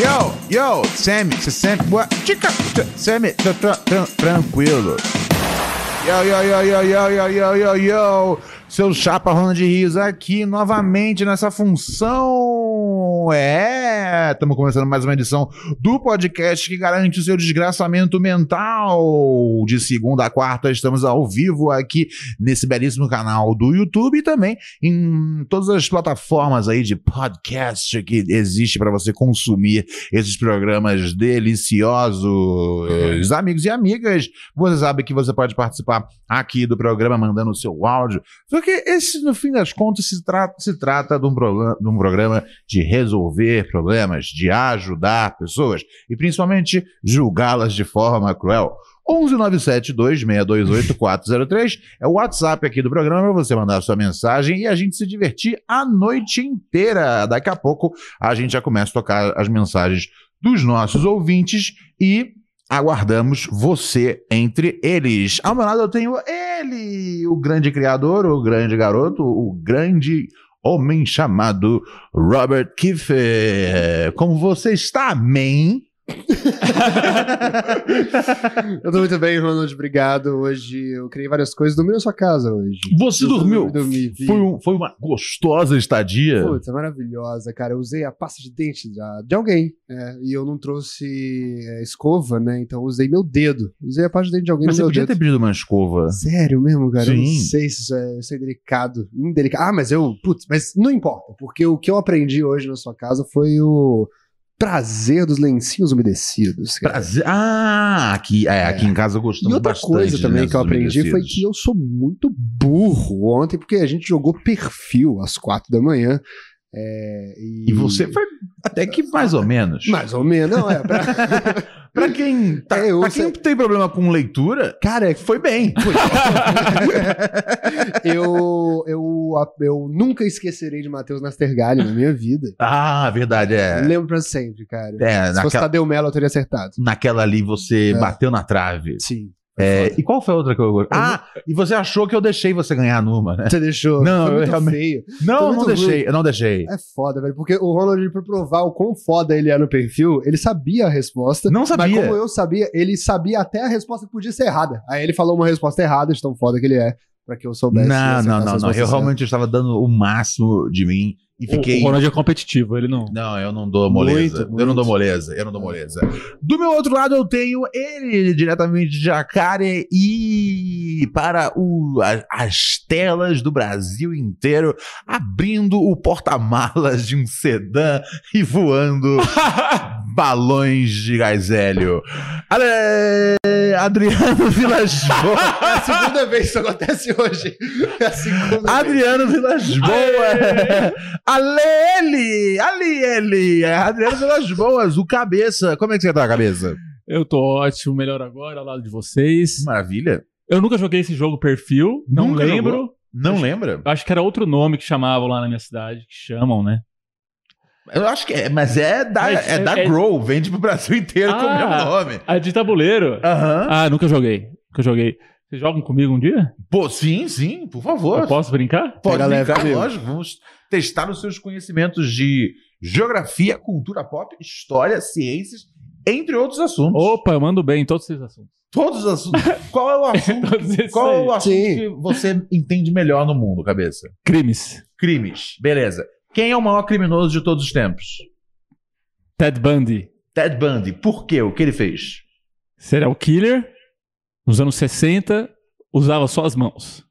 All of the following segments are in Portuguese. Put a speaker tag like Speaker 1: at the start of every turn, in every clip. Speaker 1: Yo, Sammy, você sempre. Boa. Tica, tch, Sammy, tran- tran- tran- tranquilo. Yo, yo, yo, yo, yo, yo, yo, yo, yo. Seu chapa Ronald Rios aqui novamente nessa função. É, estamos começando mais uma edição do podcast que garante o seu desgraçamento mental. De segunda a quarta estamos ao vivo aqui nesse belíssimo canal do YouTube e também em todas as plataformas aí de podcast que existe para você consumir esses programas deliciosos. Amigos e amigas, você sabe que você pode participar aqui do programa mandando o seu áudio, porque esse, no fim das contas, se trata, se trata de, um prola- de um programa de resolver problemas, de ajudar pessoas e principalmente julgá-las de forma cruel. 11972-628-403 é o WhatsApp aqui do programa para você mandar a sua mensagem e a gente se divertir a noite inteira. Daqui a pouco a gente já começa a tocar as mensagens dos nossos ouvintes e aguardamos você entre eles. Ao meu lado eu tenho ele, o grande criador, o grande garoto, o grande homem chamado Robert Kiefer. Como você está, man?
Speaker 2: Eu tô muito bem, Ronald, obrigado. Hoje eu criei várias coisas, dormi na sua casa hoje.
Speaker 1: Você
Speaker 2: Eu
Speaker 1: dormiu?
Speaker 2: Dormi, vi.
Speaker 1: Foi, um- foi uma gostosa estadia.
Speaker 2: Puta, maravilhosa, cara. Eu usei a pasta de dente da- de alguém, né? E eu não trouxe é, escova, né? Então eu usei meu dedo. Usei a pasta de dente de alguém
Speaker 1: Mas
Speaker 2: no
Speaker 1: você
Speaker 2: meu
Speaker 1: podia
Speaker 2: dedo.
Speaker 1: ter pedido uma escova.
Speaker 2: Sério mesmo, cara? Eu não
Speaker 1: Sim.
Speaker 2: sei se isso é, isso é delicado. Indelicado. Ah, mas eu. Putz, mas não importa, porque o que eu aprendi hoje na sua casa foi o prazer dos lencinhos umedecidos. cara.
Speaker 1: Prazer. Ah, aqui, é, aqui em casa gostamos
Speaker 2: E outra
Speaker 1: bastante.
Speaker 2: coisa
Speaker 1: de
Speaker 2: também que eu
Speaker 1: lenços
Speaker 2: aprendi foi
Speaker 1: umedecidos.
Speaker 2: que eu sou muito burro ontem, porque a gente jogou perfil às quatro da manhã. é, e...
Speaker 1: E você foi até que mais ou menos.
Speaker 2: Mais ou menos, não é? pra-
Speaker 1: Pra quem, tá,
Speaker 2: É, eu
Speaker 1: pra quem
Speaker 2: sei.
Speaker 1: tem problema com leitura,
Speaker 2: Cara,
Speaker 1: foi bem.
Speaker 2: eu, eu, eu nunca esquecerei de Matheus Nastergalli na minha vida.
Speaker 1: ah, verdade, é.
Speaker 2: Lembro pra sempre, cara.
Speaker 1: É,
Speaker 2: Se fosse
Speaker 1: naquela,
Speaker 2: Tadeu Mello, eu teria acertado.
Speaker 1: naquela ali você
Speaker 2: É.
Speaker 1: bateu na trave.
Speaker 2: Sim.
Speaker 1: É, e qual foi a outra que eu gostei? Ah, e você achou que eu deixei você ganhar numa, né?
Speaker 2: Você deixou.
Speaker 1: Não,
Speaker 2: foi
Speaker 1: eu
Speaker 2: muito
Speaker 1: realmente-
Speaker 2: feio.
Speaker 1: Não,
Speaker 2: muito
Speaker 1: não deixei, eu não deixei.
Speaker 2: É foda, velho. Porque o Ronald, pra provar o quão foda ele é no perfil, ele sabia a resposta.
Speaker 1: Não sabia.
Speaker 2: Mas como eu sabia, ele sabia até a resposta que podia ser errada. Aí ele falou uma resposta errada, de tão foda que ele é, pra que eu soubesse.
Speaker 1: Não,
Speaker 2: acertar
Speaker 1: não,
Speaker 2: essa
Speaker 1: não, não.
Speaker 2: resposta
Speaker 1: Eu
Speaker 2: certa.
Speaker 1: realmente estava dando o máximo de mim e fiquei.
Speaker 3: O Ronald é competitivo, ele não.
Speaker 1: Não, eu não dou moleza.
Speaker 2: Muito,
Speaker 1: Eu não
Speaker 2: muito.
Speaker 1: dou moleza, eu não dou moleza. Do meu outro lado eu tenho ele diretamente de Jacaré e para o- a- as telas do Brasil inteiro, abrindo o porta-malas de um sedã e voando balões de gás hélio. Ale- Adriano Vilas Boas.
Speaker 2: É a segunda vez que isso acontece hoje. É a segunda vez.
Speaker 1: Adriano Vilas Boas. Alele! Aliele! É, Adriano Vilas Boas, o cabeça. Como é que você tá, cabeça?
Speaker 3: Eu tô ótimo, melhor agora, ao lado de vocês.
Speaker 1: Maravilha. Eu
Speaker 3: Eu nunca joguei esse jogo perfil, não
Speaker 1: Nunca
Speaker 3: lembro.
Speaker 1: Não lembra?
Speaker 3: Eu Acho que era outro nome que chamavam lá na minha cidade, que chamam, né?
Speaker 1: Eu acho que é, mas é da,
Speaker 3: Mas
Speaker 1: é,
Speaker 3: é-
Speaker 1: da
Speaker 3: é-
Speaker 1: Grow, vende pro Brasil inteiro com o
Speaker 3: Ah.
Speaker 1: mesmo nome.
Speaker 3: Ah, de tabuleiro.
Speaker 1: Aham.
Speaker 3: Ah, nunca joguei. Nunca joguei. Vocês jogam comigo um dia?
Speaker 1: Pô, sim, sim, por favor.
Speaker 3: Eu posso brincar?
Speaker 1: Pode
Speaker 2: Pega leve
Speaker 1: brincar,
Speaker 2: comigo.
Speaker 1: lógico. Vamos testar os seus conhecimentos de geografia, cultura pop, história, ciências, entre outros assuntos.
Speaker 3: Opa, eu mando bem em todos esses assuntos.
Speaker 1: Todos os assuntos. Qual é o assunto
Speaker 3: Todos esses
Speaker 1: Qual é o
Speaker 3: aí.
Speaker 1: assunto
Speaker 2: Sim.
Speaker 1: que você entende melhor no mundo, cabeça?
Speaker 3: Crimes.
Speaker 1: Crimes. Beleza. Quem é o maior criminoso de todos os tempos?
Speaker 3: Ted Bundy.
Speaker 1: Ted Bundy. Por quê? O que ele fez?
Speaker 3: Serial killer. Nos anos 60, usava só as mãos.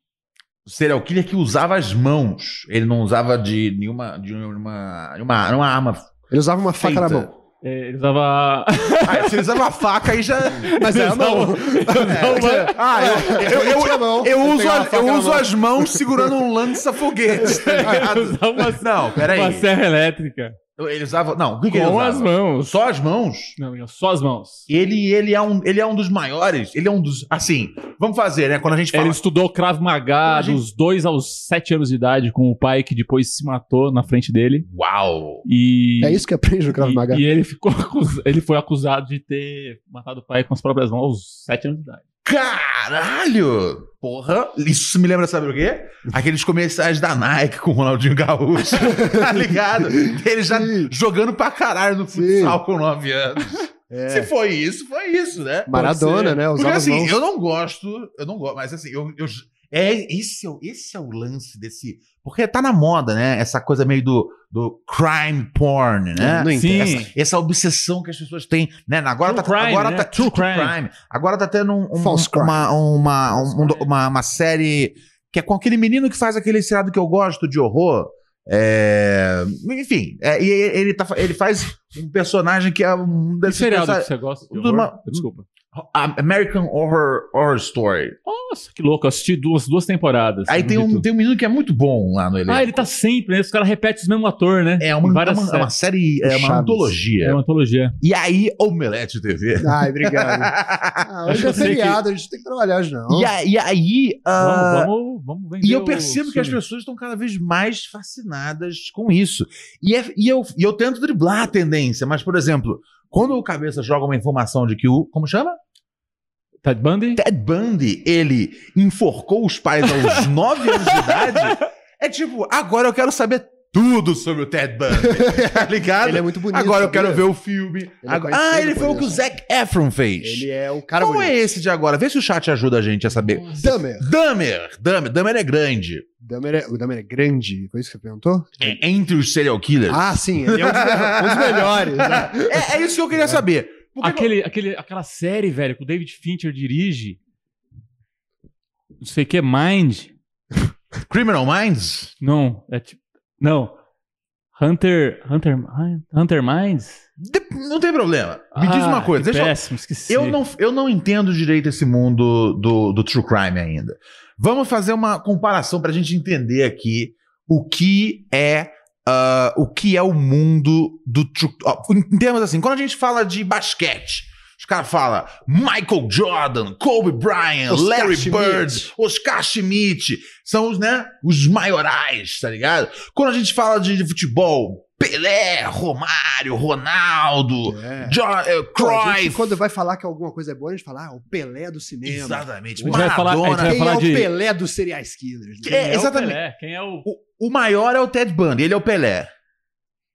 Speaker 1: O serial killer que usava as mãos. Ele não usava de nenhuma, de nenhuma, nenhuma, nenhuma arma.
Speaker 2: Ele usava uma faca na mão.
Speaker 3: É, ele usava.
Speaker 1: Ah, se ele usava a faca, aí já.
Speaker 2: Mas é a mão.
Speaker 1: É. Ah, eu, eu, eu,
Speaker 2: Tinha mão.
Speaker 1: eu
Speaker 2: Ele
Speaker 1: uso,
Speaker 2: pegava
Speaker 1: a-
Speaker 2: a faca
Speaker 1: eu
Speaker 2: na
Speaker 1: uso
Speaker 2: mão.
Speaker 1: as mãos segurando um lança-foguete. tá ligado?
Speaker 3: Ele usava uma-
Speaker 1: Não,
Speaker 3: Uma
Speaker 1: peraí.
Speaker 3: serra elétrica.
Speaker 1: Ele usava. Não, o que, que ele
Speaker 3: Com as
Speaker 1: usava?
Speaker 3: mãos.
Speaker 1: Só as mãos?
Speaker 3: Não, Miguel, só as mãos.
Speaker 1: ele, ele, é um, ele é um dos maiores, ele é um dos. Assim, vamos fazer, né? Quando a gente fala. Então,
Speaker 3: Ele estudou Krav Maga
Speaker 1: A gente-
Speaker 3: dos 2 aos 7 anos de idade com o pai que depois se matou na frente dele.
Speaker 1: Uau!
Speaker 3: E,
Speaker 2: É isso que aprende o Krav Maga.
Speaker 3: e, e ele, ficou acus- ele foi acusado de ter matado o pai com as próprias mãos aos 7 anos de idade.
Speaker 1: Caralho! Porra, isso me lembra, sabe o quê? Aqueles comerciais da Nike com o Ronaldinho Gaúcho, tá ligado? Ele já
Speaker 2: Sim.
Speaker 1: jogando pra caralho no
Speaker 2: Sim.
Speaker 1: futsal com 9 anos.
Speaker 2: É.
Speaker 1: Se foi isso, foi isso, né?
Speaker 2: Maradona, né? Usava
Speaker 1: Porque
Speaker 2: as
Speaker 1: assim,
Speaker 2: mãos.
Speaker 1: eu não gosto, eu não gosto, mas assim, eu. eu- é, esse, é, o- esse é o lance desse. Porque tá na moda, né? Essa coisa meio do, do crime porn, né?
Speaker 2: Não entendo.
Speaker 3: Sim.
Speaker 1: Essa, essa obsessão que as pessoas têm, né? Agora
Speaker 3: True
Speaker 1: tá,
Speaker 3: crime,
Speaker 1: agora
Speaker 3: né?
Speaker 1: tá
Speaker 3: True crime.
Speaker 1: Agora tá tendo um, um-
Speaker 2: False crime.
Speaker 1: uma, uma, um-
Speaker 3: False crime.
Speaker 1: uma, uma série que é com aquele menino que faz aquele seriado que eu gosto de horror. É, Enfim, é, e ele, tá, ele faz um personagem que é um
Speaker 3: Que
Speaker 1: desses
Speaker 3: seriado
Speaker 1: personagens-
Speaker 3: que você gosta? de
Speaker 1: Do
Speaker 3: horror?
Speaker 1: uma-
Speaker 3: Desculpa.
Speaker 1: American Horror, Horror Story.
Speaker 3: Nossa, que louco. Eu assisti duas, duas temporadas.
Speaker 1: Aí tem
Speaker 3: de
Speaker 1: um,
Speaker 3: tudo.
Speaker 1: tem um menino que é muito bom lá no elenco.
Speaker 3: Ah, ele tá sempre, né? Os caras repetem os mesmos atores, né?
Speaker 1: É uma,
Speaker 3: Em
Speaker 1: é uma, é uma
Speaker 3: séries.
Speaker 1: série, é uma
Speaker 2: Chaves.
Speaker 1: antologia.
Speaker 3: É uma antologia.
Speaker 1: E aí, Omelete TV.
Speaker 2: Ai, obrigado. Ah,
Speaker 3: Acho
Speaker 2: hoje
Speaker 3: que
Speaker 2: é
Speaker 3: eu sei
Speaker 2: feriado, a gente não tem que trabalhar hoje, não.
Speaker 1: E, a- e aí. ah,
Speaker 3: Vamos, vamos, vamos vender
Speaker 1: E eu
Speaker 3: o
Speaker 1: percebo que as
Speaker 3: filme.
Speaker 1: pessoas estão cada vez mais fascinadas com isso. E, é- e eu, e eu tento driblar a tendência, mas, por exemplo, quando o cabeça joga uma informação de que o. Como chama?
Speaker 3: Ted Bundy?
Speaker 1: Ted Bundy, ele enforcou os pais aos 9 anos de idade. É tipo, agora eu quero saber tudo sobre o Ted Bundy. Tá ligado?
Speaker 2: Ele é muito bonito.
Speaker 1: agora eu quero
Speaker 2: sabia?
Speaker 1: ver o filme.
Speaker 2: é
Speaker 1: Agora-
Speaker 2: conhecido
Speaker 1: ah, ele
Speaker 2: por
Speaker 1: foi o que o
Speaker 2: isso.
Speaker 1: Zac Efron fez.
Speaker 2: Ele é o cara
Speaker 1: Qual
Speaker 2: bonito.
Speaker 1: é esse de agora? Vê se o chat ajuda a gente a saber.
Speaker 2: Dahmer.
Speaker 1: Dahmer, Dahmer, Dahmer é grande.
Speaker 2: Dahmer é, o Dahmer é grande, foi isso que você perguntou?
Speaker 1: É entre os serial killers.
Speaker 2: Ah, sim, ele é um dos, me- um dos melhores. né?
Speaker 1: É, é isso que eu queria saber. Porque
Speaker 3: Aquele, aquele, aquela série, velho, que o David Fincher dirige. Não sei o que, Mind.
Speaker 1: no- Criminal Minds?
Speaker 3: Não, é tipo. Não. Hunter. Hunter, Hunter Minds?
Speaker 1: De- não tem problema. Me diz
Speaker 3: Ah,
Speaker 1: uma coisa.
Speaker 3: que
Speaker 1: Deixa eu,
Speaker 3: péssimo, esqueci.
Speaker 1: eu, não, eu não entendo direito esse mundo do, do true crime ainda. Vamos fazer uma comparação pra gente entender aqui o que é. ah, o que é o mundo do true ó, Em termos assim, quando a gente fala de basquete, os caras falam Michael Jordan, Kobe Bryant,
Speaker 2: Oscar
Speaker 1: Larry
Speaker 2: Schmidt.
Speaker 1: Bird, Oscar Schmidt, são os, né, os maiorais, tá ligado? Quando a gente fala de, de futebol, Pelé, Romário, Ronaldo,
Speaker 2: É.
Speaker 1: Jo- eh,
Speaker 2: Pô, a gente,
Speaker 1: Cruyff.
Speaker 2: quando vai falar que alguma coisa é boa, a gente fala, ah, o Pelé do cinema.
Speaker 1: Exatamente.
Speaker 3: A gente vai falar- a gente
Speaker 1: Maradona.
Speaker 3: vai
Speaker 2: Quem é
Speaker 3: falar
Speaker 2: o
Speaker 3: de-
Speaker 2: Pelé dos serial killers? né?
Speaker 1: Que- é,
Speaker 3: Quem
Speaker 1: exatamente.
Speaker 3: O Pelé? Quem é o...
Speaker 1: O, o maior é o Ted Bundy, ele é o Pelé.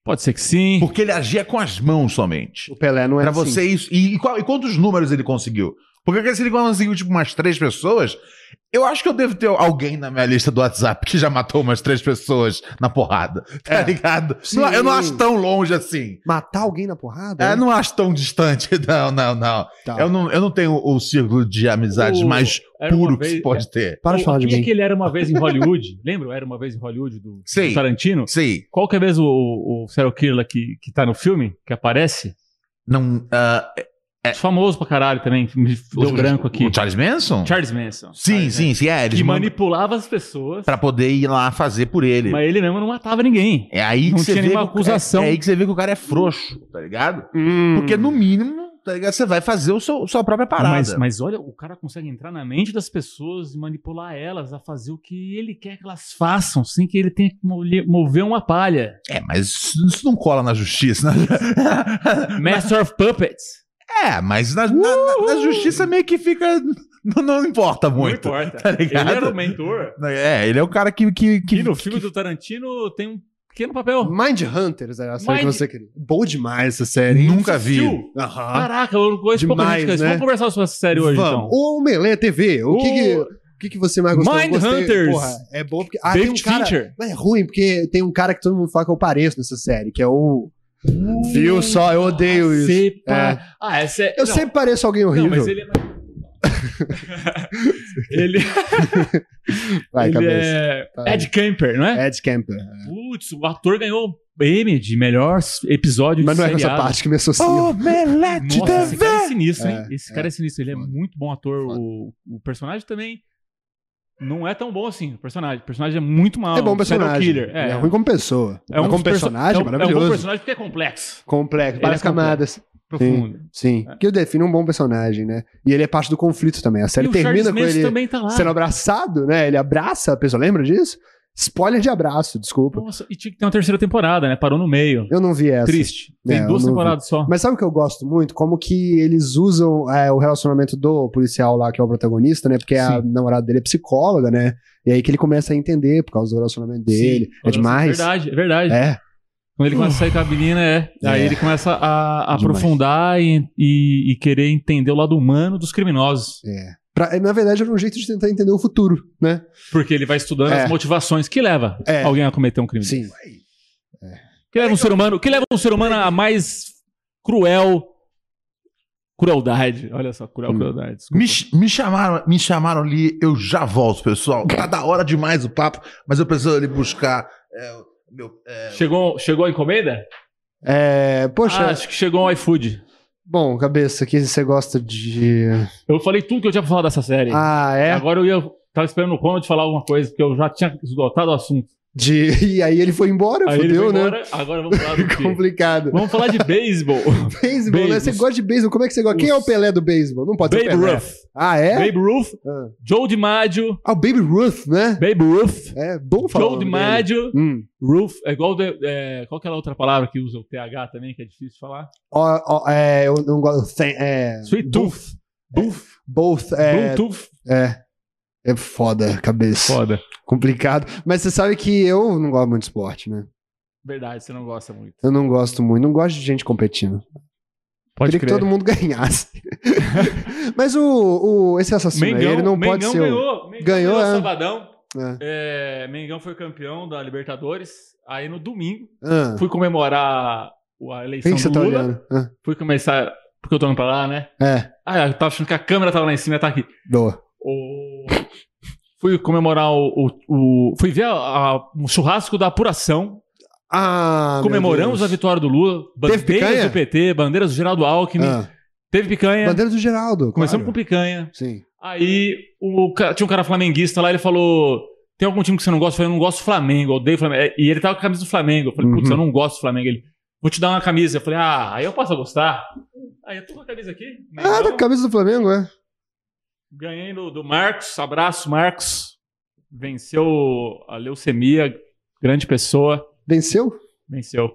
Speaker 3: Pode ser que sim.
Speaker 1: Porque ele agia com as mãos somente.
Speaker 2: O Pelé não é
Speaker 1: Pra
Speaker 2: assim.
Speaker 1: você isso. E, e qual- e quantos números ele conseguiu? Porque se ele conseguiu, tipo, umas três pessoas, eu acho que eu devo ter alguém na minha lista do WhatsApp que já matou umas três pessoas na porrada. Tá
Speaker 2: É.
Speaker 1: ligado?
Speaker 2: Sim. É.
Speaker 1: Não- eu não acho tão longe assim.
Speaker 2: Matar alguém na porrada?
Speaker 1: Eu É, não acho tão distante. Não, não, não.
Speaker 2: Tá.
Speaker 1: Eu não, eu não tenho o círculo de amizades
Speaker 3: O-
Speaker 1: mais
Speaker 3: Era uma
Speaker 1: puro que
Speaker 3: vez-
Speaker 1: se pode ter.
Speaker 2: Para de
Speaker 3: O-
Speaker 2: falar de
Speaker 3: e
Speaker 2: mim.
Speaker 3: aquele Era Uma Vez em Hollywood? Lembra? o Era Uma Vez em Hollywood do,
Speaker 1: Sei.
Speaker 3: do Tarantino?
Speaker 1: Sei.
Speaker 3: Qual que é mesmo o, o serial killer que, que tá no filme? Que aparece?
Speaker 1: Não, ah,
Speaker 3: Famoso pra caralho também. Me deu branco aqui.
Speaker 1: O Charles Manson?
Speaker 3: Charles Manson.
Speaker 1: Sim,
Speaker 3: Charles
Speaker 1: sim,
Speaker 3: Manson.
Speaker 1: sim. É, eles
Speaker 3: né, Que
Speaker 1: mandam
Speaker 3: manipulava as pessoas,
Speaker 1: pra poder ir lá fazer por ele.
Speaker 3: mas ele mesmo não matava ninguém.
Speaker 1: É aí
Speaker 3: Não
Speaker 1: que você
Speaker 3: tinha
Speaker 1: vê
Speaker 3: nenhuma
Speaker 1: que o-
Speaker 3: acusação.
Speaker 1: É, é aí que você vê que o cara é frouxo, tá ligado?
Speaker 2: Hum.
Speaker 1: Porque no mínimo, tá ligado? Você vai fazer o seu, sua própria parada.
Speaker 3: Mas, mas olha, o cara consegue entrar na mente das pessoas e manipular elas a fazer o que ele quer que elas façam, sem que ele tenha que molhe- mover uma palha.
Speaker 1: É, mas isso, isso não cola na justiça. né?
Speaker 3: Master of Puppets.
Speaker 1: é, mas na, na- na- na justiça meio que fica. Não, não importa muito.
Speaker 3: Não importa.
Speaker 1: tá ligado?
Speaker 3: ele era o mentor.
Speaker 1: É, ele é o cara que. que, que
Speaker 3: Que no filme do Tarantino tem um pequeno papel.
Speaker 2: Mind Hunters era a série é que
Speaker 3: Mind-
Speaker 2: você queria. Boa demais essa série.
Speaker 1: nunca vi.
Speaker 3: Assistiu?
Speaker 1: Ah,
Speaker 2: Aham.
Speaker 3: Caraca, eu conheço pouca
Speaker 2: Ah. Demais,
Speaker 3: gente. que assiste.
Speaker 2: né?
Speaker 3: Vamos conversar sobre essa série hoje, então.
Speaker 2: Vamos. O Melé TV, o, que, que,
Speaker 3: O-
Speaker 2: o que, que você mais gostou? Eu
Speaker 3: Mind
Speaker 2: gostei.
Speaker 3: Hunters.
Speaker 2: Porra, é bom porque.
Speaker 3: então.
Speaker 2: Ah, tem um cara.
Speaker 3: Fincher.
Speaker 2: Mas é ruim, porque tem um cara que todo mundo fala que eu pareço nessa série, que é o.
Speaker 3: Hum.
Speaker 2: Viu só? Eu odeio isso.
Speaker 3: Sepa.
Speaker 2: É.
Speaker 3: Ah, essa é...
Speaker 2: Eu
Speaker 3: não,
Speaker 2: sempre pareço alguém
Speaker 3: Não,
Speaker 2: horrível.
Speaker 3: mas ele é... ele
Speaker 2: Vai,
Speaker 3: ele
Speaker 2: cabeça.
Speaker 3: é
Speaker 2: Vai.
Speaker 3: Ed Camper, não é?
Speaker 2: Ed Camper.
Speaker 3: Putz, o ator ganhou M de melhor episódio
Speaker 2: Mas
Speaker 3: de
Speaker 2: não é com essa
Speaker 3: seriado. Oh,
Speaker 2: parte que me associa.
Speaker 1: Oh, Omelete
Speaker 3: Nossa, esse cara é sinistro, hein?
Speaker 2: É,
Speaker 3: esse cara é, sinistro. Ele é
Speaker 2: Foda.
Speaker 3: muito bom ator.
Speaker 2: Foda.
Speaker 3: O, o personagem também não é tão bom assim. O personagem, o personagem é muito mal.
Speaker 2: é bom
Speaker 3: serial
Speaker 2: personagem.
Speaker 3: Killer.
Speaker 2: Ele É. ruim como pessoa. É um
Speaker 3: dos
Speaker 2: como
Speaker 3: perso-
Speaker 2: personagem,
Speaker 3: é um- É um
Speaker 2: maravilhoso.
Speaker 3: bom personagem porque é complexo.
Speaker 2: Complexo,
Speaker 3: Ele
Speaker 2: várias
Speaker 3: é
Speaker 2: camadas.
Speaker 3: Profundo.
Speaker 2: Sim.
Speaker 3: É.
Speaker 2: Que eu defino um bom personagem, né? E ele é parte do conflito também. A série
Speaker 3: e o
Speaker 2: termina
Speaker 3: Charles
Speaker 2: com
Speaker 3: Manson
Speaker 2: ele
Speaker 3: também tá lá.
Speaker 2: sendo abraçado, né? Ele abraça a pessoa, lembra disso? Spoiler de abraço, desculpa.
Speaker 3: Nossa, e tinha que ter uma terceira temporada, né? Parou no meio.
Speaker 2: Eu não vi essa.
Speaker 3: Triste. Tem
Speaker 2: É, eu
Speaker 3: duas
Speaker 2: não vi.
Speaker 3: temporadas só.
Speaker 2: Mas sabe o que eu gosto muito? Como que eles usam é, o relacionamento do policial lá, que é o protagonista, né? Porque a
Speaker 3: Sim.
Speaker 2: namorada dele é psicóloga, né? E aí que ele começa a entender por causa do relacionamento dele.
Speaker 3: Sim,
Speaker 2: é demais.
Speaker 3: Verdade, é verdade.
Speaker 2: É.
Speaker 3: Quando ele começa a sair com a menina, é. Aí
Speaker 2: É.
Speaker 3: ele começa a, a
Speaker 2: Demais.
Speaker 3: aprofundar e, e- e querer entender o lado humano dos criminosos.
Speaker 2: é. Pra- na verdade, era um jeito de tentar entender o futuro, né?
Speaker 3: Porque ele vai estudando
Speaker 2: É.
Speaker 3: as motivações que leva
Speaker 2: É.
Speaker 3: alguém a cometer um crime.
Speaker 2: Sim.
Speaker 3: Que leva um ser humano, que leva um ser humano a mais cruel crueldade. Olha só, cruel
Speaker 2: Hum.
Speaker 3: crueldade. desculpa.
Speaker 1: Me, ch- me chamaram, me chamaram ali, eu já volto, pessoal. Tá da hora demais o papo, mas eu preciso ali buscar. é, o meu, é,
Speaker 3: Chegou, chegou a encomenda?
Speaker 2: É,
Speaker 3: Ah,
Speaker 2: poxa,
Speaker 3: acho que chegou um iFood.
Speaker 2: bom, cabeça, que você gosta de.
Speaker 3: Eu falei tudo que eu tinha pra falar dessa série.
Speaker 2: Ah, é?
Speaker 3: Agora eu ia. Tava esperando o Ronald falar alguma coisa, porque eu já tinha esgotado o assunto.
Speaker 2: De... E aí ele foi embora,
Speaker 3: Aí ele
Speaker 2: fudeu,
Speaker 3: foi
Speaker 2: né?
Speaker 3: embora, Ah, agora vamos falar do quê?
Speaker 2: Complicado.
Speaker 3: Vamos falar de beisebol.
Speaker 2: Beisebol, né?
Speaker 3: Beisebol.
Speaker 2: Você gosta de beisebol? Como é que você gosta? Quem é o Pelé do beisebol? Não pode ser o
Speaker 3: Babe
Speaker 2: Pelé.
Speaker 3: Ruth.
Speaker 2: Ah, é?
Speaker 3: Babe Ruth,
Speaker 2: Ah.
Speaker 3: Joe DiMaggio,
Speaker 2: Ah, o Baby Ruth, né?
Speaker 3: Babe Ruth,
Speaker 2: É bom falar.
Speaker 3: Joe
Speaker 2: o nome dele.
Speaker 3: DiMaggio,
Speaker 2: Hum.
Speaker 3: Ruth. É igual. de- é, qual que é a outra palavra que usa o TH também, que é difícil de falar?
Speaker 2: Ó, ó, é, eu não gosto. tem- É,
Speaker 3: Sweet Tooth. Booth.
Speaker 2: both é,
Speaker 3: Bluetooth.
Speaker 2: é. É foda, cabeça.
Speaker 3: Foda.
Speaker 2: Complicado. Mas você sabe que eu não gosto muito de esporte, né?
Speaker 3: Verdade, você não gosta muito.
Speaker 2: Eu não gosto muito. Não gosto de gente competindo.
Speaker 3: Pode
Speaker 2: Queria que todo mundo ganhasse. Mas o, o, esse assassino aí,
Speaker 3: Mengão,
Speaker 2: ele não
Speaker 3: Mengão
Speaker 2: pode ser. o-
Speaker 3: ganhou. Mengão
Speaker 2: Ganhou,
Speaker 3: ganhou
Speaker 2: é.
Speaker 3: sabadão.
Speaker 2: É.
Speaker 3: É, Mengão foi campeão da Libertadores. Aí no domingo,
Speaker 2: Ah,
Speaker 3: fui comemorar a
Speaker 2: Por que que você
Speaker 3: eleição
Speaker 2: tá
Speaker 3: do Lula.
Speaker 2: olhando? Ah,
Speaker 3: fui começar... Porque eu tô indo pra lá, né?
Speaker 2: é,
Speaker 3: Ah, eu tava achando que a câmera tava lá em cima, tá aqui.
Speaker 2: boa.
Speaker 3: O- Fui comemorar o, o- o- Fui ver a- a- um churrasco da apuração.
Speaker 2: Ah, meu
Speaker 3: Comemoramos a
Speaker 2: Deus.
Speaker 3: vitória do Lula.
Speaker 2: Teve
Speaker 3: Bandeiras
Speaker 2: picanha?
Speaker 3: do PT, bandeiras do Geraldo Alckmin.
Speaker 2: Ah,
Speaker 3: Teve picanha.
Speaker 2: Bandeira do Geraldo.
Speaker 3: É.
Speaker 2: claro.
Speaker 3: Começamos com picanha.
Speaker 2: Sim.
Speaker 3: Aí o ca- tinha um cara flamenguista lá, ele falou: Tem algum time que você não gosta? Eu falei, eu não gosto do Flamengo, eu odeio o Flamengo. É, E ele tava com a camisa do Flamengo. Eu falei, putz,
Speaker 2: Uhum.
Speaker 3: eu não gosto do Flamengo. Ele, vou te dar uma camisa. Eu falei, ah, aí eu posso gostar. Aí eu tô com a camisa aqui.
Speaker 2: Ah,
Speaker 3: Mengão.
Speaker 2: da camisa do Flamengo, é?
Speaker 3: Ganhei do, do Marcos, abraço, Marcos. Venceu a leucemia, grande pessoa,
Speaker 2: Venceu?
Speaker 3: venceu.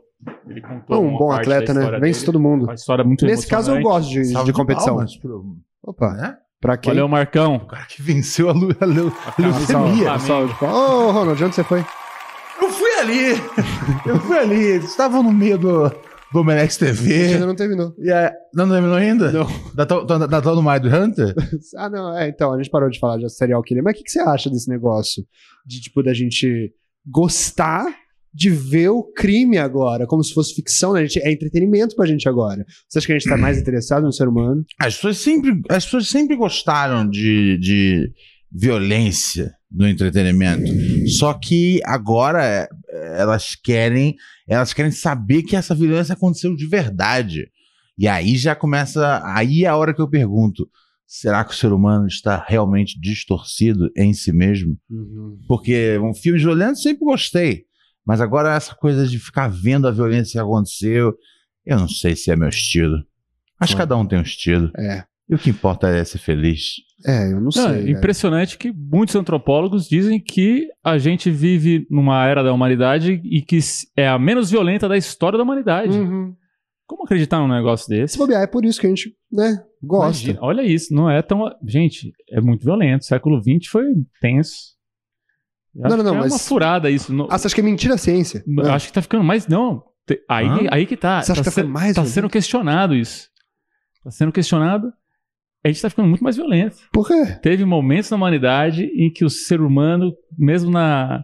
Speaker 3: Ele contou
Speaker 2: É um
Speaker 3: uma
Speaker 2: bom
Speaker 3: parte
Speaker 2: atleta, né?
Speaker 3: da história
Speaker 2: Vence
Speaker 3: dele.
Speaker 2: todo mundo.
Speaker 3: Uma história muito
Speaker 2: Nesse caso, eu
Speaker 3: emocionante.
Speaker 2: gosto de, de
Speaker 1: salve
Speaker 2: competição.
Speaker 1: palmas pro-
Speaker 2: Opa,
Speaker 1: né?
Speaker 2: pra quem?
Speaker 3: Valeu, Marcão.
Speaker 1: O cara que venceu a, Lu, a, Lu, a
Speaker 2: Um salve,
Speaker 1: leucemia.
Speaker 2: um salve. Ô, Ronald, onde você foi?
Speaker 1: Eu fui ali. Eu fui ali. Eles estavam no meio do, do Menex
Speaker 2: Você
Speaker 1: TV.
Speaker 2: ainda não terminou.
Speaker 1: E a, não, não terminou ainda?
Speaker 2: Não.
Speaker 1: Da tal da- da tal do Mind Hunter?
Speaker 2: Ah, não, é, então, a gente parou de falar de serial killer. Mas o que, que você acha desse negócio? De, tipo, da gente gostar de ver o crime agora, como se fosse ficção, né? A gente, é entretenimento pra gente agora. Você acha que a gente tá mais interessado no ser humano?
Speaker 1: As pessoas sempre, as pessoas sempre gostaram de, de violência no entretenimento. Só que agora é, elas querem, elas querem saber que essa violência aconteceu de verdade. E aí já começa, aí é a hora que eu pergunto: será que o ser humano está realmente distorcido em si mesmo?
Speaker 3: Uhum.
Speaker 1: Porque um filme violento sempre gostei. Mas agora essa coisa de ficar vendo a violência que aconteceu, eu não sei se é meu estilo. Mas
Speaker 2: É.
Speaker 1: cada um tem um estilo.
Speaker 2: É.
Speaker 1: E o que importa é ser feliz.
Speaker 2: É, eu não sei.
Speaker 3: Não,
Speaker 2: velho.
Speaker 3: impressionante que muitos antropólogos dizem que a gente vive numa era da humanidade e que s- é a menos violenta da história da humanidade.
Speaker 2: Uhum.
Speaker 3: Como acreditar num negócio desse?
Speaker 2: Se bobear, é por isso que a gente, né, gosta.
Speaker 3: Imagina, olha isso, não é tão. Gente, é muito violento. Século XX foi tenso. Eu
Speaker 2: Não,
Speaker 3: acho
Speaker 2: não, não,
Speaker 3: que é uma
Speaker 2: mas-
Speaker 3: furada isso. não-
Speaker 2: Ah, você acha que é mentira a ciência?
Speaker 3: não,
Speaker 2: Ah,
Speaker 3: Acho que tá ficando mais. Não, te- aí,
Speaker 1: Hã?
Speaker 3: aí que tá.
Speaker 2: você acha que tá
Speaker 3: tá, se-
Speaker 2: ficando mais?
Speaker 3: tá
Speaker 2: velho?
Speaker 3: sendo questionado isso. Tá sendo questionado. A gente tá ficando muito mais violento.
Speaker 2: Por quê?
Speaker 3: teve momentos na humanidade em que o ser humano, mesmo na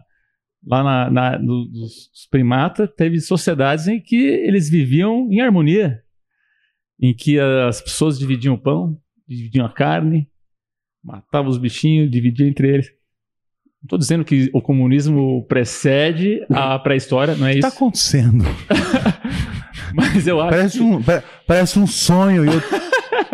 Speaker 3: lá na, na no- dos primatas, teve sociedades em que eles viviam em harmonia, em que as pessoas dividiam o pão, dividiam a carne, matavam os bichinhos, dividiam entre eles. Não estou dizendo que o comunismo precede a pré-história, não é
Speaker 1: O que
Speaker 3: isso.
Speaker 1: tá acontecendo?
Speaker 3: Mas eu acho.
Speaker 1: Parece
Speaker 3: que-
Speaker 1: um, pa- parece um sonho. E eu,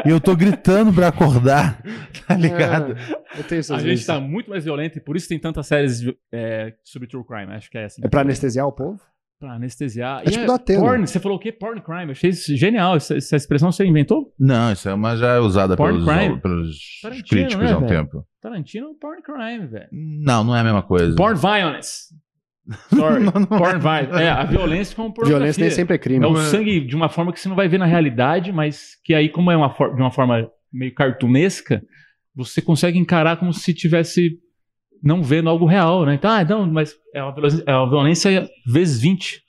Speaker 1: e eu tô gritando pra acordar. Tá ligado?
Speaker 2: É, eu tenho essas
Speaker 3: A gente tá
Speaker 2: vezes.
Speaker 3: está muito mais violento e por isso tem tantas séries eh, sobre true crime. Acho que é assim.
Speaker 2: É pra anestesiar o povo?
Speaker 3: Pra anestesiar.
Speaker 2: É tipo da Atena.
Speaker 3: porn, você falou o quê? Porn crime. Eu achei isso genial. Essa, essa expressão você inventou?
Speaker 1: Não, isso é uma já é usada
Speaker 3: Porn
Speaker 1: pelos,
Speaker 3: crime.
Speaker 1: pelos
Speaker 3: Tarantino,
Speaker 1: críticos
Speaker 3: né,
Speaker 1: há um
Speaker 3: velho?
Speaker 1: tempo.
Speaker 3: Tarantino é um porn crime, velho.
Speaker 1: Não, não é a mesma coisa.
Speaker 3: Porn violence. Sorry.
Speaker 1: Não, não
Speaker 3: porn violence. É, a violência como pornografia.
Speaker 2: Violência nem sempre é crime.
Speaker 3: É o
Speaker 1: Não é-
Speaker 3: sangue de uma forma que você não vai ver na realidade, mas que aí, como é uma for- de uma forma meio cartunesca, você consegue encarar como se tivesse não vendo algo real, né? Então, ah, não, mas é uma violência, é uma violência vezes 20.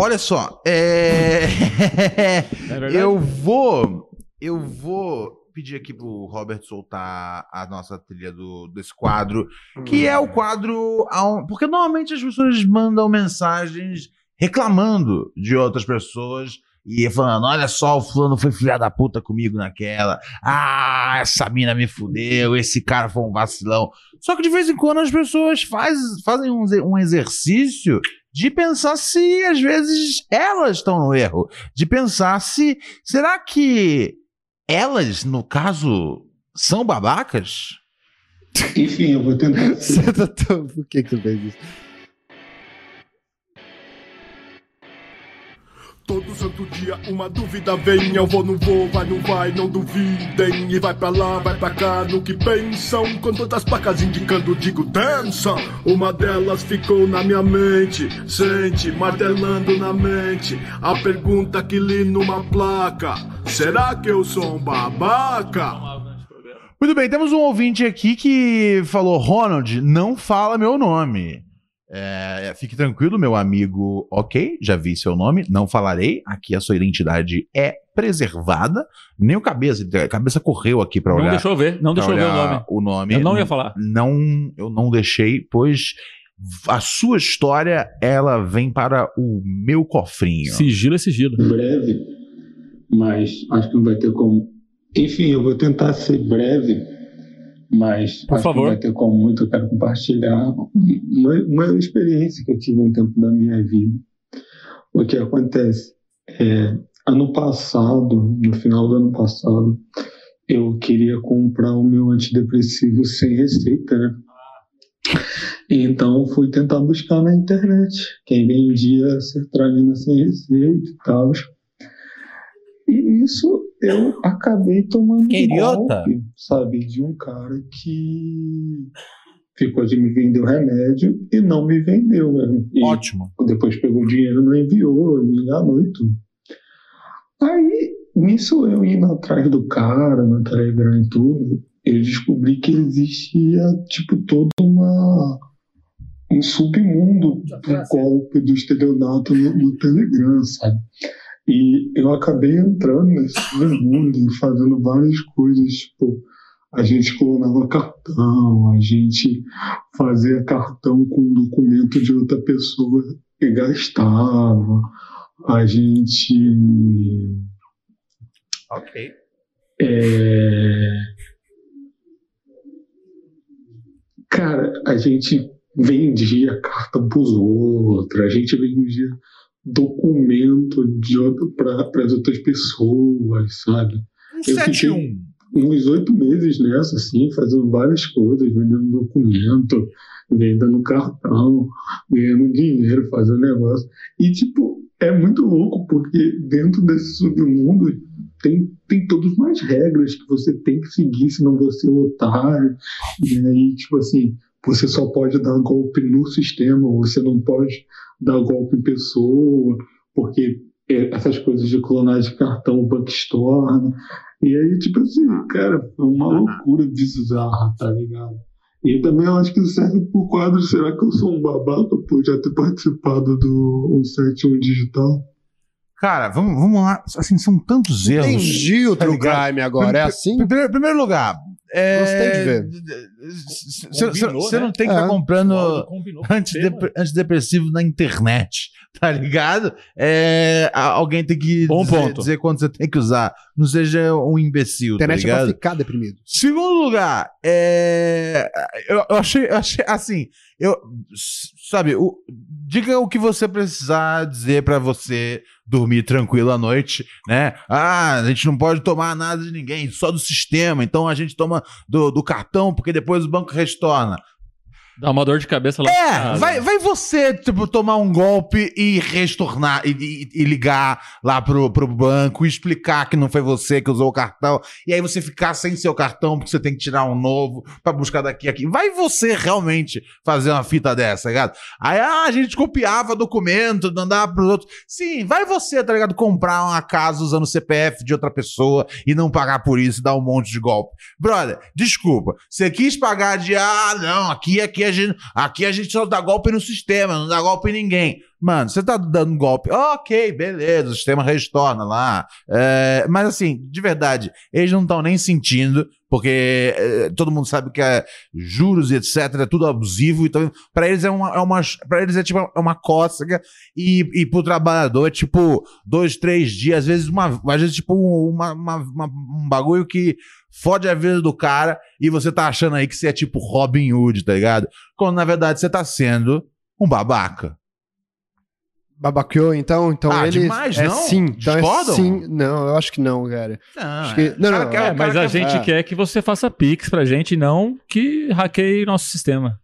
Speaker 1: Olha só, é...
Speaker 3: Não é verdade?
Speaker 1: eu vou, eu vou pedir aqui pro Robert soltar a nossa trilha do, desse quadro,
Speaker 2: Hum.
Speaker 1: que é o quadro, ao- porque normalmente as pessoas mandam mensagens reclamando de outras pessoas e falando, olha só, o fulano foi filha da puta comigo naquela, ah, essa mina me fudeu, esse cara foi um vacilão. Só que de vez em quando as pessoas faz, fazem um, ze- um exercício de pensar se às vezes elas estão no erro, de pensar se será que elas, no caso, são babacas?
Speaker 4: Enfim, eu vou tentar.
Speaker 2: Você tá tão... Por que que tu fez isso?
Speaker 5: Todo santo dia uma dúvida vem, eu vou, não vou, vai, não vai, não duvidem. E vai pra lá, vai pra cá, no que pensam. Com todas as placas indicando, digo, dança. Uma delas ficou na minha mente, sente, martelando na mente. A pergunta que li numa placa: será que eu sou um babaca?
Speaker 1: Muito bem, temos um ouvinte aqui que falou: Ronald, não fala meu nome. É, fique tranquilo, meu amigo. Ok, já vi seu nome, não falarei. Aqui a sua identidade é preservada. Nem o cabeça, a cabeça correu aqui pra
Speaker 3: Não
Speaker 1: olhar.
Speaker 3: deixou eu ver, não
Speaker 1: pra
Speaker 3: deixou eu ver o
Speaker 1: olhar
Speaker 3: nome.
Speaker 1: o nome.
Speaker 3: Eu não ia falar.
Speaker 1: não eu não deixei, pois a sua história ela vem para o meu cofrinho.
Speaker 3: Sigilo é sigilo.
Speaker 4: Em breve, mas acho que não vai ter como. Enfim, eu vou tentar ser breve, mas
Speaker 3: Por
Speaker 4: acho
Speaker 3: favor.
Speaker 4: que não vai ter como muito. Eu quero compartilhar uma, uma experiência que eu tive um tempo da minha vida. O que acontece? É, ano passado, no final do ano passado, eu queria comprar o meu antidepressivo sem receita, né? Então fui tentar buscar na internet quem vendia sertralina sem receita e tal. E isso eu acabei tomando
Speaker 1: Que
Speaker 4: um
Speaker 1: idiota.
Speaker 4: golpe, sabe, de um cara que ficou de me vender o remédio e não me vendeu. né? E
Speaker 1: Ótimo.
Speaker 4: depois pegou o dinheiro, não enviou, me enganou e tudo. Aí, nisso eu indo atrás do cara, no Telegram e tudo, eu descobri que existia, tipo, toda uma. um submundo do golpe do estelionato no, no Telegram, sabe? E eu acabei entrando nesse submundo e fazendo várias coisas, tipo. A gente clonava cartão, a gente fazia cartão com documento de outra pessoa e gastava. A gente
Speaker 1: Ok.
Speaker 4: é... Cara, a gente vendia carta pros outros, a gente vendia documento para as outras pessoas, sabe?
Speaker 1: Um
Speaker 4: Eu
Speaker 1: 71.
Speaker 4: uns oito meses nessa, assim, fazendo várias coisas, vendendo documento, vendendo cartão, ganhando dinheiro, fazendo negócio. E, tipo, é muito louco, porque dentro desse submundo tem, tem todas umas regras que você tem que seguir, senão você é um otário. E aí, tipo assim, você só pode dar golpe no sistema, você não pode dar golpe em pessoa, porque é, essas coisas de clonagem de cartão, né? banco estorna, e aí, tipo assim, cara, foi uma
Speaker 1: Uhum.
Speaker 4: loucura bizarra, tá ligado? E também eu acho que serve pro quadro, será que eu sou um babaca por já ter participado do 171 Digital?
Speaker 1: Cara, vamos, vamos lá. Assim, são tantos erros.
Speaker 2: Entendi o
Speaker 1: Tá
Speaker 2: true
Speaker 1: ligado?
Speaker 2: crime agora, é assim?
Speaker 1: Em primeiro, primeiro lugar, é,
Speaker 2: Gostei de ver.
Speaker 3: Combinou,
Speaker 1: Você
Speaker 3: né?
Speaker 1: não tem que estar
Speaker 2: É.
Speaker 1: comprando
Speaker 3: Combinou com o tema.
Speaker 1: antidep- antidepressivo na internet, tá ligado? É, a- alguém tem que
Speaker 3: Bom
Speaker 1: dizer,
Speaker 3: ponto.
Speaker 1: dizer quando você tem que usar. Não seja um imbecil,
Speaker 2: Internet
Speaker 1: tá
Speaker 2: é pra
Speaker 1: ligado?
Speaker 2: ficar deprimido.
Speaker 1: Segundo lugar, é, eu, eu achei, eu achei assim, eu s- sabe, o- diga o que você precisar dizer pra você dormir tranquilo à noite, né? Ah, a gente não pode tomar nada de ninguém, só do sistema. Então a gente toma do, do cartão porque depois o banco retorna.
Speaker 3: Dá uma dor de cabeça lá. Ah,
Speaker 1: É, vai, vai você, tipo, tomar um golpe e restornar, e, e- e ligar lá pro, pro banco, e explicar que não foi você que usou o cartão, e aí você ficar sem seu cartão porque você tem que tirar um novo pra buscar daqui a aqui. Vai você realmente fazer uma fita dessa, tá ligado? Aí ah, a gente copiava documento, mandava pros outros. Sim, vai você, tá ligado? Comprar uma casa usando o CPF de outra pessoa e não pagar por isso e dar um monte de golpe. Brother, desculpa. Você quis pagar de ah, não, aqui, aqui a gente, aqui a gente só dá golpe no sistema, não dá golpe em ninguém. Mano, você tá dando golpe. Ok, beleza, o sistema retorna lá. É, mas assim, de verdade, eles não estão nem sentindo, porque é, todo mundo sabe que é juros e etc, é tudo abusivo. Então, pra eles é uma, é uma para eles é tipo é uma cócega e, e pro trabalhador é tipo dois, três dias, às vezes uma, às vezes tipo uma- uma- uma- um bagulho que fode a vida do cara e você tá achando aí que você é tipo Robin Hood, tá ligado? Quando na verdade você tá sendo um babaca.
Speaker 2: Babaqueou, então? Então
Speaker 1: Ah,
Speaker 2: ele.
Speaker 1: demais,
Speaker 2: é
Speaker 1: não?
Speaker 2: sim. Então
Speaker 1: Discordam?
Speaker 2: É sim. Não, eu acho que não, cara. Acho que- não,
Speaker 1: O cara
Speaker 2: não,
Speaker 1: quer-
Speaker 2: é,
Speaker 1: o
Speaker 3: É,
Speaker 1: cara
Speaker 3: mas a
Speaker 1: quer-
Speaker 3: gente
Speaker 2: Ah.
Speaker 3: quer que você faça pix pra gente, não que hackeie nosso sistema.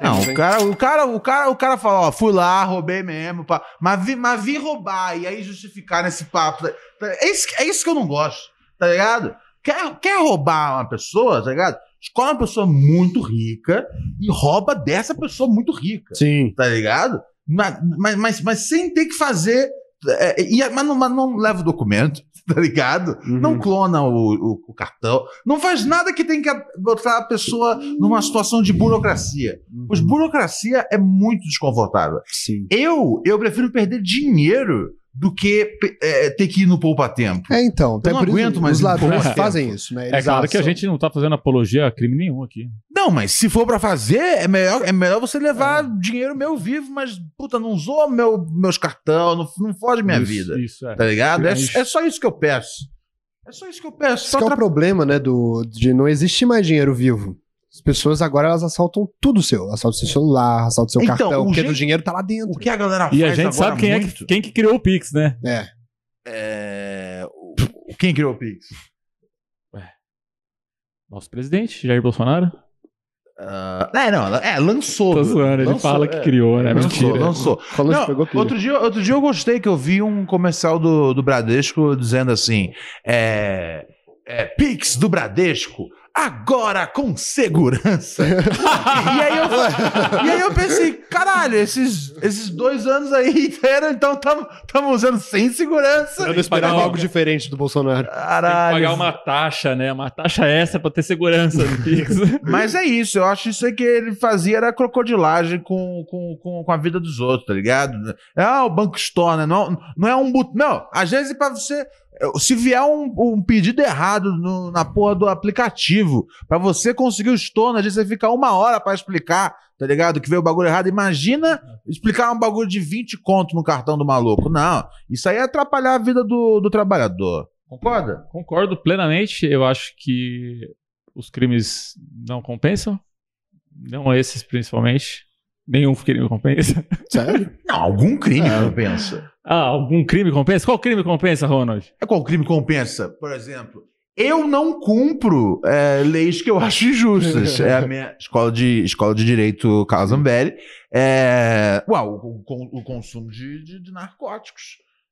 Speaker 1: Não, o cara, o cara, o cara, o cara fala, ó, fui lá, roubei mesmo, pá, mas vim mas vi roubar e aí justificar nesse papo. tá- tá- É isso, é isso que eu não gosto, tá ligado? Quer, quer roubar uma pessoa, tá ligado? Escolhe uma pessoa muito rica e rouba dessa pessoa muito rica.
Speaker 2: Sim.
Speaker 1: tá ligado? Mas, mas, mas, mas sem ter que fazer. é, e, mas, não, mas não leva o documento, tá ligado?
Speaker 2: Uhum.
Speaker 1: Não clona o, o- o cartão. Não faz nada que tem que botar a pessoa numa situação de burocracia. Pois burocracia é muito desconfortável.
Speaker 2: Sim.
Speaker 1: Eu, eu prefiro perder dinheiro do que pe- é, ter que ir no poupa-tempo.
Speaker 2: É, então. até
Speaker 1: não
Speaker 2: por isso
Speaker 1: aguento mais
Speaker 2: Os
Speaker 1: um
Speaker 2: ladrões
Speaker 1: pouco
Speaker 2: fazem
Speaker 1: tempo.
Speaker 2: isso, né?
Speaker 3: É
Speaker 2: Eles
Speaker 3: claro que a
Speaker 2: assam.
Speaker 3: gente não tá fazendo apologia a crime nenhum aqui.
Speaker 1: Não, mas se for pra fazer, é melhor, é melhor você levar dinheiro meu vivo, mas, puta, não usou meu, meus cartão, não, não foge minha
Speaker 3: Isso-
Speaker 1: vida.
Speaker 3: Isso, é.
Speaker 1: Tá ligado? É,
Speaker 3: Mas-
Speaker 1: é só isso que eu peço. É só isso que eu peço.
Speaker 2: Esse
Speaker 1: Só
Speaker 2: que é o
Speaker 1: tra-
Speaker 2: problema, né? Do, de não existe mais dinheiro vivo. As pessoas agora elas assaltam tudo seu. Assaltam seu celular, assaltam seu
Speaker 1: Então,
Speaker 2: cartão,
Speaker 1: o
Speaker 2: porque
Speaker 1: jeito-
Speaker 2: do dinheiro tá lá dentro.
Speaker 1: O que a galera faz
Speaker 3: E a gente
Speaker 1: agora
Speaker 3: sabe quem, é
Speaker 1: muito...
Speaker 3: que, quem que criou o Pix, né?
Speaker 2: É.
Speaker 1: É, o- o- Quem criou o Pix?
Speaker 3: Nosso presidente, Jair Bolsonaro.
Speaker 1: Ah, é, não, é, lançou.
Speaker 3: Tô zoando, ele
Speaker 1: Lançou,
Speaker 3: fala que
Speaker 1: é.
Speaker 3: criou, né?
Speaker 1: Lançou,
Speaker 3: Mentira.
Speaker 1: lançou.
Speaker 2: Falou
Speaker 1: Não, outro, dia, outro dia eu gostei que eu vi um comercial do, do Bradesco dizendo assim: é, é, Pix do Bradesco, agora com segurança. e, aí eu, e aí eu pensei: caralho, esses, esses dois anos aí eram, então estamos usando sem segurança.
Speaker 2: Eu não esperava
Speaker 3: Pagar
Speaker 2: algo
Speaker 3: uma-
Speaker 2: diferente do Bolsonaro.
Speaker 3: Tem que pagar
Speaker 1: Caralho.
Speaker 3: uma taxa, né? Uma taxa extra pra ter segurança no Pix.
Speaker 1: Mas é isso, eu acho isso aí que ele fazia era crocodilagem com, com, com, com a vida dos outros, tá ligado? Ah, o Banco Store, né? Não, não é um. but- Não, às vezes pra você. Se vier um, um pedido errado no- na porra do aplicativo, pra você conseguir o estorno, às vezes você fica uma hora pra explicar, tá ligado? Que veio o bagulho errado. Imagina explicar um bagulho de 20 conto no cartão do maluco. Não, isso aí é atrapalhar a vida do, do trabalhador. Concorda?
Speaker 3: Concordo plenamente. Eu acho que os crimes não compensam. Não esses, principalmente. Nenhum crime compensa.
Speaker 2: Sério?
Speaker 1: Não, algum crime compensa.
Speaker 3: Ah, algum crime compensa? Qual crime compensa, Ronald?
Speaker 1: É qual crime compensa? Por exemplo, eu não cumpro é, leis que eu acho injustas. É a minha escola de, escola de direito Calazambelli. É, uau, o, con- o consumo de, de- de narcóticos.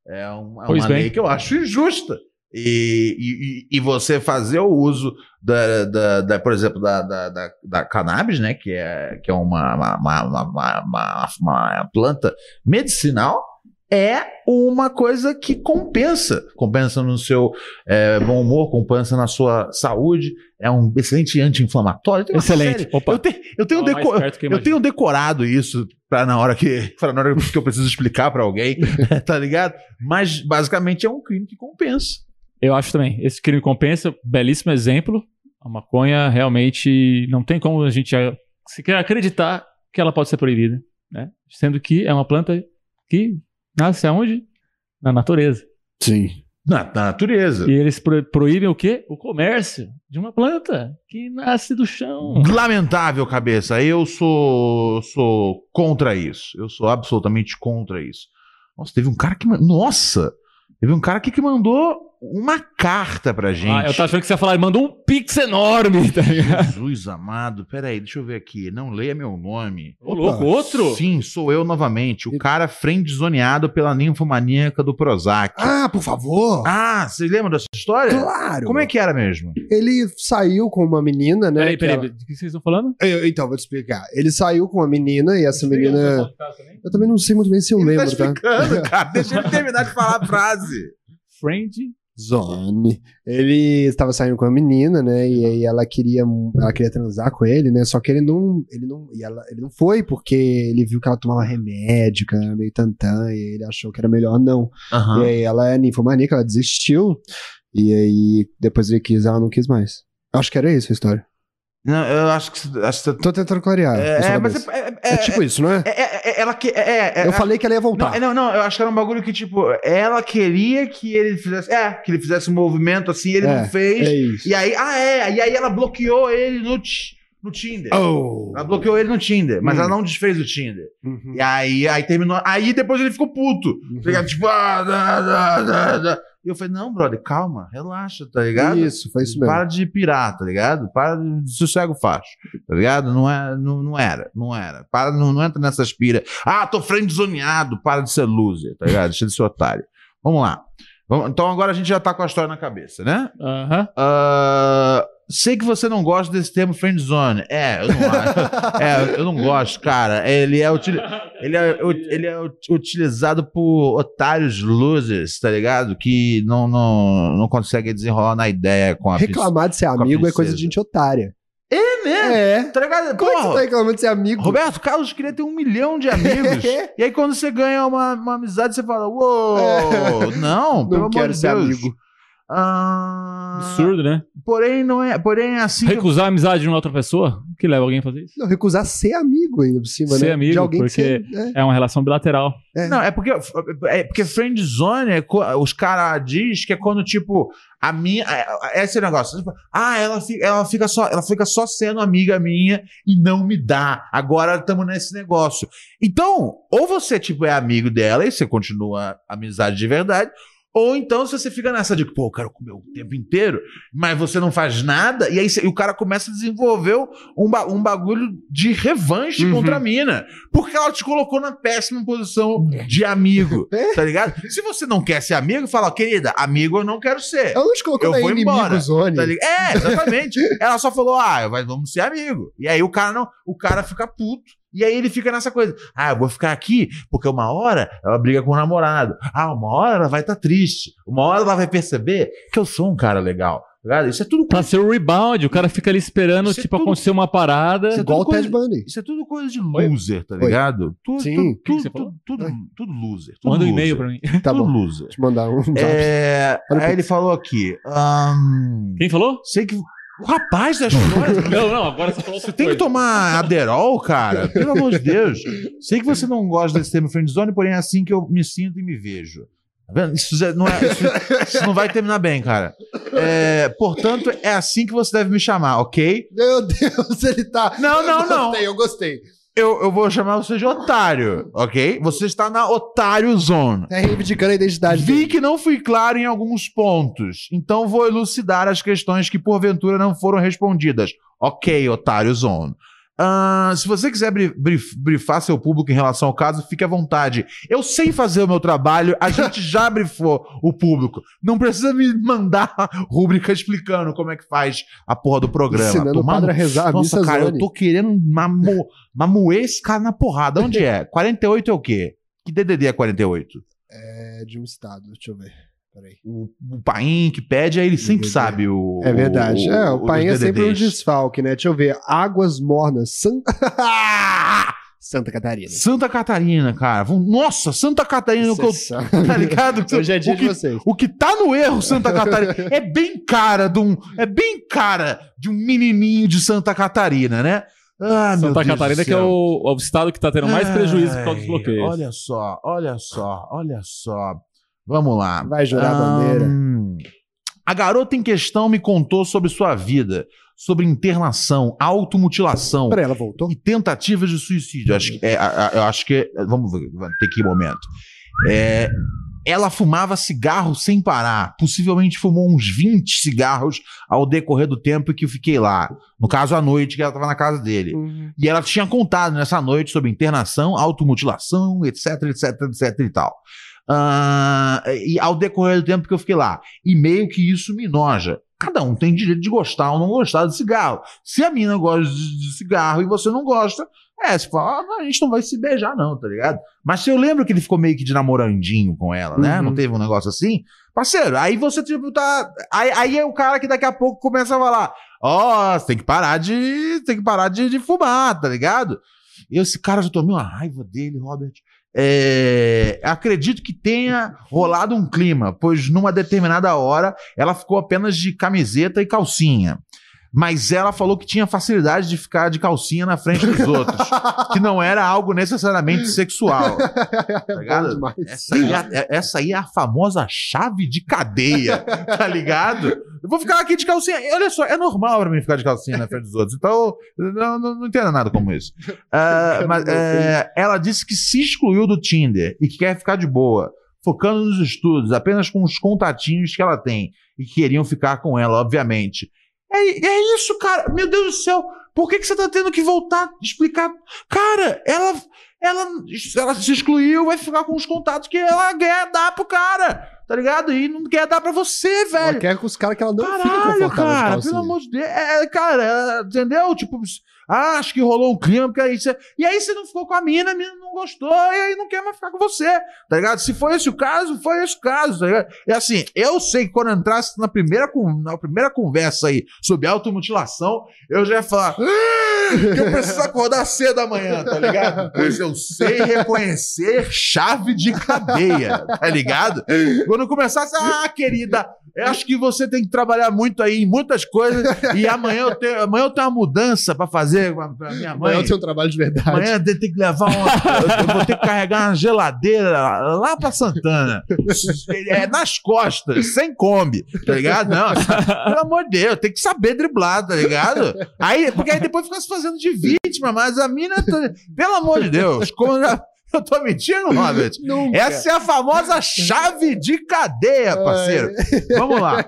Speaker 1: É, um- é
Speaker 3: Pois
Speaker 1: uma
Speaker 3: bem.
Speaker 1: lei que eu acho injusta. E, e- e- e você fazer o uso da, da- da- por exemplo, da, da, da- da cannabis, né? Que é, que é uma- uma- uma- uma- uma- uma planta medicinal é uma coisa que compensa. Compensa no seu eh, bom humor, compensa na sua saúde. É um excelente anti-inflamatório. Tem uma série-
Speaker 3: Excelente. Opa.
Speaker 1: Eu, te- eu tenho um
Speaker 3: Tava
Speaker 1: deco-
Speaker 3: mais perto que eu
Speaker 1: eu tenho decorado isso para na hora que pra na hora que eu preciso explicar para alguém, tá ligado? Mas basicamente é um crime que compensa.
Speaker 3: Eu acho também. Esse crime compensa, belíssimo exemplo. A maconha realmente não tem como a gente a- sequer acreditar que ela pode ser proibida, né? Sendo que é uma planta que nasce aonde? Na natureza.
Speaker 2: Sim.
Speaker 1: Na, na natureza.
Speaker 3: E eles pro- proíbem o quê? O comércio de uma planta que nasce do chão.
Speaker 1: Lamentável, cabeça. Eu sou, sou contra isso. Eu sou absolutamente contra isso. Nossa, teve um cara que. ma- Nossa! Teve um cara aqui que mandou uma carta pra gente.
Speaker 3: Ah, eu tava achando que você ia falar, ele mandou um pix enorme, tá ligado?
Speaker 1: Jesus amado, peraí, deixa eu ver aqui. Não leia meu nome.
Speaker 3: Ô, louco, outro?
Speaker 1: Sim, sou eu novamente. O cara friendzoneado pela ninfomaníaca do Prozac.
Speaker 2: Ah, por favor!
Speaker 1: Ah, vocês lembram dessa história?
Speaker 2: Claro!
Speaker 1: Como é que era mesmo?
Speaker 2: Ele saiu com uma menina, né?
Speaker 3: Peraí,
Speaker 2: que
Speaker 3: peraí,
Speaker 2: ela-
Speaker 3: do que vocês estão falando?
Speaker 2: Eu- então, vou te explicar. Ele saiu com uma menina e essa
Speaker 1: é
Speaker 2: menina. Eu também não sei muito bem se eu
Speaker 1: Ele tá
Speaker 2: lembro, tá?
Speaker 1: explicando, cara. Deixa ele terminar de falar a frase.
Speaker 3: Friend.
Speaker 2: Zone. Ele estava saindo com a menina, né? E aí ela queria, ela queria transar com ele, né? Só que ele não, ele não, e ela- ele não foi porque ele viu que ela tomava remédio, que ela era meio tantã, e ele achou que era melhor não. E aí ela é ninfomaníaca, ela desistiu. E aí depois ele quis, ela não quis mais. Acho que era isso a história.
Speaker 1: Não, eu acho que. Acho que
Speaker 2: Tô tentando clarear. na
Speaker 1: é,
Speaker 2: sua
Speaker 1: é, mas
Speaker 2: Ah, cabeça.
Speaker 1: é, é,
Speaker 2: é,
Speaker 1: é,
Speaker 2: tipo isso, não é?
Speaker 1: é, é, é, ela que. É, é,
Speaker 2: eu
Speaker 1: é-
Speaker 2: falei tá. que ela ia
Speaker 1: Não,
Speaker 2: voltar.
Speaker 1: é, não, não, eu acho que era um bagulho que, tipo, ela queria que ele fizesse. É, que ele fizesse um movimento assim, ele
Speaker 2: É,
Speaker 1: não fez.
Speaker 2: É isso.
Speaker 1: E aí, ah, é. E aí ela bloqueou ele no, Ti- no Tinder.
Speaker 2: Oh.
Speaker 1: Ela bloqueou ele no Tinder, mas
Speaker 2: Hum.
Speaker 1: ela não desfez o Tinder.
Speaker 2: Uhum.
Speaker 1: E aí, aí terminou. Aí depois ele ficou puto. Tá ligado? Tipo, ah, da, da, da, da. E eu falei, não, brother, calma, relaxa, tá ligado?
Speaker 2: Isso, foi isso mesmo.
Speaker 1: Para de pirar, tá ligado? Para de sossego facho, tá ligado? Não, é, não, não era, não era. Para, não, não entra nessas piras. Ah, tô friendzoneado, para de ser loser, tá ligado? Deixa de ser otário. Vamos lá. Vamos- então agora a gente já tá com a história na cabeça, né?
Speaker 3: Aham.
Speaker 1: Ah, sei que você não gosta desse termo friendzone. É, eu não acho. É, eu não gosto, cara. Ele é, util- ele é, u- ele é ut- utilizado por otários losers, tá ligado? Que não, não, não conseguem desenrolar na ideia com a
Speaker 2: Reclamar de ser
Speaker 1: com a
Speaker 2: amigo é coisa de
Speaker 1: princesa.
Speaker 2: gente otária.
Speaker 1: É, né?
Speaker 2: É.
Speaker 1: Tá ligado?
Speaker 2: Como é que
Speaker 1: Porra,
Speaker 2: você tá reclamando de ser amigo?
Speaker 1: Roberto Carlos queria ter um milhão de amigos.
Speaker 2: É.
Speaker 1: e aí, quando você ganha uma, uma amizade, você fala: Uou, não, pelo amor
Speaker 2: É. quero
Speaker 1: de
Speaker 2: ser
Speaker 1: Deus.
Speaker 2: amigo.
Speaker 1: Ah,
Speaker 3: Absurdo, né?
Speaker 1: Porém, não é. Porém, é assim. que eu-
Speaker 3: Recusar a amizade de uma outra pessoa? O que leva alguém a fazer isso?
Speaker 2: Não, recusar ser amigo ainda por cima,
Speaker 3: Ser
Speaker 2: né?
Speaker 3: amigo,
Speaker 2: de alguém
Speaker 3: porque-
Speaker 2: que você... né?
Speaker 3: É uma relação bilateral.
Speaker 2: É.
Speaker 1: Não, é porque, é porque friend zone, é co- os caras diz que é quando, tipo, a minha. é- é Esse negócio. tipo, ah, ela fica, ela, fica só, ela fica só sendo amiga minha e não me dá. Agora estamos nesse negócio. Então, ou você, tipo, é amigo dela e você continua a amizade de verdade. Ou então, se você fica nessa de, pô, eu quero comer o tempo inteiro, mas você não faz nada, e aí você- e o cara começa a desenvolver um, ba- um bagulho de revanche
Speaker 2: Uhum.
Speaker 1: contra a mina. Porque ela te colocou na péssima posição de amigo, tá ligado? Se você não quer ser amigo, fala, querida, amigo eu não quero ser.
Speaker 2: Ela não te colocou
Speaker 1: Eu
Speaker 2: na
Speaker 1: vou
Speaker 2: inimigo
Speaker 1: embora,
Speaker 2: zone.
Speaker 1: Tá ligado? É, exatamente. Ela só falou, ah, vai- vamos ser amigo. E aí o cara não, o cara fica puto. E aí ele fica nessa coisa, ah, eu vou ficar aqui porque uma hora ela briga com o namorado. Ah, uma hora ela vai estar triste. Uma hora ela vai perceber que eu sou um cara legal. tá ligado? Isso é tudo
Speaker 3: Pra
Speaker 1: coisa,
Speaker 3: ser o rebound, o cara fica ali esperando,
Speaker 1: Isso é
Speaker 3: tipo,
Speaker 1: tudo-
Speaker 3: acontecer uma parada.
Speaker 1: Isso é
Speaker 2: Igual o
Speaker 1: tudo
Speaker 2: Ted Bundy.
Speaker 1: isso é tudo coisa de loser, tá ligado? Tudo,
Speaker 2: Sim.
Speaker 1: tudo,
Speaker 3: que você
Speaker 1: tudo,
Speaker 3: falou?
Speaker 1: tudo,
Speaker 2: Oi.
Speaker 1: tudo loser. Tudo
Speaker 3: Manda um
Speaker 1: loser.
Speaker 3: e-mail pra mim. Tipo
Speaker 2: Tá
Speaker 1: tudo
Speaker 2: bom. Vou
Speaker 1: loser.
Speaker 2: te mandar um zap.
Speaker 1: É,
Speaker 2: Olha
Speaker 1: aí
Speaker 2: pro-
Speaker 1: ele falou aqui. ahn,
Speaker 3: Quem falou?
Speaker 1: sei que. O rapaz da história.
Speaker 3: Não, não, agora você falou
Speaker 1: Você tem que tomar Aderol, cara. Pelo amor de Deus. Sei que você não gosta desse termo friendzone, porém é assim que eu me sinto e me vejo. Tá vendo? Isso, já não é- isso- isso não vai terminar bem, cara. É, portanto, é assim que você deve me chamar, ok?
Speaker 2: Meu Deus, ele tá...
Speaker 1: Não, não, não.
Speaker 2: Eu gostei, eu gostei.
Speaker 1: Eu, eu vou chamar você de otário, ok? Você está na otário zone.
Speaker 2: Tá reivindicando a identidade
Speaker 1: Vi
Speaker 2: dele.
Speaker 1: que não fui claro em alguns pontos, então vou elucidar as questões que porventura não foram respondidas. Ok, otário Zone. Ah, se você quiser bri- brif- brifar seu público em relação ao caso, fique à vontade. Eu sei fazer o meu trabalho, a gente já brifou o público. Não precisa me mandar rúbrica explicando como é que faz a porra do programa.
Speaker 2: Ensinando o
Speaker 1: Tomar no
Speaker 2: padre a rezar a
Speaker 1: nossa,
Speaker 2: missa
Speaker 1: cara,
Speaker 2: zone.
Speaker 1: eu tô querendo mamu, mamuer esse cara na porrada. Onde é? 48 é o quê? Que DDD é 48?
Speaker 2: É de um estado, deixa eu ver. Peraí.
Speaker 1: O, o Paim que pede, aí ele sempre
Speaker 2: DDD.
Speaker 1: sabe o.
Speaker 2: É verdade. é, o Paim é
Speaker 1: os
Speaker 2: sempre um
Speaker 1: DDDs.
Speaker 2: desfalque, né? Deixa eu ver. Águas Mornas, San- Santa Catarina.
Speaker 1: Santa Catarina, cara. Vão- Nossa, Santa Catarina, o que eu.
Speaker 2: Sessão.
Speaker 1: Tá ligado? O que-
Speaker 2: Hoje é dia
Speaker 1: o,
Speaker 2: de
Speaker 1: que,
Speaker 2: vocês.
Speaker 1: o que tá no erro, Santa Catarina, é bem cara de um. É bem cara de um menininho de Santa Catarina, né? Ah, meu
Speaker 3: Santa
Speaker 1: Deus do
Speaker 3: Catarina, que é
Speaker 1: céu.
Speaker 3: o, o estado que tá tendo mais prejuízo por causa dos
Speaker 1: Ai,
Speaker 3: bloqueios.
Speaker 1: Olha só, olha só, olha só. Vamos lá.
Speaker 2: Vai jurar
Speaker 1: Ah.
Speaker 2: a bandeira.
Speaker 1: Ahn, A garota em questão me contou sobre sua vida, sobre internação, automutilação
Speaker 2: Peraí, ela voltou?
Speaker 1: e tentativas de suicídio. Acho que, um é, a- a- eu acho que. Vamos ver, vamos ter que ir momento. É, Ela fumava cigarro sem parar. Possivelmente fumou uns 20 cigarros ao decorrer do tempo que eu fiquei lá. No caso, à noite que ela estava na casa dele. E ela tinha contado nessa noite sobre internação, automutilação, etc, etc, etc e tal. Ah, e ao decorrer do tempo que eu fiquei lá. E meio que isso me noja. Cada um tem direito de gostar ou não gostar de cigarro. Se a mina gosta de, de cigarro e você não gosta, é, você fala, ah, a gente não vai se beijar, não, tá ligado? Mas se eu lembro que ele ficou meio que de namorandinho com ela, né?
Speaker 2: Uhum.
Speaker 1: Não teve um negócio assim? Parceiro, aí você, tipo, tá. Aí, aí é o cara que daqui a pouco começa a falar: Ó, você tem que parar de. Tem que parar de, de fumar, tá ligado? Eu, esse cara, já tomei uma raiva dele, Robert. É, acredito que tenha rolado um clima, pois numa determinada hora ela ficou apenas de camiseta e calcinha. Mas ela falou que tinha facilidade de ficar de calcinha na frente dos outros, que não era algo necessariamente sexual. Tá
Speaker 2: Bom
Speaker 1: ligado?
Speaker 2: demais.
Speaker 1: Essa aí, é, é- essa aí é a famosa chave de cadeia, tá ligado? Eu vou ficar aqui de calcinha. E Olha só, é normal pra mim ficar de calcinha na frente dos outros. Então, não, não, não entendo nada como isso. Ah, mas, é, ela disse que se excluiu do Tinder e que quer ficar de boa, focando nos estudos, apenas com os contatinhos que ela tem e que queriam ficar com ela, obviamente. É, é isso, cara. Meu Deus do céu. Por que, que você tá tendo que voltar explicar? Cara, ela ela, ela se excluiu, vai ficar com os contatos que ela quer dar pro cara, tá ligado? E não quer dar pra você,
Speaker 2: Ela
Speaker 1: velho.
Speaker 2: quer com os caras que ela não fica
Speaker 1: Caralho,
Speaker 2: confortável assim. de
Speaker 1: cara,
Speaker 2: calcinha.
Speaker 1: pelo amor de Deus. É, cara, é, entendeu? Tipo, ah, acho que rolou um clima, porque aí você. E aí você não ficou com a mina, a mina não gostou, e aí não quer mais ficar com você, tá ligado? Se foi esse o caso, foi esse o caso, tá ligado? E assim, eu sei que quando eu entrasse na primeira, con- na primeira conversa aí sobre automutilação, eu já ia falar. "Ah, Que eu preciso acordar cedo amanhã, tá ligado? Pois eu sei reconhecer chave de cadeia, tá ligado? Quando eu começasse, ah, querida, eu acho que você tem que trabalhar muito aí em muitas coisas e amanhã eu tenho, amanhã eu tenho uma mudança pra fazer pra pra minha mãe.
Speaker 2: Amanhã eu tenho um trabalho de verdade.
Speaker 1: Amanhã eu tenho que levar uma. eu- Eu vou ter que carregar uma geladeira lá pra Santana. É, nas costas, sem Kombi, tá ligado? Não, pelo amor de Deus, tem que saber driblar, tá ligado? Aí, porque aí depois fica se fazendo de vítima, mas a mina. tá- Pelo amor de Deus, como já- eu tô mentindo, Robert?
Speaker 2: Nunca.
Speaker 1: Essa é a famosa chave de cadeia, parceiro. Vamos lá.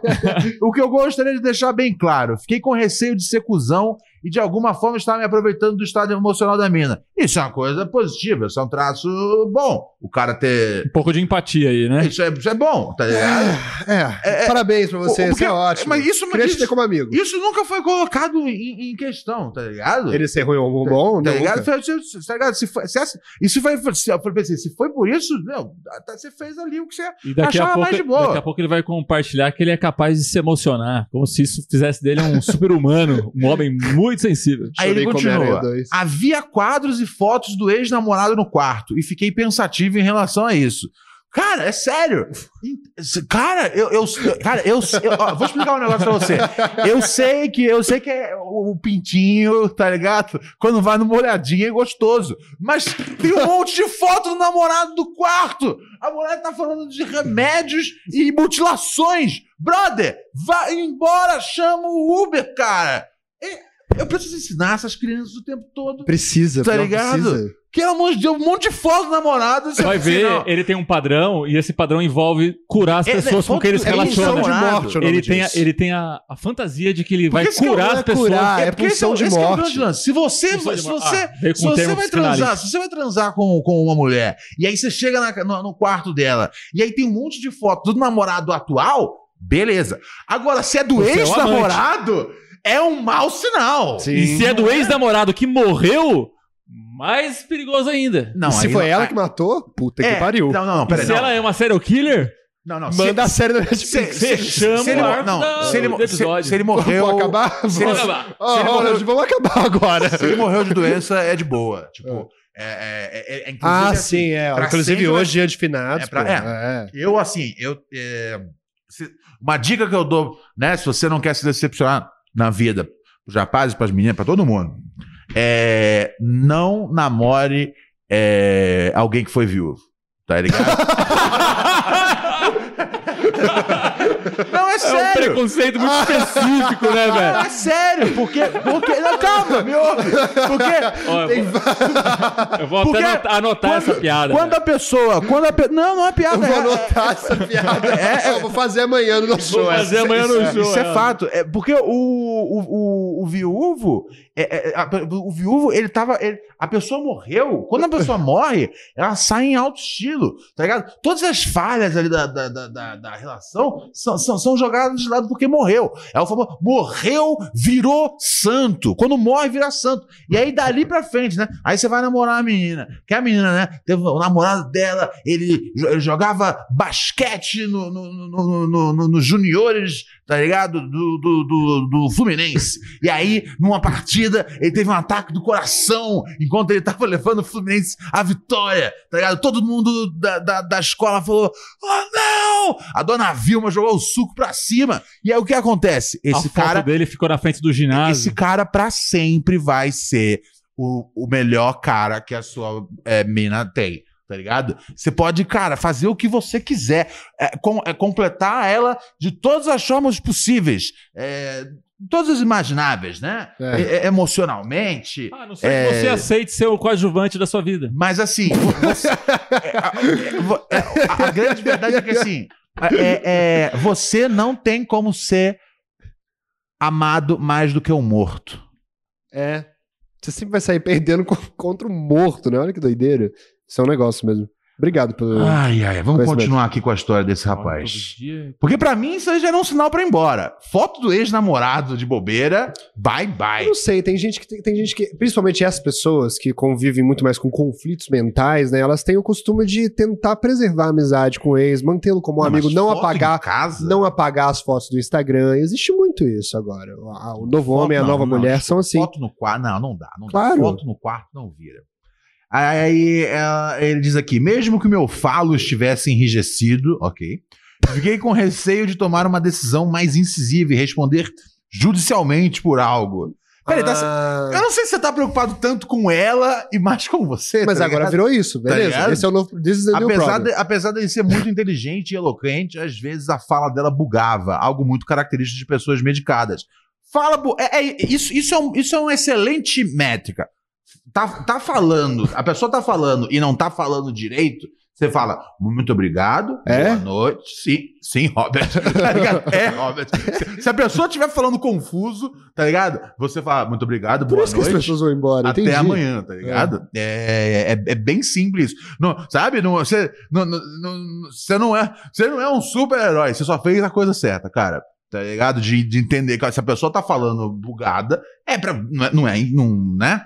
Speaker 1: O que eu gostaria de deixar bem claro: fiquei com receio de ser cuzão e de alguma forma estar me aproveitando do estado emocional da mina. Isso é uma coisa positiva, isso é um traço bom. O cara ter.
Speaker 3: Um pouco de empatia aí, né?
Speaker 1: Isso é, isso é bom, tá ligado?
Speaker 2: É,
Speaker 1: É, é.
Speaker 2: parabéns pra você,
Speaker 1: O- porque-
Speaker 2: você é ótimo.
Speaker 1: Ah. mas isso-
Speaker 2: Queria
Speaker 1: mas
Speaker 2: te ter
Speaker 1: isso-
Speaker 2: como amigo.
Speaker 1: Isso nunca foi colocado em, em questão, tá ligado?
Speaker 2: Ele ser ruim ou bom,
Speaker 1: Tá
Speaker 2: não,
Speaker 1: ligado?
Speaker 2: nunca.
Speaker 1: Foi- se- se- Tá ligado? Se foi, se essa- e se foi, se, eu falei pra você, se foi por isso, meu, até você fez ali o que você.
Speaker 3: E daqui
Speaker 1: Achava
Speaker 3: a, pouco,
Speaker 1: mais de boa.
Speaker 3: daqui a pouco ele vai compartilhar que ele é capaz de se emocionar, como se isso fizesse dele um super-humano, um homem muito sensível.
Speaker 1: Aí ele
Speaker 2: Chorei com
Speaker 1: continua.
Speaker 2: Homem-Aranha 2.
Speaker 1: Havia quadros e fotos do ex-namorado no quarto e fiquei pensativo em relação a isso. Cara, é sério. Ent- Cara, eu, eu, cara, eu, eu- ó, vou explicar um negócio pra você. Eu sei que eu sei que é o o pintinho, tá ligado? Quando vai no molhadinho é gostoso, mas tem um monte de foto do namorado do quarto. A mulher tá falando de remédios e mutilações. Brother, vá embora, chama o Uber, cara. E- Eu preciso ensinar essas crianças o tempo todo.
Speaker 2: Precisa,
Speaker 1: Tá
Speaker 2: pior que
Speaker 1: ligado?
Speaker 2: precisa.
Speaker 1: Pelo amor de Deus, um monte de foto do namorado. isso é
Speaker 3: Vai ver,
Speaker 1: sinal.
Speaker 3: ele tem um padrão e esse padrão envolve curar as
Speaker 1: É,
Speaker 3: pessoas
Speaker 1: né,
Speaker 3: com quem ele se
Speaker 1: é isso,
Speaker 3: relaciona.
Speaker 1: namorado.
Speaker 2: é o nome
Speaker 3: Ele tem, a,
Speaker 2: disso.
Speaker 3: ele tem a, a fantasia de que ele vai
Speaker 1: Porque esse
Speaker 3: curar
Speaker 1: cara
Speaker 3: as pessoas.
Speaker 2: curar, é
Speaker 1: porque esse
Speaker 2: pulsão
Speaker 1: o-
Speaker 2: de
Speaker 1: esse que é o grande
Speaker 2: morte.
Speaker 1: lance. se você,
Speaker 3: Pulsão de
Speaker 1: se
Speaker 3: morte.
Speaker 1: você,
Speaker 3: Ah, veio com
Speaker 1: se você
Speaker 3: termo
Speaker 1: vai
Speaker 3: psicanalítico.
Speaker 1: transar, se você vai transar com, com uma mulher e aí você chega na- no, no quarto dela e aí tem um monte de foto do namorado atual, beleza. Agora, se é do
Speaker 3: Você é o
Speaker 1: ex-namorado, é um mau sinal.
Speaker 2: Sim.
Speaker 3: E se é do ex-namorado que morreu, mais perigoso ainda.
Speaker 1: Não,
Speaker 2: E se
Speaker 1: aí
Speaker 2: foi
Speaker 1: não- tá.
Speaker 2: ela
Speaker 1: aí-
Speaker 2: que matou, puta
Speaker 1: É,
Speaker 2: que pariu.
Speaker 1: Não, não, não,
Speaker 3: E
Speaker 1: peraí.
Speaker 3: se
Speaker 1: não.
Speaker 3: ela é uma serial killer,
Speaker 1: Não, não.
Speaker 2: Manda a série da
Speaker 1: se, se,
Speaker 2: Netflix.
Speaker 1: se,
Speaker 3: Fechamos
Speaker 1: se ele,
Speaker 3: o
Speaker 1: mo-
Speaker 3: arco
Speaker 1: não,
Speaker 3: da-
Speaker 1: se ele,
Speaker 3: do
Speaker 1: mo- se,
Speaker 3: episódio.
Speaker 1: se ele
Speaker 2: Vamos
Speaker 1: morreu.
Speaker 2: acabar?
Speaker 1: se
Speaker 3: vamos
Speaker 1: ele-
Speaker 3: acabar.
Speaker 2: Ó,
Speaker 1: se ele
Speaker 2: Ronald,
Speaker 1: morreu-
Speaker 2: vamos acabar agora.
Speaker 1: Se ele morreu de doença, é de boa. Tipo, é, é, é, é, inclusive,
Speaker 2: Ah,
Speaker 1: assim,
Speaker 2: sim, é.
Speaker 1: pra
Speaker 2: Inclusive
Speaker 1: sempre
Speaker 2: hoje, dia de finados.
Speaker 1: É pra-
Speaker 2: pô. É.
Speaker 1: Eu, assim, eu. é, se- uma dica que eu dou, né? Se você não quer se decepcionar na vida, pros rapazes, pras meninas, pra todo mundo, é, não namore é, alguém que foi viúvo. Tá ligado? Não, é
Speaker 3: É um
Speaker 1: sério.
Speaker 3: preconceito muito específico, né,
Speaker 1: Não, é
Speaker 3: velho?
Speaker 1: sério, porque. porque não, calma, me ouve. Porque.
Speaker 3: Ó, eu vou- eu vou até
Speaker 1: Porque
Speaker 3: anotar, anotar
Speaker 1: quando-
Speaker 3: Tá essa piada. né?
Speaker 1: Quando a pessoa. Quando a pe- Não, não é piada.
Speaker 2: Eu vou
Speaker 1: é-
Speaker 2: anotar essa piada. Eu É, vou fazer amanhã no nosso
Speaker 3: Vou
Speaker 2: show.
Speaker 3: fazer amanhã no
Speaker 1: Isso,
Speaker 3: show,
Speaker 1: isso é
Speaker 3: é.
Speaker 1: fato. É porque o, o, o, o viúvo. é- é- a- o viúvo, ele tava. ele- a pessoa morreu. Quando a pessoa morre, ela sai em alto estilo, tá ligado? Todas as falhas ali da, da, da, da- da relação são, são, são jogadas de lado porque morreu. É o famoso. Morreu, virou santo. Quando morre, vira santo. E aí, dali pra frente, né? Aí você vai namorar a menina. Que a menina, né? Teve o namorado dela, ele jo- jogava basquete no, no, no, no, no- no- nos juniores, tá ligado? Do, do, do, do Fluminense. E aí, numa partida, ele teve um ataque do coração enquanto ele tava levando o Fluminense à vitória, tá ligado? Todo mundo da, da, da escola falou: oh, não! A dona Vilma jogou o suco pra cima. E aí, o que acontece?
Speaker 3: A
Speaker 1: Esse
Speaker 3: foto
Speaker 1: cara
Speaker 3: dele ficou na frente do
Speaker 1: esse
Speaker 3: ginásio.
Speaker 1: cara pra sempre vai ser o, o melhor cara que a sua é, mina tem, tá ligado? Você pode, cara, fazer o que você quiser, é, com- é, completar ela de todas as formas possíveis, é, todas as imagináveis, né?
Speaker 2: É.
Speaker 1: E- e- emocionalmente.
Speaker 3: Ah, não sei
Speaker 1: É.
Speaker 3: que você aceite ser o coadjuvante da sua vida.
Speaker 1: Mas assim, você- é, a, é, vo- é, a- a grande verdade é que assim, é- é, você não tem como ser amado mais do que um morto.
Speaker 2: É. Você sempre vai sair perdendo co- contra o morto, né? Olha que doideira. Isso é um negócio mesmo. Obrigado pelo.
Speaker 1: Ai, ai, vamos
Speaker 2: Conhecimento.
Speaker 1: continuar aqui com a história desse rapaz.
Speaker 3: Todo dia.
Speaker 1: Porque pra mim isso aí já era um sinal pra ir embora. Foto do ex-namorado de bobeira, bye
Speaker 2: Eu
Speaker 1: bye.
Speaker 2: não sei, tem gente que tem, tem gente que, principalmente essas pessoas que convivem muito mais com conflitos mentais, né? Elas têm o costume de tentar preservar a amizade com o ex, mantê-lo como um amigo,
Speaker 1: mas
Speaker 2: não
Speaker 1: foto
Speaker 2: apagar,
Speaker 1: de Casa?
Speaker 2: não apagar as fotos do Instagram. Existe muito isso agora. O- a- O novo
Speaker 1: Foto-
Speaker 2: homem e a
Speaker 1: não,
Speaker 2: nova
Speaker 1: não,
Speaker 2: mulher
Speaker 1: desculpa,
Speaker 2: são assim.
Speaker 1: Foto no quarto, não, não dá, não dá.
Speaker 2: Claro.
Speaker 1: Foto no quarto não vira. Aí ela- ele diz aqui, mesmo que o meu falo estivesse enrijecido, ok, fiquei com receio de tomar uma decisão mais incisiva e responder judicialmente por algo. Peraí, tá,
Speaker 2: Ah,
Speaker 1: eu não sei se você tá preocupado tanto com ela e mais com você.
Speaker 2: mas
Speaker 1: tá
Speaker 2: agora
Speaker 1: ligado?
Speaker 2: virou isso,
Speaker 1: Tá
Speaker 2: beleza?
Speaker 1: ligado?
Speaker 2: Esse é o novo. This is the new
Speaker 1: Apesar,
Speaker 2: problem.
Speaker 1: de, apesar dele ser muito inteligente e eloquente, às vezes a fala dela bugava, algo muito característico de pessoas medicadas. Fala, bu- é, é- isso, isso, é um, isso é uma excelente métrica. Tá, tá falando, a pessoa tá falando e não tá falando direito, você fala, muito obrigado,
Speaker 2: É?
Speaker 1: boa noite, sim, sim, Robert. Tá ligado? é, Robert. Se, se a pessoa estiver falando confuso, tá ligado? Você fala, muito obrigado,
Speaker 2: Por
Speaker 1: boa
Speaker 2: isso que as
Speaker 1: noite.
Speaker 2: pessoas vão embora,
Speaker 1: Até
Speaker 2: entendi. Ah.
Speaker 1: amanhã, tá ligado? É, é, é bem simples. Não, sabe? Não, você, não, não, não- você, não é, você não é um super-herói, você só fez a coisa certa, cara. Tá ligado? De, de entender que se a pessoa tá falando bugada, é pra. Não é. Não é não, né?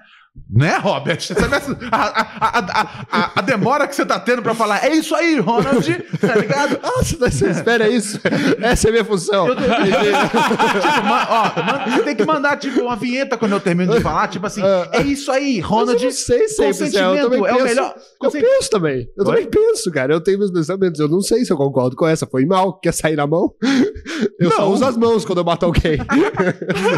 Speaker 1: Né, Robert? Sabe essa- a, a, a, a, a demora que você tá tendo pra falar, é isso aí, Ronald, tá ligado?
Speaker 2: Ah, você, tá- você espera isso? Essa é a minha função.
Speaker 1: Tipo, ma- ó, man- tem que mandar tipo, uma vinheta quando eu termino de falar, tipo assim, é isso aí,
Speaker 2: Mas
Speaker 1: Ronald.
Speaker 2: eu não sei sempre se é, eu
Speaker 1: Consentimento
Speaker 2: também
Speaker 1: é o
Speaker 2: penso-
Speaker 1: melhor.
Speaker 2: Eu
Speaker 1: Consen-
Speaker 2: penso também. Eu
Speaker 1: Oi?
Speaker 2: também penso, cara. Eu tenho meus pensamentos. Eu não sei se eu concordo com essa. Foi mal. Quer sair na mão? Eu só
Speaker 1: Não.
Speaker 2: uso as mãos quando eu mato alguém.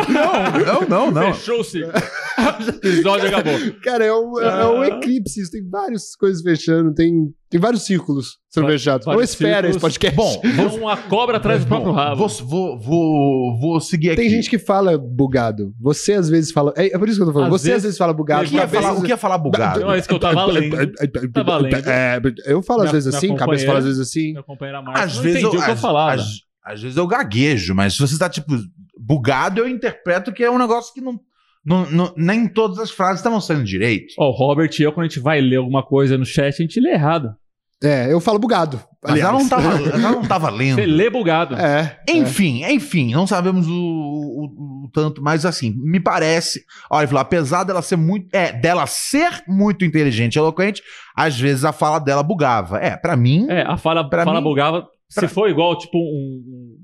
Speaker 1: Não, não, não.
Speaker 3: Fechou o ciclo. O episódio acabou.
Speaker 2: cara, é um, é
Speaker 1: Ah.
Speaker 2: um eclipse. Isso tem várias coisas fechando. Tem, tem vários círculos sendo
Speaker 3: Vários-
Speaker 2: fechados. Não
Speaker 3: vários
Speaker 2: espera esse
Speaker 3: círculos.
Speaker 2: podcast.
Speaker 1: Bom,
Speaker 3: É uma cobra atrás do próprio
Speaker 1: bom,
Speaker 3: rabo.
Speaker 1: Vou, vou, vou, vou seguir aqui.
Speaker 2: tem gente que fala bugado. Você às vezes fala. É, é por isso que eu tô falando.
Speaker 3: Às
Speaker 2: você às
Speaker 3: vezes-
Speaker 2: vezes fala
Speaker 1: o
Speaker 2: bugado.
Speaker 1: que ia falar, o que ia
Speaker 2: né?
Speaker 1: falar bugado?
Speaker 3: Não, é isso que eu tava lendo. Tava lendo.
Speaker 2: É, eu falo às
Speaker 3: Minha-
Speaker 2: vezes
Speaker 3: minha
Speaker 2: assim, cabeça fala às
Speaker 3: companheira-
Speaker 2: vezes assim.
Speaker 3: Meu companheiro Marcos.
Speaker 1: Às
Speaker 3: não
Speaker 1: vezes eu,
Speaker 3: entendi o que eu
Speaker 1: às-
Speaker 3: falava.
Speaker 1: às- às vezes eu gaguejo, mas se você tá tipo bugado, eu interpreto que é um negócio que não, não, não- nem todas as frases estavam saindo direito.
Speaker 3: Ó, o Robert e eu, quando a gente vai ler alguma coisa no chat, a gente lê errado.
Speaker 2: É, eu falo bugado.
Speaker 1: Mas ela não tava, ela não tava lendo.
Speaker 3: Você lê bugado.
Speaker 2: tá- É.
Speaker 1: Enfim, enfim, não sabemos o, o- o tanto, mas assim, me parece. Olha, ele falou, apesar dela ser muito. É, dela ser muito inteligente e eloquente, às vezes a fala dela bugava. É, pra mim,
Speaker 3: É, a fala,
Speaker 1: Pra
Speaker 3: fala
Speaker 1: mim-
Speaker 3: bugava.
Speaker 1: pra-
Speaker 3: Se for igual, tipo, um.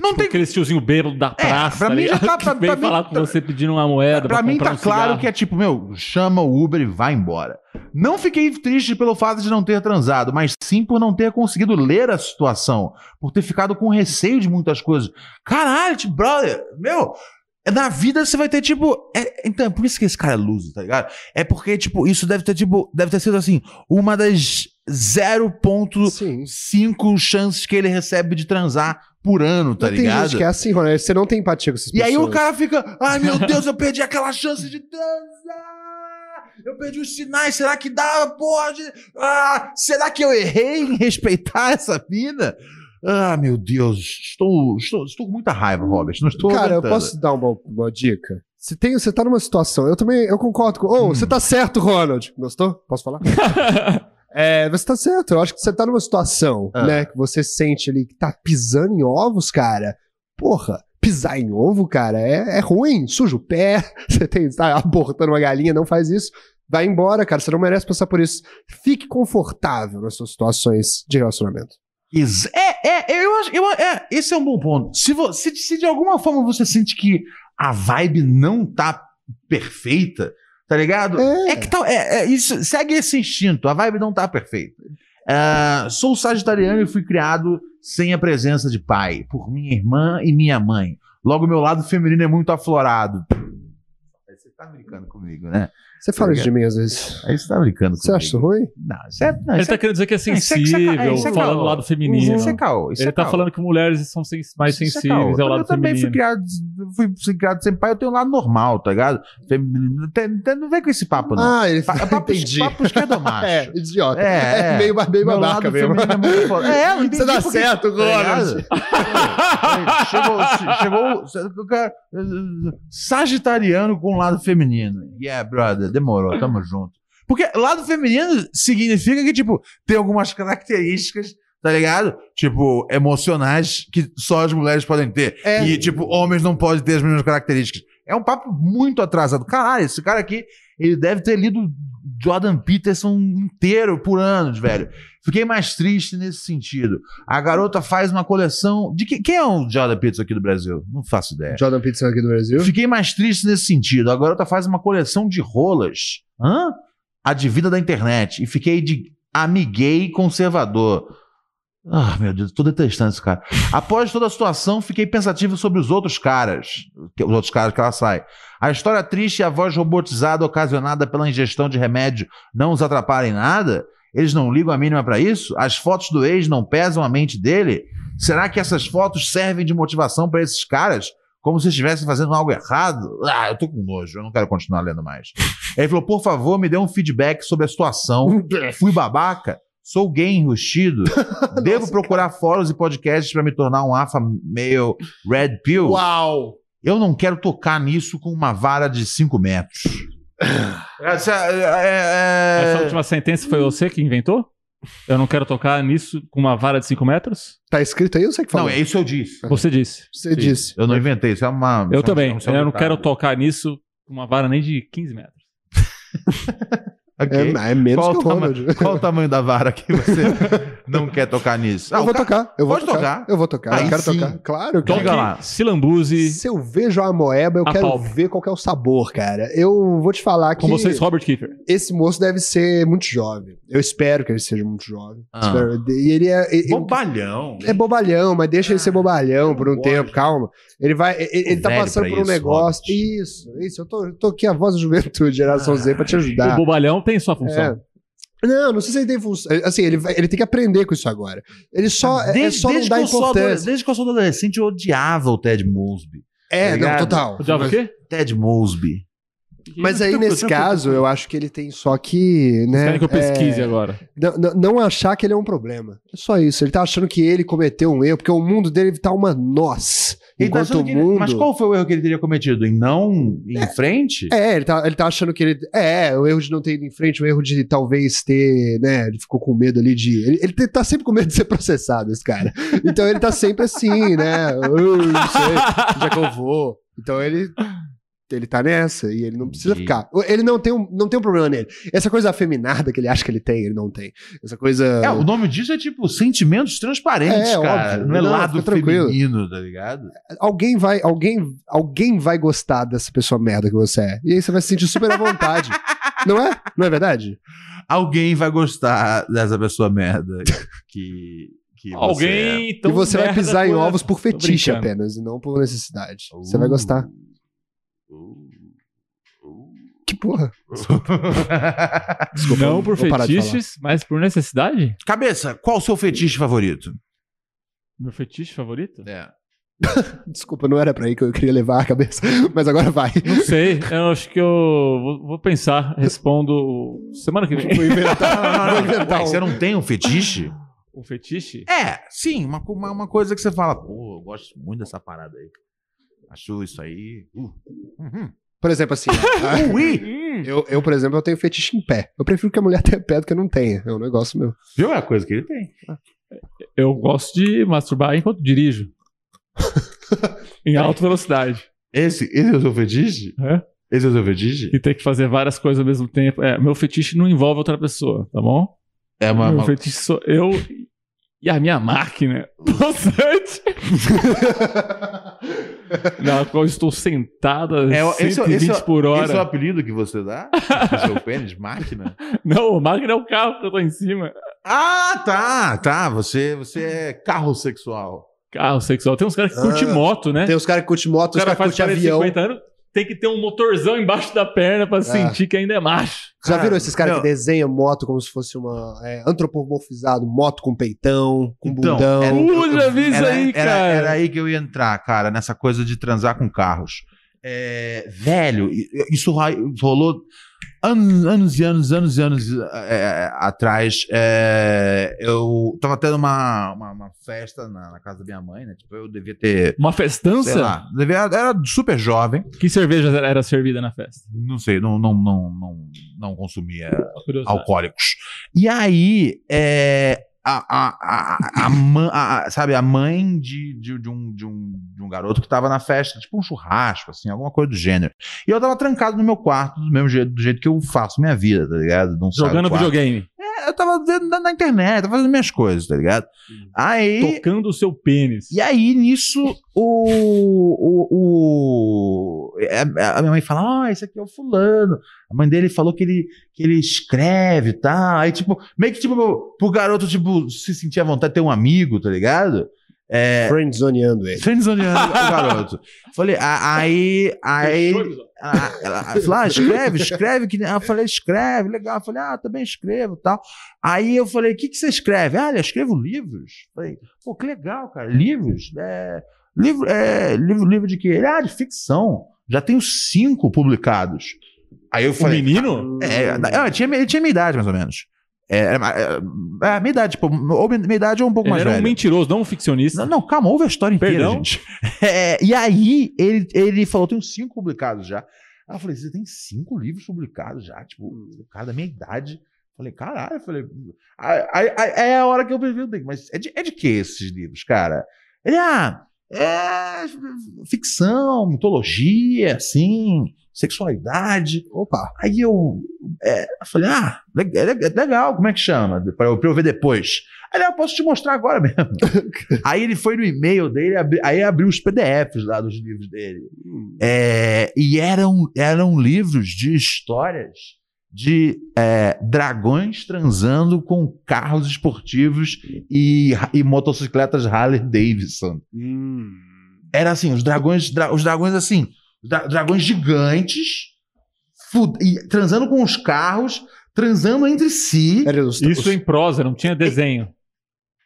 Speaker 1: não
Speaker 3: um
Speaker 1: tem. É,
Speaker 3: aquele tiozinho bêbado da praça.
Speaker 1: pra mim
Speaker 3: ali,
Speaker 1: já tá-
Speaker 3: que
Speaker 1: pra-
Speaker 3: vem
Speaker 1: pra mim
Speaker 3: falar
Speaker 1: tá-
Speaker 3: com você pedindo uma moeda.
Speaker 1: Pra mim
Speaker 3: comprar
Speaker 1: tá
Speaker 3: um
Speaker 1: claro
Speaker 3: cigarro.
Speaker 1: que é tipo, meu, chama o Uber e vai embora. Não fiquei triste pelo fato de não ter transado, mas sim por não ter conseguido ler a situação, por ter ficado com receio de muitas coisas. Caralho, tipo, brother, meu, na vida você vai ter tipo, é- então, é por isso que esse cara é loser, tá ligado? É porque tipo, isso deve ter tipo, deve ter sido assim, uma das
Speaker 2: Sim.
Speaker 1: 0,5 chances que ele recebe de transar por ano, tá
Speaker 2: Mas Tem
Speaker 1: ligado?
Speaker 2: gente que é assim, Ronaldo. Você não tem empatia com essas
Speaker 1: E
Speaker 2: pessoas.
Speaker 1: aí o cara fica, ai meu Deus, eu perdi aquela chance de transar! Eu perdi os sinais, será que dá? Pode? Ah, será que eu errei em respeitar essa vida? Ah, meu Deus, estou, estou, estou com muita raiva, Robert. Não estou
Speaker 2: Cara, eu
Speaker 1: aguentando.
Speaker 2: posso dar uma, uma dica? Você, tem, você tá numa situação, eu também eu concordo com. Ô, você tá certo, Ronald. Gostou? Posso falar? é, você tá certo. Eu acho que você tá numa situação,
Speaker 1: Ah.
Speaker 2: né? Que você sente ali que tá pisando em ovos, cara. Porra, pisar em ovo, cara, é, é ruim. Suja o pé, você tem, tá abortando uma galinha, não faz isso. Vai embora, cara. Você não merece passar por isso. Fique confortável nas suas situações de relacionamento.
Speaker 1: Ex- É, é, eu acho. Eu, é, esse é um bom ponto. Se, você, se de alguma forma você sente que a vibe não tá perfeita, tá ligado?
Speaker 2: É.
Speaker 1: que tal. É, é isso, segue esse instinto. A vibe não tá perfeita. Ah, sou sagitariano e fui criado sem a presença de pai, por minha irmã e minha mãe. Logo, meu lado feminino é muito aflorado. Aí Você tá brincando comigo, né?
Speaker 2: Você fala isso de mim às vezes.
Speaker 1: Aí você tá brincando
Speaker 2: Você
Speaker 1: comigo.
Speaker 2: acha isso ruim?
Speaker 1: Não, isso é. Não,
Speaker 3: Ele
Speaker 1: isso
Speaker 3: tá
Speaker 1: é,
Speaker 3: querendo dizer que é
Speaker 1: isso é- isso é- isso é-
Speaker 3: sensível,
Speaker 1: isso é
Speaker 3: falando do
Speaker 1: caô.
Speaker 3: lado feminino.
Speaker 1: isso é caô. Isso
Speaker 3: Ele
Speaker 1: é
Speaker 3: tá
Speaker 1: caô.
Speaker 3: falando que mulheres são sens- mais
Speaker 1: Isso é
Speaker 3: sensíveis
Speaker 1: caô.
Speaker 3: ao lado
Speaker 1: Eu também fui
Speaker 3: feminino.
Speaker 1: criado, fui, fui criado sem pai, eu tenho um lado normal, tá ligado? Tem- tem- tem- não vem com esse papo, não.
Speaker 2: Ah, ele
Speaker 1: Pa- é papo,
Speaker 2: entendi.
Speaker 1: papo esquerdomacho.
Speaker 2: É, idiota.
Speaker 1: É, é.
Speaker 2: É, meio, ba- meio
Speaker 1: Meu
Speaker 2: babaca
Speaker 1: lado
Speaker 2: mesmo.
Speaker 1: feminino é muito foda. É, eu entendi
Speaker 2: Você dá
Speaker 1: porque- Tá
Speaker 2: certo, Ronald.
Speaker 1: ligado? chegou, chegou o cara, eh, sagitariano com um lado feminino. Yeah, brother, demorou, tamo junto. Porque lado feminino significa que, tipo, tem algumas características, tá ligado? Tipo, emocionais que só as mulheres podem ter.
Speaker 2: É.
Speaker 1: E, tipo, homens não podem ter as mesmas características. É um papo muito atrasado. Caralho, esse cara aqui, ele deve ter lido Jordan Peterson inteiro por anos, velho. Fiquei mais triste nesse sentido. A garota faz uma coleção. De que- quem é o Jordan Peterson aqui do Brasil? Não faço ideia.
Speaker 2: Jordan Peterson aqui do Brasil.
Speaker 1: Fiquei mais triste nesse sentido. A garota faz uma coleção de rolas. Hã? Adivida da internet. E fiquei de amiguei conservador. Ah, meu Deus, tô detestando esse cara. Após toda a situação, fiquei pensativo sobre os outros caras. que- Os outros caras que ela sai. A história triste e a voz robotizada ocasionada pela ingestão de remédio não os atrapalha em nada? Eles não ligam a mínima pra isso? As fotos do ex não pesam a mente dele? Será que essas fotos servem de motivação pra esses caras? Como se estivessem fazendo algo errado? Ah, eu tô com nojo, eu não quero continuar lendo mais. Ele falou: por favor, me dê um feedback sobre a situação. Fui babaca? Sou gay enrustido? Devo procurar fóruns e podcasts pra me tornar um alfa meio red pill?
Speaker 2: Uau!
Speaker 1: Eu não quero tocar nisso com uma vara de 5 metros. Essa, é, é,
Speaker 3: Essa última sentença foi você que inventou? Eu não quero tocar nisso com uma vara de 5 metros?
Speaker 2: Tá escrito aí ou você que falou?
Speaker 1: Não, é isso eu disse.
Speaker 3: Você disse.
Speaker 2: Você
Speaker 1: Sim.
Speaker 2: disse.
Speaker 1: Eu não inventei, isso é uma. isso é
Speaker 3: Eu
Speaker 1: um-
Speaker 3: também.
Speaker 1: isso é um
Speaker 3: Eu não
Speaker 1: ditado.
Speaker 2: né?
Speaker 3: quero tocar nisso com uma vara nem de 15 metros.
Speaker 1: Ok.
Speaker 2: É, é menos
Speaker 1: Qual
Speaker 2: que
Speaker 1: o
Speaker 2: o
Speaker 1: tama-
Speaker 2: Ronald.
Speaker 1: Qual o tamanho da vara que você não quer tocar nisso? Ah,
Speaker 2: eu vou
Speaker 1: o ca-
Speaker 2: tocar. Eu vou
Speaker 1: Pode
Speaker 2: tocar.
Speaker 1: tocar.
Speaker 2: Eu vou tocar.
Speaker 1: Aí
Speaker 2: eu quero
Speaker 1: sim.
Speaker 2: tocar. Claro, eu
Speaker 1: Então
Speaker 2: quero.
Speaker 1: Diga lá.
Speaker 3: Se lambuze
Speaker 2: Se eu vejo a moeba, eu
Speaker 3: A
Speaker 2: quero
Speaker 3: palma.
Speaker 2: ver qual que é o sabor, cara. Eu vou te falar que
Speaker 3: com vocês, Robert Kiefer.
Speaker 2: esse moço deve ser muito jovem. Eu espero que ele seja muito jovem.
Speaker 1: Ah.
Speaker 2: Espero- E ele é. e- eu-
Speaker 1: Bobalhão.
Speaker 2: É bobalhão, mas deixa ele ser bobalhão por um
Speaker 1: gosto.
Speaker 2: tempo, calma. Ele vai, ele, ele tá
Speaker 1: Ah, velho
Speaker 2: passando
Speaker 1: pra
Speaker 2: por um
Speaker 1: isso,
Speaker 2: negócio.
Speaker 1: Robert.
Speaker 2: Isso, isso. Eu tô, eu tô aqui a voz da juventude,
Speaker 1: Ah,
Speaker 2: geração Z, pra te
Speaker 3: O
Speaker 2: ajudar.
Speaker 3: bobalhão tem sua função.
Speaker 2: É. Não, não sei se ele tem função. Assim, ele, vai- ele tem que aprender com isso agora. Ele só, é- é só não
Speaker 1: desde,
Speaker 2: dá
Speaker 1: que eu sou adolescente,
Speaker 2: importância.
Speaker 1: desde que eu sou adolescente, eu odiava o Ted Mosby.
Speaker 2: É, não,
Speaker 1: ligado?
Speaker 2: total.
Speaker 3: O diabo o quê?
Speaker 1: Ted Mosby.
Speaker 2: Mas aí,
Speaker 3: Eu-
Speaker 2: nesse
Speaker 3: eu-
Speaker 2: caso, eu acho que ele tem só que.
Speaker 3: Vocês
Speaker 2: Né,
Speaker 3: querem que eu pesquise
Speaker 2: é,
Speaker 3: agora.
Speaker 2: Não, não- não achar que ele é um problema. É só isso. Ele tá achando que ele cometeu um erro, porque o mundo dele tá uma nós.
Speaker 1: Ele tá
Speaker 2: enquanto
Speaker 1: achando
Speaker 2: o
Speaker 1: que ele-
Speaker 2: mundo.
Speaker 1: Mas qual foi o erro que ele teria cometido? Em não ir em frente?
Speaker 2: É, ele tá, ele tá achando que ele. É, o erro de não ter ido em frente, o erro de talvez ter, né? Ele ficou com medo ali de. Ele, ele tá sempre com medo de ser processado, esse cara. Então ele tá sempre assim, né? Eu não sei, já que eu vou. Então ele. Ele tá nessa e ele não precisa
Speaker 1: Entendi.
Speaker 2: ficar. Ele não tem, um, não tem um problema nele. Essa coisa afeminada que ele acha que ele tem, ele não tem. Essa coisa.
Speaker 1: É, o nome disso é tipo sentimentos transparentes,
Speaker 2: É,
Speaker 1: cara.
Speaker 2: óbvio.
Speaker 1: Não é
Speaker 2: Não,
Speaker 1: lado
Speaker 2: fica tranquilo.
Speaker 1: feminino, tá ligado?
Speaker 2: Alguém vai, alguém, alguém vai gostar dessa pessoa merda que você é. E aí você vai se sentir super à vontade. não é? Não é verdade?
Speaker 1: Alguém vai gostar dessa pessoa merda que. que você é.
Speaker 3: Alguém então.
Speaker 2: e você vai
Speaker 3: merda
Speaker 2: pisar em
Speaker 3: por-
Speaker 2: ovos por fetiche
Speaker 3: brincando.
Speaker 1: é.
Speaker 2: apenas, e não por necessidade. Você vai
Speaker 1: Uh,
Speaker 2: gostar.
Speaker 1: uh, uh.
Speaker 2: Que Que porra. Desculpa,
Speaker 3: Não por
Speaker 2: vou parar de
Speaker 3: fetiches, mas por necessidade?
Speaker 1: Cabeça, qual o seu fetiche favorito?
Speaker 3: Meu fetiche favorito?
Speaker 1: É.
Speaker 2: falar. Desculpa, não era pra aí que eu queria levar a cabeça, mas agora vai.
Speaker 3: Não sei, eu acho que eu vou, vou pensar, respondo semana que vem.
Speaker 2: Vou inventar.
Speaker 1: Ah, Não,
Speaker 2: Vou inventar um.
Speaker 1: Você não tem um fetiche?
Speaker 3: O Um fetiche?
Speaker 1: É, sim, uma, co- uma, uma coisa que você fala, pô, eu gosto muito dessa parada aí. Acho isso aí. Uh. Uhum.
Speaker 2: Por exemplo, assim. ó,
Speaker 1: Uh, Ui!
Speaker 3: Hum,
Speaker 2: eu, eu, por exemplo, eu tenho fetiche em pé. Eu prefiro que a mulher tenha pé do que eu não tenha. É um negócio meu.
Speaker 1: Viu? É a coisa que ele tem.
Speaker 3: eu gosto de masturbar enquanto dirijo. em alta velocidade.
Speaker 1: Esse, esse é o seu fetiche?
Speaker 3: É.
Speaker 1: Esse é o seu fetiche?
Speaker 3: E ter que fazer várias coisas ao mesmo tempo. É, meu fetiche não envolve outra pessoa, tá bom?
Speaker 1: É uma.
Speaker 3: meu
Speaker 1: uma-
Speaker 3: fetiche sou eu e a minha máquina. Constante. na qual eu estou sentado a
Speaker 1: É, esse é-
Speaker 3: 120
Speaker 1: esse é-
Speaker 3: por hora.
Speaker 1: Esse é o apelido que você dá? pro seu pênis, máquina?
Speaker 3: Não, a máquina é o carro que eu tô em cima.
Speaker 1: Ah, tá, tá. Você, você é carro sexual.
Speaker 3: Carro sexual. Tem uns caras que
Speaker 2: Ah,
Speaker 3: curtem moto, né?
Speaker 2: Tem os caras que curtem moto,
Speaker 3: Os
Speaker 2: os
Speaker 3: caras
Speaker 2: caras que
Speaker 3: fazem
Speaker 2: curtem
Speaker 3: 40,
Speaker 2: avião.
Speaker 3: 50 anos, tem que ter um motorzão embaixo da perna
Speaker 1: Ah.
Speaker 3: pra sentir que ainda é macho.
Speaker 2: Já
Speaker 1: Cara,
Speaker 2: viram esses caras
Speaker 1: não.
Speaker 2: que desenham moto como se fosse uma. É, antropomorfizado, moto com peitão, com
Speaker 1: Então,
Speaker 2: um bundão.
Speaker 1: é-
Speaker 3: Uh, já vi isso
Speaker 1: Era,
Speaker 3: aí,
Speaker 1: era-
Speaker 3: cara.
Speaker 1: era aí que eu ia entrar, cara, nessa coisa de transar com carros. É, velho, i- isso ra- rolou anos, anos e anos, anos e anos é, atrás. É, eu tava tendo uma, uma, uma festa na, na casa da minha mãe, né? Tipo, eu devia ter.
Speaker 3: Uma
Speaker 1: Sei
Speaker 3: festança?
Speaker 1: lá, devia, era super jovem.
Speaker 3: Que cerveja era, era servida na festa?
Speaker 1: Não sei, não, não, não, não, não consumia
Speaker 3: Curiosidade.
Speaker 1: alcoólicos. E aí, é, a, a, a, a, mã- a- a- sabe, a mãe de, de, de um, de, um, de um garoto que tava na festa, tipo um churrasco, assim, alguma coisa do gênero. E eu tava trancado no meu quarto, do mesmo jeito, do jeito que eu faço minha vida, tá ligado? Não saio do
Speaker 3: Jogando
Speaker 1: quarto.
Speaker 3: videogame.
Speaker 1: É, Eu tava vendo na, na internet, tava fazendo minhas coisas, tá ligado? Aí.
Speaker 3: Tocando o seu pênis.
Speaker 1: E aí, nisso, o. o, o é, a minha mãe fala: Ah, esse aqui é o fulano. A mãe dele falou que ele, que ele escreve e tal. Aí, tipo, meio que tipo, pro garoto, tipo, se sentir à vontade de ter um amigo, tá ligado? É.
Speaker 2: Friendzoneando ele.
Speaker 1: Friendzoneando né, o garoto. Falei, a- aí. Aí. Ah, Ela ela falou, ah, escreve, escreve. Que... nem-" Eu falei, escreve, legal. Eu falei, ah, também escrevo e tal. Aí eu falei, o que, que você escreve? Ah, eu escrevo livros. Falei, pô, que legal, cara, livros. É... Livro, é... livro, livro de quê? Ele, Ah, de ficção. Já tenho cinco publicados. Aí eu
Speaker 3: O
Speaker 1: falei,
Speaker 3: menino?
Speaker 1: é, é, tinha, ele tinha minha idade, mais ou menos. É, é, é, é, minha idade, tipo, ou minha minha idade ou um pouco
Speaker 3: Ele
Speaker 1: mais
Speaker 3: era
Speaker 1: velho.
Speaker 3: um mentiroso, não um ficcionista.
Speaker 1: Não, não, calma, ouve a história inteira,
Speaker 3: Perdão?
Speaker 1: gente. É, e aí ele, ele falou: tenho cinco publicados já. Aí eu falei, você tem cinco livros publicados já? Tipo, o cara da minha idade. Falei, caralho, eu falei. "Aí- aí- aí É a hora que eu perguntei, mas é de, é de que esses livros, cara? Ele, ah, é ficção, mitologia, assim, sexualidade.
Speaker 2: Opa.
Speaker 1: Aí eu, é, eu falei, ah, le- é le- é legal, como é que chama? Pra eu, pra eu ver depois. Aí ele, "Ah, eu posso te mostrar agora mesmo. aí ele foi no e-mail dele, abri- aí abriu os PDFs lá dos livros dele. É, e eram, eram livros de histórias de é, dragões transando com carros esportivos e, e motocicletas Harley Davidson. Era assim, os dragões, dra- os dragões assim, dra- dragões gigantes, fu- e transando com os carros, transando entre si.
Speaker 2: Era os,
Speaker 3: Isso
Speaker 2: os,
Speaker 3: em prosa, não tinha desenho.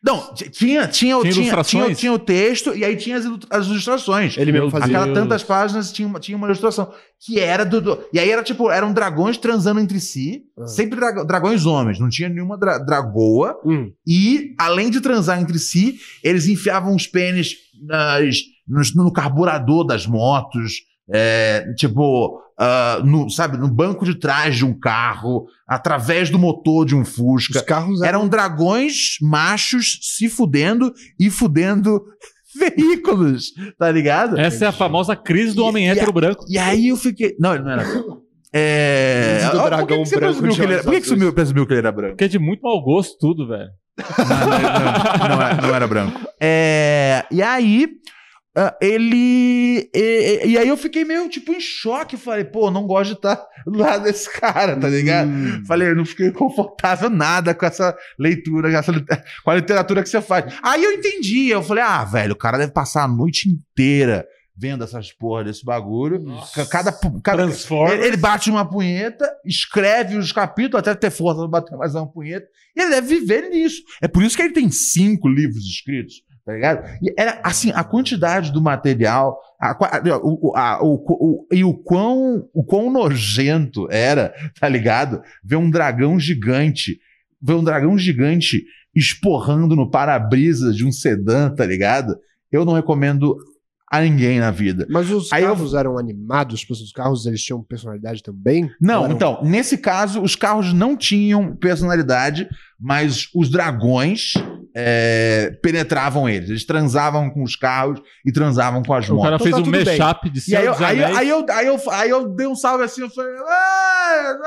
Speaker 1: Não, t- tinha, tinha, o- tinha,
Speaker 3: Tinha
Speaker 1: tinha,
Speaker 3: ilustrações?
Speaker 1: o- tinha o texto e aí tinha as, ilu- as ilustrações.
Speaker 2: Ele mesmo
Speaker 3: Meu
Speaker 2: fazia.
Speaker 1: Aquela
Speaker 3: Deus.
Speaker 1: tantas páginas tinha uma, tinha uma ilustração que era do, do- E aí era tipo, eram dragões transando entre si,
Speaker 2: Ah.
Speaker 1: sempre dra- dragões homens, não tinha nenhuma dra- dragoa.
Speaker 2: Hum.
Speaker 1: E, além de transar entre si, eles enfiavam os pênis nas- nos- no carburador das motos, é, tipo, ah, no, sabe, no banco de trás de um carro, através do motor de um
Speaker 2: Os
Speaker 1: Fusca.
Speaker 2: carros eram.
Speaker 1: Eram dragões machos se fudendo e fudendo veículos, tá ligado?
Speaker 3: Essa é a famosa crise do homem
Speaker 1: E- e
Speaker 3: hétero branco.
Speaker 1: E aí eu fiquei. Não, ele não era. branco. É...
Speaker 2: Do
Speaker 1: ó, por que
Speaker 2: dragão
Speaker 1: que você
Speaker 2: branco
Speaker 1: presumiu
Speaker 2: de
Speaker 1: que ele era-
Speaker 2: olhos
Speaker 1: Por que, que
Speaker 2: azuis?
Speaker 1: sumiu- presumiu que ele era branco?
Speaker 3: Porque é de muito mau gosto tudo, velho.
Speaker 1: não, não era, não era branco. É, e aí, ah, ele. E, e- e aí eu fiquei meio tipo em choque. Falei, pô, não gosto de estar do lado desse cara, tá ligado?
Speaker 2: Hum.
Speaker 1: Falei, eu não fiquei confortável nada com essa leitura, com, essa lit- com a literatura que você faz. Aí eu entendi. Eu falei, ah, velho, o cara deve passar a noite inteira vendo essas porra desse bagulho.
Speaker 3: Nossa.
Speaker 1: Cada, pu- cada,
Speaker 3: Transforma.
Speaker 1: ele, ele bate uma punheta, escreve os capítulos até ter força para bater mais uma punheta. E ele deve viver nisso. É por isso que ele tem cinco livros escritos, tá ligado? E era assim, a quantidade do material a qua- a- o, o- a- o- o- e o quão, o quão nojento era, tá ligado? Ver um dragão gigante, ver um dragão gigante esporrando no para-brisa de um sedã, tá ligado? Eu não recomendo a ninguém na vida.
Speaker 2: Mas os
Speaker 1: Aí eu-
Speaker 2: carros eram animados, tipo, os carros eles tinham personalidade também? Ou
Speaker 1: Não,
Speaker 2: eram-
Speaker 1: então, nesse caso, os carros não tinham personalidade, mas os dragões é, penetravam eles. Eles transavam com os carros e transavam com as
Speaker 3: O
Speaker 1: motos.
Speaker 3: cara
Speaker 2: Então
Speaker 3: fez
Speaker 2: tá
Speaker 3: um
Speaker 2: tudo bem.
Speaker 3: mashup de
Speaker 1: E aí
Speaker 3: Senhor
Speaker 1: eu,
Speaker 3: dos
Speaker 1: aí,
Speaker 3: Anéis.
Speaker 1: aí eu, aí, eu, aí eu dei um salve assim, eu falei. Ah,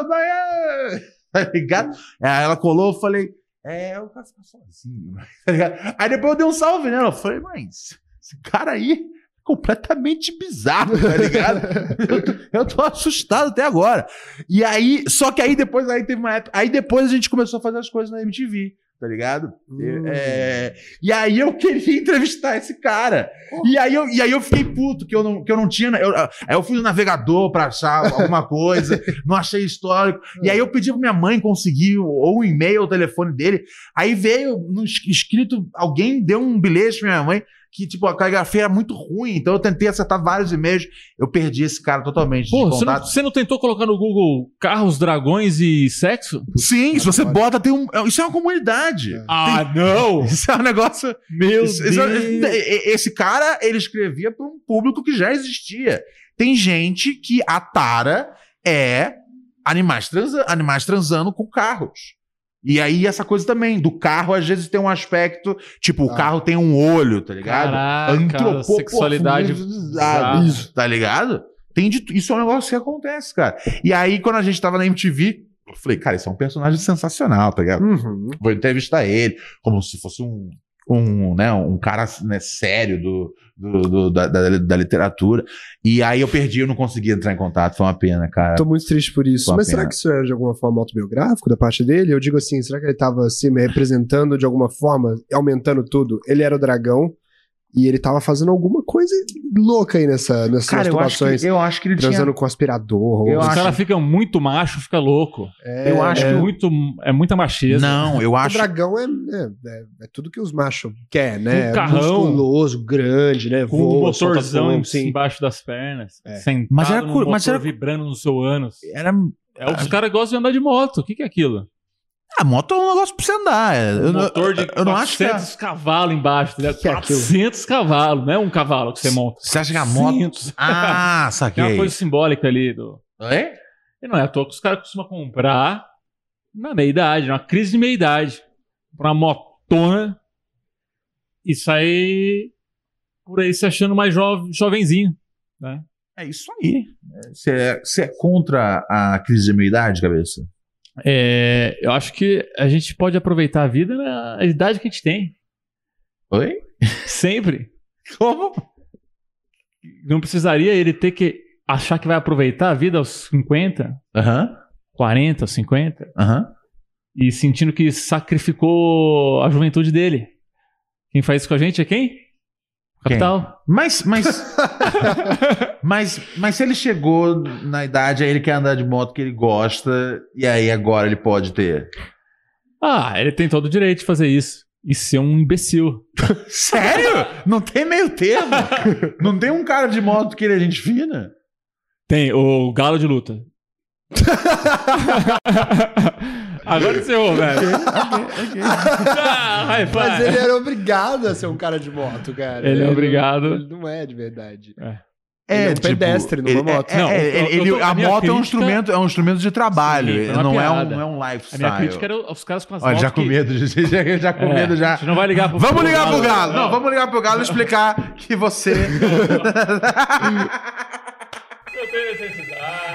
Speaker 1: não, vai, ah", tá ligado? Aí ela colou, eu falei, é, eu quero ficar sozinho. tá ligado? Aí depois eu dei um salve nela, eu falei, mas esse cara aí é completamente bizarro, tá ligado? eu, tô, eu tô assustado até agora. E aí, só que aí depois, aí teve uma época, aí depois a gente começou a fazer as coisas na MTV, tá ligado?
Speaker 2: Hum.
Speaker 1: É, e aí eu queria entrevistar esse cara. E aí eu, e aí eu fiquei puto, que eu não, que eu não tinha. Eu, aí eu fui no navegador pra achar alguma coisa, não achei histórico. E aí eu pedi pra minha mãe conseguir, ou um e-mail, ou o telefone dele. Aí veio no es- escrito, alguém deu um bilhete pra minha mãe. Que, tipo, a caligrafia era muito ruim, então eu tentei acertar vários e-mails. Eu perdi esse cara totalmente.
Speaker 3: Pô,
Speaker 1: de
Speaker 3: você não,
Speaker 1: contato.
Speaker 3: você não tentou colocar no Google carros, dragões e sexo?
Speaker 1: Sim, se você
Speaker 2: Olha.
Speaker 1: bota, tem um. Isso é uma comunidade.
Speaker 2: É.
Speaker 3: Ah, não!
Speaker 1: Isso é um negócio.
Speaker 3: Meu
Speaker 1: Isso- é, isso-
Speaker 3: Deus!
Speaker 1: e- e- esse cara, ele escrevia para um público que já existia. Tem gente que a tara é animais, transa animais transando com carros. E aí, essa coisa também, do carro, às vezes tem um aspecto, tipo, o
Speaker 2: Ah.
Speaker 1: carro tem um olho, tá ligado?
Speaker 3: Caraca, sexualidade. bizarra.
Speaker 1: Isso, tá ligado? Tem de, tu- isso é um negócio que acontece, cara. E aí, quando a gente tava na MTV, eu falei, cara, isso é um personagem sensacional, tá ligado?
Speaker 2: Uhum.
Speaker 1: vou entrevistar ele, como se fosse um, um, né, um cara né, sério do, do- do- da, da- da literatura. E aí eu perdi, eu não consegui entrar em contato, foi uma pena, cara.
Speaker 2: Tô muito triste por isso.
Speaker 1: Uma
Speaker 2: Mas
Speaker 1: pena.
Speaker 2: será que isso era de alguma forma autobiográfico da parte dele? Eu digo assim, será que ele tava se me representando de alguma forma, aumentando tudo? Ele era o dragão e ele tava fazendo alguma coisa louca aí nessa, nessas
Speaker 1: Cara, eu acho,
Speaker 2: masturbações.
Speaker 1: que, eu acho que ele tinha.
Speaker 2: Transando com aspirador.
Speaker 1: Eu
Speaker 2: ou-
Speaker 3: Os
Speaker 1: acho-
Speaker 3: caras ficam muito macho, fica louco.
Speaker 2: É,
Speaker 1: eu acho
Speaker 3: é,
Speaker 1: que-
Speaker 3: muito, é muita macheza.
Speaker 1: Não, eu
Speaker 2: O
Speaker 1: acho.
Speaker 2: dragão é, é- é- é tudo que os machos querem, né?
Speaker 3: Um carrão.
Speaker 2: Musculoso, grande, né?
Speaker 3: Com um
Speaker 2: Voa, solta
Speaker 3: motorzão
Speaker 2: fogo, sim.
Speaker 3: embaixo das pernas.
Speaker 2: É.
Speaker 3: Sentado
Speaker 1: Mas era
Speaker 3: num
Speaker 1: cu-
Speaker 3: motor
Speaker 1: mas era-
Speaker 3: vibrando no seu ânus.
Speaker 1: Era,
Speaker 3: É, os caras gostam de andar de moto. O que, que é aquilo?
Speaker 1: a moto é um negócio pra você andar. é. Eu,
Speaker 3: Um
Speaker 1: não-
Speaker 3: motor de
Speaker 1: eu, eu não acho que. é-
Speaker 3: 400 cavalos embaixo. Tá ligado?
Speaker 2: Que é aquilo?
Speaker 3: 400 cavalos, não é um cavalo que você monta.
Speaker 1: Você acha que é a moto.
Speaker 3: 400.
Speaker 1: Ah,
Speaker 3: Tem uma
Speaker 1: saquei.
Speaker 3: coisa simbólica ali do.
Speaker 1: Oi?
Speaker 3: E não é à toa que os caras costumam comprar na meia-idade, numa crise de meia-idade. Comprar uma motona e sair por aí se achando mais jovem, jovenzinho.
Speaker 1: É isso aí. Você é, você é contra a crise de meia-idade, cabeça?
Speaker 3: É, eu acho que a gente pode aproveitar a vida na idade que a gente tem.
Speaker 1: Oi?
Speaker 3: Sempre.
Speaker 1: Como?
Speaker 3: Não precisaria ele ter que achar que vai aproveitar a vida aos 50,
Speaker 1: Aham,
Speaker 3: 40, 50.
Speaker 1: aham.
Speaker 3: e sentindo que sacrificou a juventude dele. Quem faz isso com a gente é quem? Capital.
Speaker 1: Mas, mas, mas, mas se ele chegou na idade, aí ele quer andar de moto que ele gosta, e aí agora ele pode ter.
Speaker 3: Ah, ele tem todo o direito de fazer isso. E ser um imbecil.
Speaker 1: Sério? Não tem meio termo? Não tem um cara de moto que ele é gente fina?
Speaker 3: Tem o galo de luta. Agora encerrou, velho. Ah, high five.
Speaker 2: Mas ele era obrigado a ser um cara de moto, cara.
Speaker 3: Ele é obrigado.
Speaker 2: Não, ele não é de verdade.
Speaker 1: É,
Speaker 2: Ele é um pedestre numa
Speaker 1: ele-
Speaker 2: moto.
Speaker 1: é- é-
Speaker 3: Não,
Speaker 1: é-
Speaker 3: eu- eu
Speaker 1: ele-
Speaker 3: tô- a
Speaker 1: a
Speaker 3: minha
Speaker 1: moto é um
Speaker 3: crítica-
Speaker 1: instrumento, é um instrumento de trabalho,
Speaker 3: Sim, foi uma
Speaker 1: não, é um,
Speaker 3: piada.
Speaker 1: não é um
Speaker 3: A
Speaker 1: lifestyle.
Speaker 3: minha crítica era os caras com as
Speaker 1: Olha,
Speaker 3: motos
Speaker 1: já com
Speaker 3: que-
Speaker 1: medo, já, já, já com
Speaker 3: É,
Speaker 1: medo
Speaker 3: A
Speaker 1: já.
Speaker 3: gente não vai ligar pro
Speaker 1: Vamos ligar pro Galo. Não, vamos ligar pro Galo e explicar que você.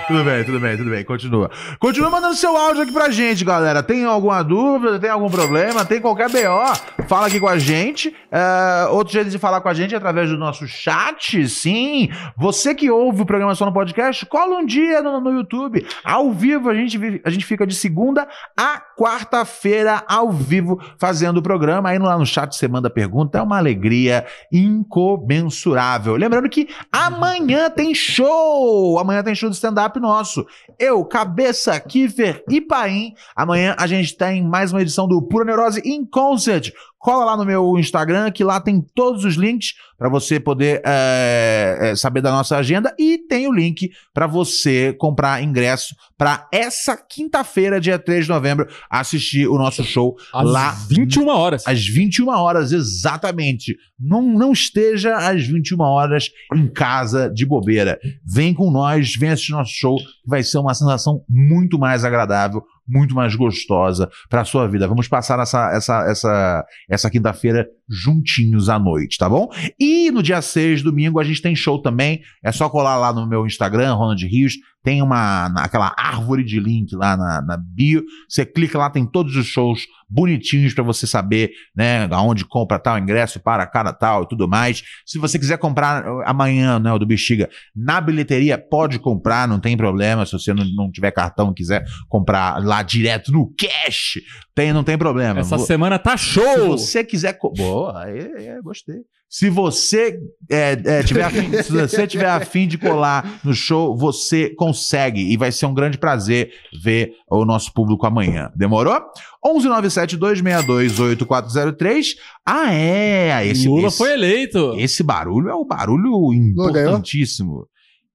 Speaker 1: Tudo bem, tudo bem, tudo bem. Continua. Continua mandando seu áudio aqui pra gente, galera. Tem alguma dúvida, tem algum problema, tem qualquer BO, fala aqui com a gente. É, outro jeito de falar com a gente é através do nosso chat, sim. Você que ouve o programa só no podcast, cola um dia no, no YouTube. Ao vivo, a gente, vive- a gente fica de segunda a quarta-feira, ao vivo, fazendo o programa. Aí lá no chat você manda pergunta, é uma alegria incomensurável. Lembrando que amanhã tem show! Amanhã tem show de stand-up nosso. Eu, Cabeça, Kiefer e Paim. Amanhã a gente tem mais uma edição do Pura Neurose in Concert. Cola lá no meu Instagram, que lá tem todos os links para você poder é, é, saber da nossa agenda. E tem o link para você comprar ingresso para essa quinta-feira, dia 3 de novembro, assistir o nosso show
Speaker 3: Às
Speaker 1: Lá-
Speaker 3: 21 horas.
Speaker 1: às 21 horas, exatamente. Não, não esteja às 21 horas em casa de bobeira. Vem com nós, vem assistir nosso show, que vai ser uma sensação muito mais agradável, muito mais gostosa para sua vida. Vamos passar essa, essa, essa, essa quinta-feira juntinhos à noite, tá bom? E no dia 6, domingo, a gente tem show também. É só colar lá no meu Instagram, Ronald Rios. Tem uma, na- aquela árvore de link lá na, na bio. Você clica lá, tem todos os shows bonitinhos para você saber, né, aonde compra tal ingresso, para a cara tal e tudo mais. Se você quiser comprar eh, amanhã, né, o do Bexiga, na bilheteria, pode comprar, não tem problema. Se você não, não tiver cartão e quiser comprar lá direto no cash, tem, não tem problema.
Speaker 3: Essa
Speaker 1: Vou-
Speaker 3: semana tá
Speaker 1: se
Speaker 3: show!
Speaker 1: você quiser. co- Boa, aí, aí, gostei. Se você é, é, tiver afim, se você tiver afim de colar no show, você consegue e vai ser um grande prazer ver o nosso público amanhã. Demorou? 11972628403. Ah, é. Esse,
Speaker 3: Lula
Speaker 1: esse,
Speaker 3: foi eleito.
Speaker 1: esse barulho é um barulho importantíssimo.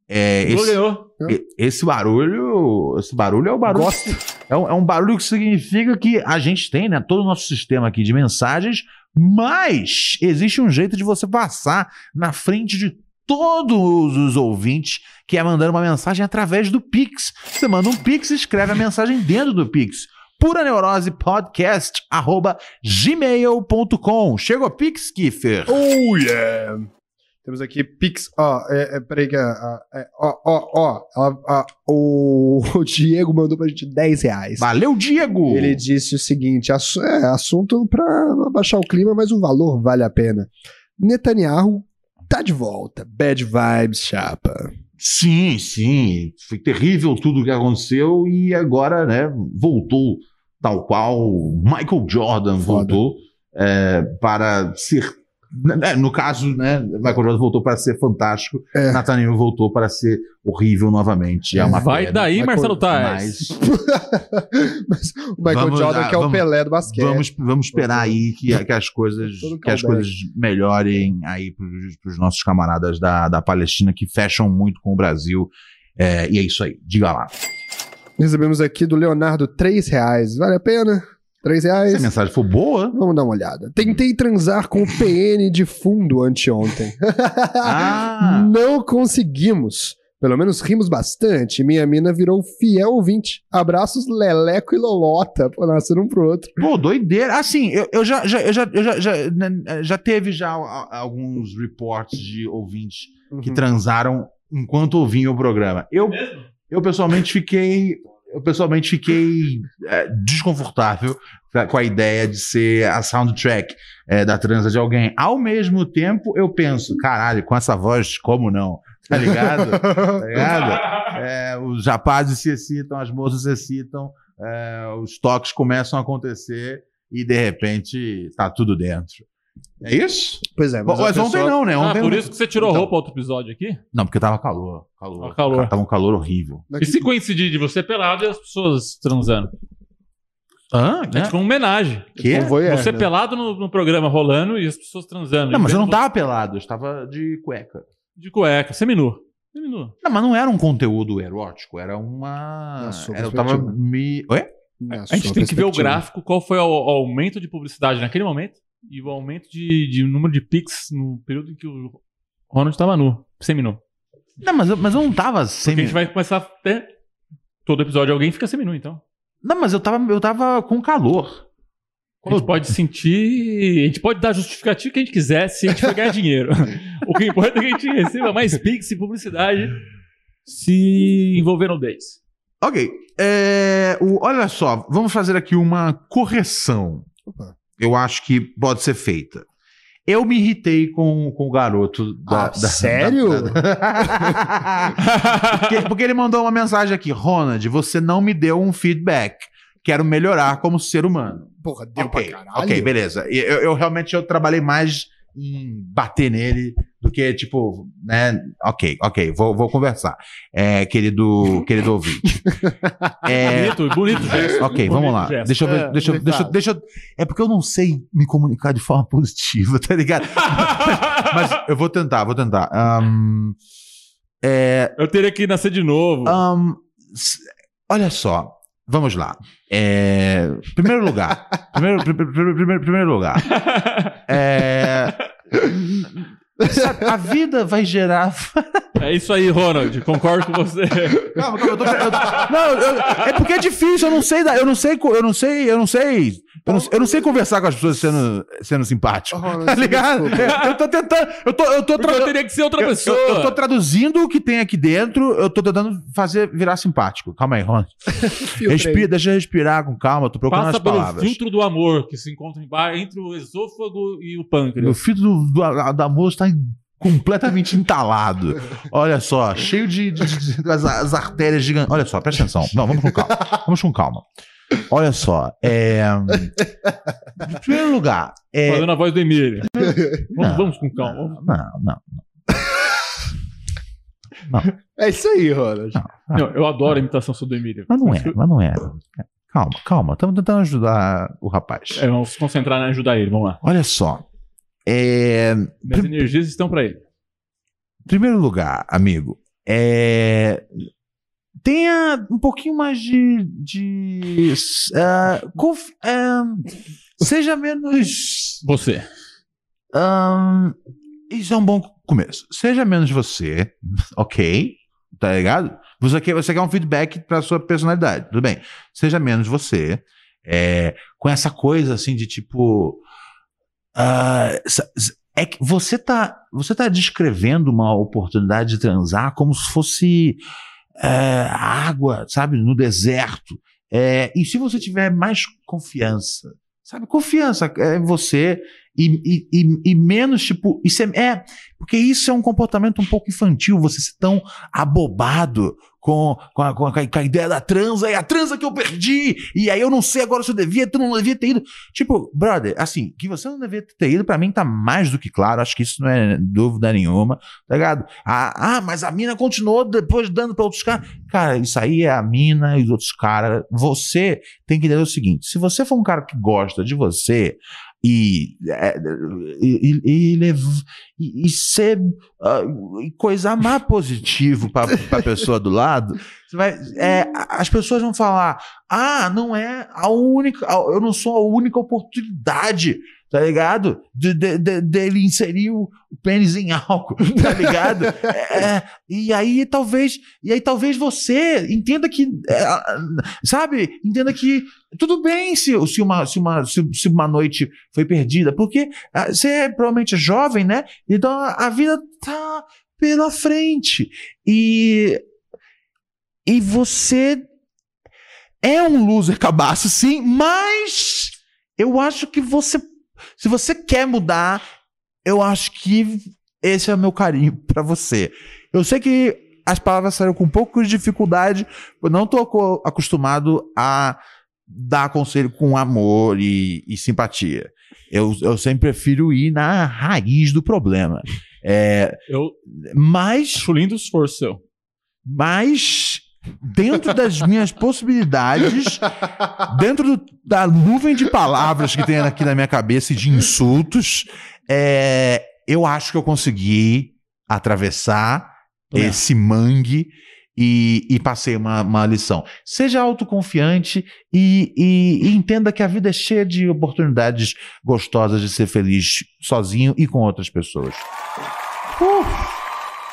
Speaker 1: É,
Speaker 3: Lula
Speaker 1: esse,
Speaker 3: ganhou.
Speaker 1: e- Esse barulho, esse barulho é o barulho. É um, é um barulho que significa que a gente tem, né, todo o nosso sistema aqui de mensagens, mas existe um jeito de você passar na frente de todos os ouvintes, que é mandando uma mensagem através do Pix. Você manda um Pix e escreve a mensagem dentro do Pix. Pura Neurose Podcast, arroba gmail.com. Chegou o Pix, Kiffer.
Speaker 2: Oh, yeah! Temos aqui Pix. Ó, é, é, peraí que. a- a- é, Ó, ó, ó. ela- a- o, o Diego mandou pra gente 10 reais.
Speaker 1: Valeu, Diego.
Speaker 2: Ele disse o seguinte: assu- é, assunto pra abaixar o clima, mas o valor vale a pena. Netanyahu tá de volta. Bad vibes, chapa.
Speaker 1: Sim, sim. Foi terrível tudo o que aconteceu e agora, né, voltou tal qual Michael Jordan
Speaker 2: Foda.
Speaker 1: voltou é, para ser. né, No caso, né, Michael Jordan voltou para ser fantástico,
Speaker 2: É.
Speaker 1: Nathaniel voltou para ser horrível novamente. É uma
Speaker 3: Vai
Speaker 1: pena,
Speaker 3: daí,
Speaker 2: Vai
Speaker 3: Marcelo
Speaker 2: com-
Speaker 3: Tais.
Speaker 1: mas
Speaker 2: mas o Michael
Speaker 1: Vamos
Speaker 2: Jordan,
Speaker 1: lá,
Speaker 2: que é o
Speaker 1: vamos-
Speaker 2: Pelé do basquete.
Speaker 1: vamos, vamos esperar aí que, que as coisas
Speaker 2: Todo
Speaker 1: que as
Speaker 2: caldeirão.
Speaker 1: coisas melhorem aí para os nossos camaradas da, da Palestina que fecham muito com o Brasil. É, e é isso aí. Diga lá.
Speaker 2: Recebemos aqui do Leonardo 3 reais. Vale a pena? 3 reais?
Speaker 1: Se a mensagem for boa,
Speaker 2: Vamos dar uma olhada. Tentei transar com o PN de fundo anteontem.
Speaker 1: Ah,
Speaker 2: Não conseguimos. Pelo menos rimos bastante. Minha mina virou fiel ouvinte. Abraços Leleco e Lolota. Pô, nascer um pro outro.
Speaker 1: pô, doideira. Assim, eu, eu já, já, eu já, eu já, já, né, já teve já a- alguns reports de ouvintes que transaram enquanto ouviam o programa. Eu, eu pessoalmente fiquei. Eu pessoalmente fiquei é, desconfortável ca- com a ideia de ser a soundtrack é, da transa de alguém. Ao mesmo tempo, eu penso, caralho, com essa voz, como não? Tá ligado? tá ligado? É, os rapazes se excitam, as moças se excitam, é, os toques começam a acontecer e de repente tá tudo dentro. É isso?
Speaker 2: Pois é,
Speaker 1: Mas,
Speaker 2: mas, a pessoa-
Speaker 1: ontem não, né?
Speaker 3: Ah,
Speaker 1: Ontem
Speaker 3: por
Speaker 1: não.
Speaker 3: isso que você tirou
Speaker 1: Então.
Speaker 3: roupa outro episódio aqui?
Speaker 1: Não, porque tava calor. calor.
Speaker 3: Tava calor.
Speaker 1: Tava um calor horrível.
Speaker 3: E se coincidir de você pelado e as pessoas transando?
Speaker 1: Hã?
Speaker 3: É tipo uma homenagem.
Speaker 1: Quê?
Speaker 2: Não vou- é,
Speaker 3: você
Speaker 2: né?
Speaker 3: pelado no, no programa rolando e as pessoas transando.
Speaker 1: Não, mas eu não
Speaker 3: tá
Speaker 1: tava pelado, eu estava de cueca.
Speaker 3: De cueca, seminu. Seminu.
Speaker 1: Não, mas não era um conteúdo erótico, era uma.
Speaker 2: Na sua
Speaker 1: Era- eu tava
Speaker 2: perspectiva.
Speaker 1: me. Oi?
Speaker 2: Na
Speaker 3: A gente
Speaker 2: sua
Speaker 3: tem que ver o
Speaker 2: perspectiva.
Speaker 3: gráfico, qual foi o, o aumento de publicidade naquele momento e o aumento de, de número de pics no período em que o Ronald estava nu, seminu.
Speaker 1: Não, mas eu, mas eu não tava sem.
Speaker 3: Porque a gente vai começar a ter. Todo episódio alguém fica seminu, então.
Speaker 1: Não, mas eu tava, eu tava com calor.
Speaker 3: A gente pode sentir. A gente pode dar justificativo que a gente quiser se a gente for ganhar dinheiro. o que importa é que a gente receba mais Pix e publicidade se envolveram desde.
Speaker 1: Ok. É, o- olha só, vamos fazer aqui uma correção.
Speaker 2: Opa.
Speaker 1: Eu acho que pode ser feita. Eu me irritei com, com o garoto da.
Speaker 2: Ah,
Speaker 1: da-
Speaker 2: sério?
Speaker 1: da- porque, porque ele mandou uma mensagem aqui: Ronald, você não me deu um feedback. Quero melhorar como ser humano.
Speaker 2: Porra, deu
Speaker 1: ok,
Speaker 2: pra caralho.
Speaker 1: ok, beleza. E Eu, eu realmente eu trabalhei mais em bater nele do que, tipo, né? Ok, ok, vou, vou conversar. É, querido, querido ouvinte. É,
Speaker 3: Bonito, bonito gesto.
Speaker 1: Ok,
Speaker 3: Bonito
Speaker 1: vamos lá.
Speaker 3: gesto.
Speaker 1: Deixa eu ver.
Speaker 2: É,
Speaker 1: deixa, eu-
Speaker 2: me
Speaker 1: deixa, eu-
Speaker 2: fala.
Speaker 1: deixa, eu- é porque eu não sei me comunicar de forma positiva, tá ligado? Mas eu vou tentar, vou tentar. Ahn, é,
Speaker 3: Eu teria que nascer de novo.
Speaker 1: ahn, Hum, s- olha só, vamos lá. É, primeiro lugar. primeiro, pri- pri- pri- primeiro, primeiro lugar. É, sabe, a vida vai gerar.
Speaker 3: É isso aí, Ronald. Concordo com você.
Speaker 1: Calma, calma, eu tô. eu tô- não, eu- é porque é difícil, eu não sei. da- Eu não sei. co- Eu não sei. Eu não sei. Eu não, eu não sei conversar com as pessoas sendo, sendo simpático.
Speaker 2: Ronald,
Speaker 1: Tá ligado?
Speaker 2: desculpa.
Speaker 1: É, eu tô tentando. Eu tô, eu tô,
Speaker 3: Porque
Speaker 1: tra-
Speaker 3: eu teria que ser outra
Speaker 1: eu-
Speaker 3: pessoa.
Speaker 1: eu- eu tô traduzindo o que tem aqui dentro. Eu tô tentando fazer virar simpático. Calma aí, Ron.
Speaker 2: Filtrei.
Speaker 1: Respira, deixa eu respirar com calma. Eu tô procurando
Speaker 3: Passa
Speaker 1: as
Speaker 3: pelo
Speaker 1: palavras.
Speaker 3: filtro do amor que se encontra embaixo, entre o esôfago e o
Speaker 1: Meu
Speaker 3: pâncreas.
Speaker 1: filtro do, do, da moça tá em- completamente entalado. Olha só, cheio de, de- de- de- as, as artérias gigantes. Olha só, presta atenção. Não, vamos com calma. Vamos com calma. Olha só, é... em primeiro lugar, é...
Speaker 3: Fazendo a voz do Emílio.
Speaker 1: Não.
Speaker 3: Vamos, vamos com calma.
Speaker 1: não, não, não.
Speaker 2: É isso aí, Ronald.
Speaker 3: Não, eu adoro a imitação sua do Emílio.
Speaker 1: Ah. Mas não é, mas não é. Calma, calma. Estamos tentando ajudar o rapaz.
Speaker 3: É, vamos se concentrar em ajudar ele. Vamos lá.
Speaker 1: Olha só, é...
Speaker 3: Minhas energias estão pra ele.
Speaker 1: Em primeiro lugar, amigo, é... tenha um pouquinho mais de. de ah, conf- ah, seja menos.
Speaker 3: Você.
Speaker 1: ah, isso é um bom começo. Seja menos você, ok? Tá ligado? Você quer, você quer um feedback pra sua personalidade, tudo bem. Seja menos você, é, com essa coisa assim de tipo. ah, sa- sa- é que você tá, você tá descrevendo uma oportunidade de transar como se fosse é, água, sabe, no deserto. É, e se você tiver mais confiança, sabe, confiança é, em você e, e- e- e menos tipo, isso é, é, porque isso é um comportamento um pouco infantil, você ser tão abobado com, com, a, com, a, com a ideia da transa, e a transa que eu perdi, e aí eu não sei agora se eu devia, tu não devia ter ido. Tipo, brother, assim, que você não devia ter ido, pra mim tá mais do que claro, acho que isso não é dúvida nenhuma, tá ligado? Ah, ah, mas a mina continuou depois dando pra outros caras. Cara, isso aí é a mina e os outros caras. Você tem que entender o seguinte: se você for um cara que gosta de você e. é, e, e, e lev- e- e ser. ah, e coisar mais positivo pra, pra pessoa do lado, você vai, é, as pessoas vão falar: ah, não é a única. a- Eu não sou a única oportunidade. Tá ligado? De, de- de- dele inserir o pênis em álcool, tá ligado? É, e aí talvez, e aí talvez você entenda que, é, sabe? Entenda que tudo bem se, se, uma, se, uma, se, se uma noite foi perdida, porque ah, você é, provavelmente é jovem, né? Então a, a vida tá pela frente. E, e você é um loser cabaço, sim, mas eu acho que você. Se você quer mudar, eu acho que esse é o meu carinho pra você. Eu sei que as palavras saíram com um pouco de dificuldade. Eu não tô aco- acostumado a dar conselho com amor e, e simpatia. Eu, eu sempre prefiro ir na raiz do problema. É,
Speaker 3: Eu
Speaker 1: mas,
Speaker 3: acho lindo o esforço seu.
Speaker 1: mas dentro das minhas possibilidades, dentro do- da nuvem de palavras que tem aqui na minha cabeça e de insultos, é, eu acho que eu consegui atravessar
Speaker 3: É.
Speaker 1: esse mangue e, e passei uma, uma lição. Seja autoconfiante e, e- e entenda que a vida é cheia de oportunidades gostosas de ser feliz sozinho e com outras pessoas. Uh!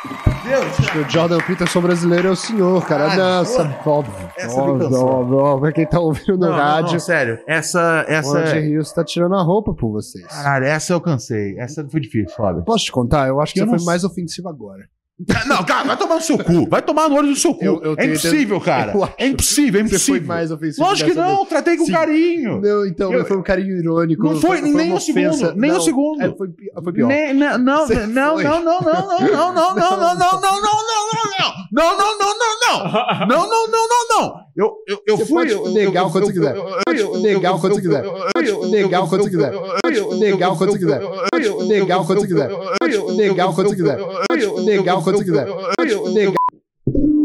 Speaker 2: Acho que o Jordan Peterson brasileiro é o senhor, cara.
Speaker 1: Ah,
Speaker 2: Nossa, óbvio.
Speaker 1: Essa é me
Speaker 2: óbvio,
Speaker 1: cansou.
Speaker 2: óbvio, óbvio. Pra quem tá ouvindo no rádio,
Speaker 1: sério. Essa, é-
Speaker 2: o Andy Rios tá tirando a roupa por vocês.
Speaker 1: Caralho, essa eu cansei. Essa foi difícil, foda.
Speaker 2: Posso te contar? Eu acho que
Speaker 1: Eu
Speaker 2: você foi
Speaker 1: não
Speaker 2: mais ofensivo agora.
Speaker 1: Não, cara, vai tomar no seu cu. Vai tomar no olho do seu cu.
Speaker 2: Eu- eu
Speaker 1: é
Speaker 2: tenho-
Speaker 1: impossível, cara.
Speaker 2: Eu acho
Speaker 1: É impossível, é
Speaker 2: Você foi
Speaker 1: impossível.
Speaker 2: mais ofensivo.
Speaker 1: Lógico que
Speaker 2: dessa
Speaker 1: não, tratei com
Speaker 2: Sim.
Speaker 1: carinho.
Speaker 2: vez. Não, então,
Speaker 1: Eu-
Speaker 2: foi um carinho irônico.
Speaker 1: Não foi,
Speaker 2: uma
Speaker 1: nem um
Speaker 2: ofensa.
Speaker 1: segundo, nem um
Speaker 2: Não,
Speaker 1: segundo.
Speaker 2: é, foi, pi- foi pior.
Speaker 1: Ne- ne- não,
Speaker 2: Você
Speaker 1: não,
Speaker 2: foi.
Speaker 1: não, não, não, não, não, não, não, não, não, não, não, não, não, não, não, não, não, não. Não, não, não, não, não. Eu, eu, eu
Speaker 2: Você
Speaker 1: fui.
Speaker 2: pode
Speaker 1: eu- eu-
Speaker 2: negar
Speaker 1: eu-
Speaker 2: o quanto
Speaker 1: eu-
Speaker 2: você quiser.
Speaker 1: eu- eu-
Speaker 2: Pode
Speaker 1: eu- eu-
Speaker 2: negar o
Speaker 1: eu-
Speaker 2: quanto você
Speaker 1: eu-
Speaker 2: quiser.
Speaker 1: eu- eu-
Speaker 2: Pode
Speaker 1: eu-
Speaker 2: negar o quanto
Speaker 1: eu-
Speaker 2: você quiser.
Speaker 1: eu- eu-
Speaker 2: Pode
Speaker 1: eu-
Speaker 2: negar o quanto
Speaker 1: eu-
Speaker 2: você quiser.
Speaker 1: eu-
Speaker 2: Pode
Speaker 1: eu- eu-
Speaker 2: negar o
Speaker 1: eu-
Speaker 2: quanto você
Speaker 1: eu-
Speaker 2: quiser.
Speaker 1: eu-
Speaker 2: Pode
Speaker 1: eu-
Speaker 2: negar o
Speaker 1: eu-
Speaker 2: quanto você
Speaker 1: eu-
Speaker 2: quiser.
Speaker 1: eu- eu-
Speaker 2: Pode
Speaker 1: eu-
Speaker 2: negar o
Speaker 1: eu-
Speaker 2: quanto você
Speaker 1: eu-
Speaker 2: quiser.
Speaker 1: eu- eu-
Speaker 2: Pode
Speaker 1: eu- eu-
Speaker 2: negar.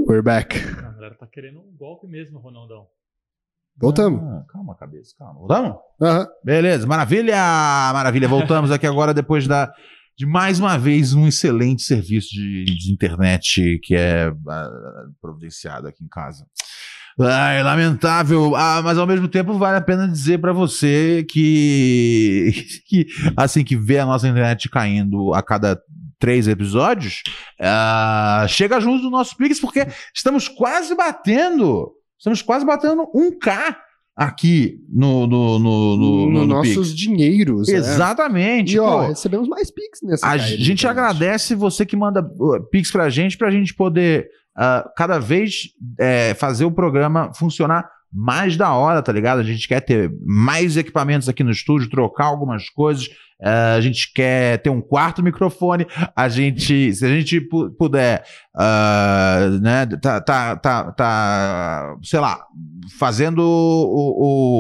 Speaker 2: We're back.
Speaker 3: A galera tá querendo um golpe mesmo, Ronaldão.
Speaker 2: Voltamos.
Speaker 1: Ah, Calma, cabeça, calma. Voltamos?
Speaker 2: Aham.
Speaker 1: Beleza, maravilha! Maravilha, voltamos aqui agora depois da, de mais uma vez um excelente serviço de, de internet que é ah, providenciado aqui em casa. Ai, lamentável, ah, mas ao mesmo tempo vale a pena dizer pra você que, que assim que vê a nossa internet caindo a cada três episódios, ah, chega junto do nosso Pix, porque estamos quase batendo, estamos quase batendo 1K aqui no, no, no, no,
Speaker 2: Nos
Speaker 1: no- no Pix.
Speaker 2: nossos dinheiros. né?
Speaker 1: Exatamente. Então,
Speaker 2: E ó,
Speaker 1: pô.
Speaker 2: recebemos mais Pix nessa
Speaker 1: a
Speaker 2: caída, então,
Speaker 1: gente
Speaker 2: internet.
Speaker 1: agradece você que manda uh, Pix pra gente, pra gente poder ah, cada vez eh, fazer o programa funcionar mais da hora, tá ligado? A gente quer ter mais equipamentos aqui no estúdio, trocar algumas coisas, ah, a gente quer ter um quarto microfone, a gente, se a gente pu- puder, ah, né, tá, tá, tá, tá, sei lá, fazendo o,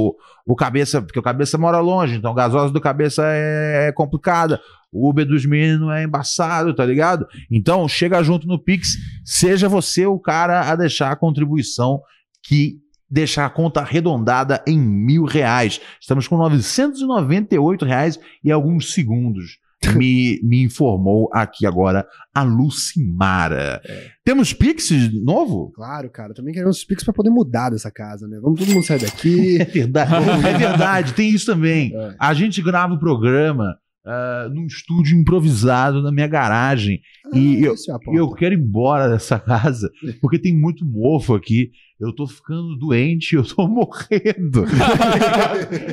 Speaker 1: o, o cabeça, porque o cabeça mora longe, então gasosa do cabeça é complicada. O Uber dos meninos é embaçado, tá ligado? Então, chega junto no Pix, seja você o cara a deixar a contribuição que deixar a conta arredondada em mil reais. Estamos com 998 reais e alguns segundos. Me, me informou aqui agora a Lucimara. Temos Pix novo?
Speaker 2: Claro, cara. Também queremos os Pix pra poder mudar dessa casa, né? Vamos todo mundo sair daqui.
Speaker 1: É verdade, é verdade, tem isso também.
Speaker 2: É.
Speaker 1: A gente grava o programa ah, num estúdio improvisado na minha garagem. E
Speaker 2: Ah, isso é a
Speaker 1: E
Speaker 2: porta.
Speaker 1: eu quero ir embora dessa casa, porque tem muito mofo aqui. Eu tô ficando doente, eu tô morrendo.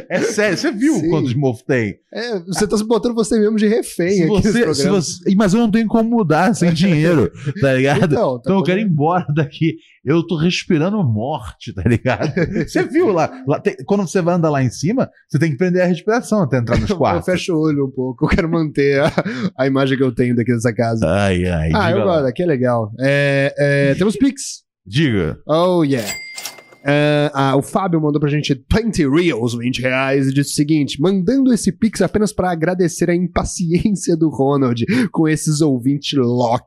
Speaker 1: é sério, você viu
Speaker 2: Sim.
Speaker 1: quantos mofos tem?
Speaker 2: É, você tá se botando você mesmo de refém
Speaker 1: Se
Speaker 2: aqui nesse
Speaker 1: você, se
Speaker 2: programa.
Speaker 1: você- Ih, Mas eu não tenho como mudar sem dinheiro, tá ligado?
Speaker 2: Então, tá
Speaker 1: Então eu quero ir
Speaker 2: bom.
Speaker 1: embora daqui. Eu tô respirando morte, tá ligado? Você viu lá? lá tem- quando você vai andar lá em cima, você tem que prender a respiração até entrar nos
Speaker 2: Eu
Speaker 1: quartos.
Speaker 2: fecho o olho um pouco. Eu quero manter a, a imagem que eu tenho daqui dessa casa.
Speaker 1: Ai, ai,
Speaker 2: Ah,
Speaker 1: diga
Speaker 2: eu
Speaker 1: Tá, lá.
Speaker 2: gosto. Aqui é legal. É, é, temos Pix.
Speaker 1: Diga.
Speaker 2: Oh, yeah. É, ah, o Fábio mandou pra gente 20 reals, 20 reais, e disse o seguinte: mandando esse pix apenas pra agradecer a impaciência do Ronald com esses ouvintes Loki.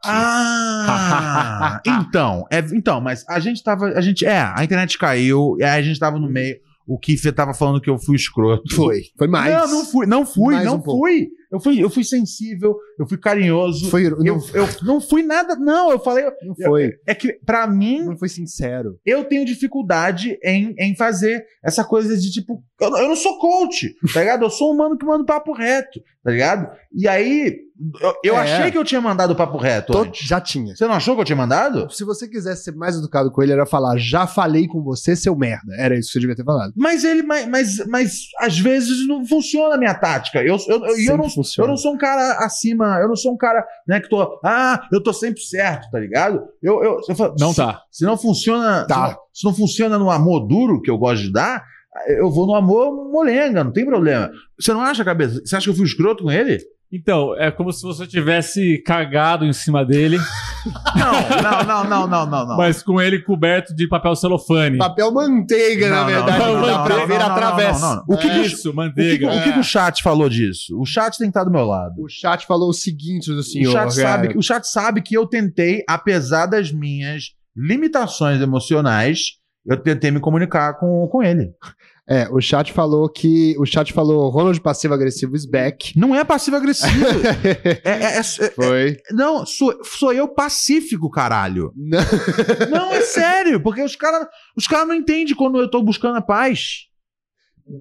Speaker 1: Ah! então, é, então, mas a gente tava. A gente, é, a internet caiu, e aí a gente tava no meio. O Kiffer tava falando que eu fui escroto.
Speaker 2: Uhum. foi, foi mais.
Speaker 1: Não, não fui, não fui,
Speaker 2: Mais
Speaker 1: não
Speaker 2: um pouco.
Speaker 1: fui. Eu fui. Eu fui sensível, eu fui carinhoso.
Speaker 2: Foi, não,
Speaker 1: eu, eu não fui nada, não. Eu falei.
Speaker 2: não foi.
Speaker 1: É que, pra mim,
Speaker 2: Não foi sincero.
Speaker 1: eu tenho dificuldade em, em fazer essa coisa de tipo, eu, eu não sou coach, tá ligado? Eu sou um mano que manda papo reto, tá ligado? E aí, eu, eu
Speaker 2: É.
Speaker 1: achei que eu tinha mandado papo reto
Speaker 2: Tô-
Speaker 1: antes.
Speaker 2: já tinha.
Speaker 1: Você não achou que eu tinha mandado?
Speaker 2: Então, Se você quisesse ser mais educado com ele, era falar: já falei com você, seu merda. Era isso que você devia ter falado.
Speaker 1: Mas ele, mas, mas, mas às vezes não funciona a minha tática. Eu, eu, eu, e eu,
Speaker 2: Sempre
Speaker 1: não,
Speaker 2: funciona.
Speaker 1: eu não sou um cara acima, eu não sou um cara, né, que tô, ah, eu tô sempre certo, tá ligado? Eu, eu, eu falo,
Speaker 3: Não
Speaker 1: se,
Speaker 3: tá.
Speaker 1: se não funciona,
Speaker 2: Tá.
Speaker 1: se, não, se não funciona no amor duro que eu gosto de dar, eu vou no amor molenga, não tem problema. Você não acha cabeça? Você acha que eu fui escroto com ele?
Speaker 3: Então, é como se você tivesse cagado em cima dele,
Speaker 1: Não, não, não, não, não, não, não.
Speaker 3: mas com ele coberto de papel celofane.
Speaker 1: Tá,
Speaker 2: Papel manteiga, na
Speaker 1: Não, não,
Speaker 2: verdade.
Speaker 1: não,
Speaker 2: dá
Speaker 1: não,
Speaker 2: pra
Speaker 1: não,
Speaker 2: ver
Speaker 1: não, não,
Speaker 2: através.
Speaker 1: não, não, não. O que
Speaker 2: É.
Speaker 1: que-
Speaker 3: Isso,
Speaker 1: O que, que-
Speaker 3: manteiga.
Speaker 1: o que que o chat falou disso? O chat tem que estar do meu lado.
Speaker 2: O chat falou o seguinte do senhor.
Speaker 1: o, chat
Speaker 2: cara.
Speaker 1: sabe, que- o chat sabe que eu tentei, apesar das minhas limitações emocionais, eu tentei me comunicar com, com ele.
Speaker 2: É, o chat falou que. O chat falou Ronald passivo agressivo is back.
Speaker 1: Não é passivo-agressivo. É- é- é- é-
Speaker 2: Foi.
Speaker 1: não, sou, sou eu pacífico, caralho.
Speaker 2: Não.
Speaker 1: Não, é sério, porque os caras os cara não entendem quando eu tô buscando a paz.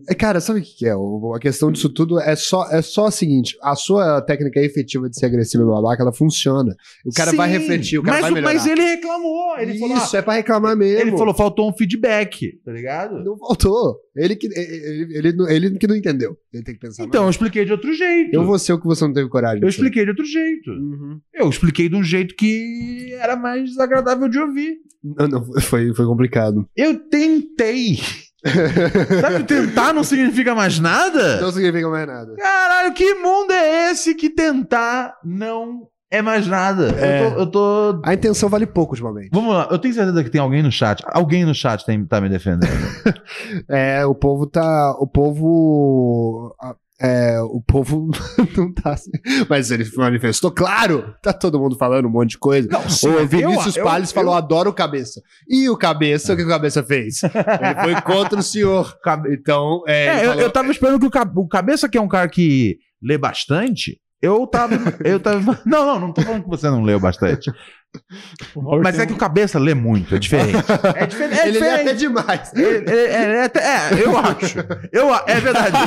Speaker 2: É, Cara, sabe o que que é? O- A questão disso tudo é só, é só a seguinte: a sua técnica efetiva de ser agressiva e babaca, ela funciona. O cara vai
Speaker 1: Sim,
Speaker 2: refletir, o cara
Speaker 1: mas,
Speaker 2: vai melhorar.
Speaker 1: Mas ele reclamou. Ele falou,
Speaker 2: Isso,
Speaker 1: ah,
Speaker 2: é pra reclamar mesmo.
Speaker 1: ele falou, faltou um feedback, tá ligado?
Speaker 2: Não voltou. Ele que, ele, ele, não- ele que não entendeu. Ele tem que pensar.
Speaker 1: Então, eu expliquei de outro jeito.
Speaker 2: mais. eu vou ser o que você não teve coragem.
Speaker 1: Eu
Speaker 2: de ser.
Speaker 1: expliquei de outro jeito.
Speaker 2: Uhum.
Speaker 1: Eu expliquei de um jeito que era mais desagradável de ouvir.
Speaker 2: Não, não, foi, foi complicado.
Speaker 1: Eu tentei. Sabe, tentar não significa mais nada?
Speaker 2: Não significa mais nada.
Speaker 1: Caralho, que mundo é esse que tentar não é mais nada?
Speaker 2: É.
Speaker 1: Eu, tô, eu tô-
Speaker 2: A intenção vale pouco ultimamente.
Speaker 1: Vamos lá, eu tenho certeza que tem alguém no chat. Alguém no chat tem, tá me defendendo.
Speaker 2: É, o povo tá. O povo. a- É, o povo não tá. Mas ele manifestou, claro! Tá todo mundo falando um monte de coisa.
Speaker 1: Não,
Speaker 2: o Vinícius Palles falou: adoro o cabeça. E o cabeça, o que o cabeça fez? ele foi contra o senhor. Cabe- Então, é. ele
Speaker 1: É, eu,
Speaker 2: falou-
Speaker 1: eu tava esperando que o, Ca- o Cabeça, que é um cara que lê bastante, eu tava. eu tava não, não, não tô falando que você não leu bastante.
Speaker 3: O Robert
Speaker 1: Mas é
Speaker 3: tem um-
Speaker 1: que o Cabeça lê muito, é diferente. É diferente. É
Speaker 2: ele lê até
Speaker 1: diferente.
Speaker 2: demais.
Speaker 1: Ele- ele- ele até- é, eu acho. Eu, a- é verdade.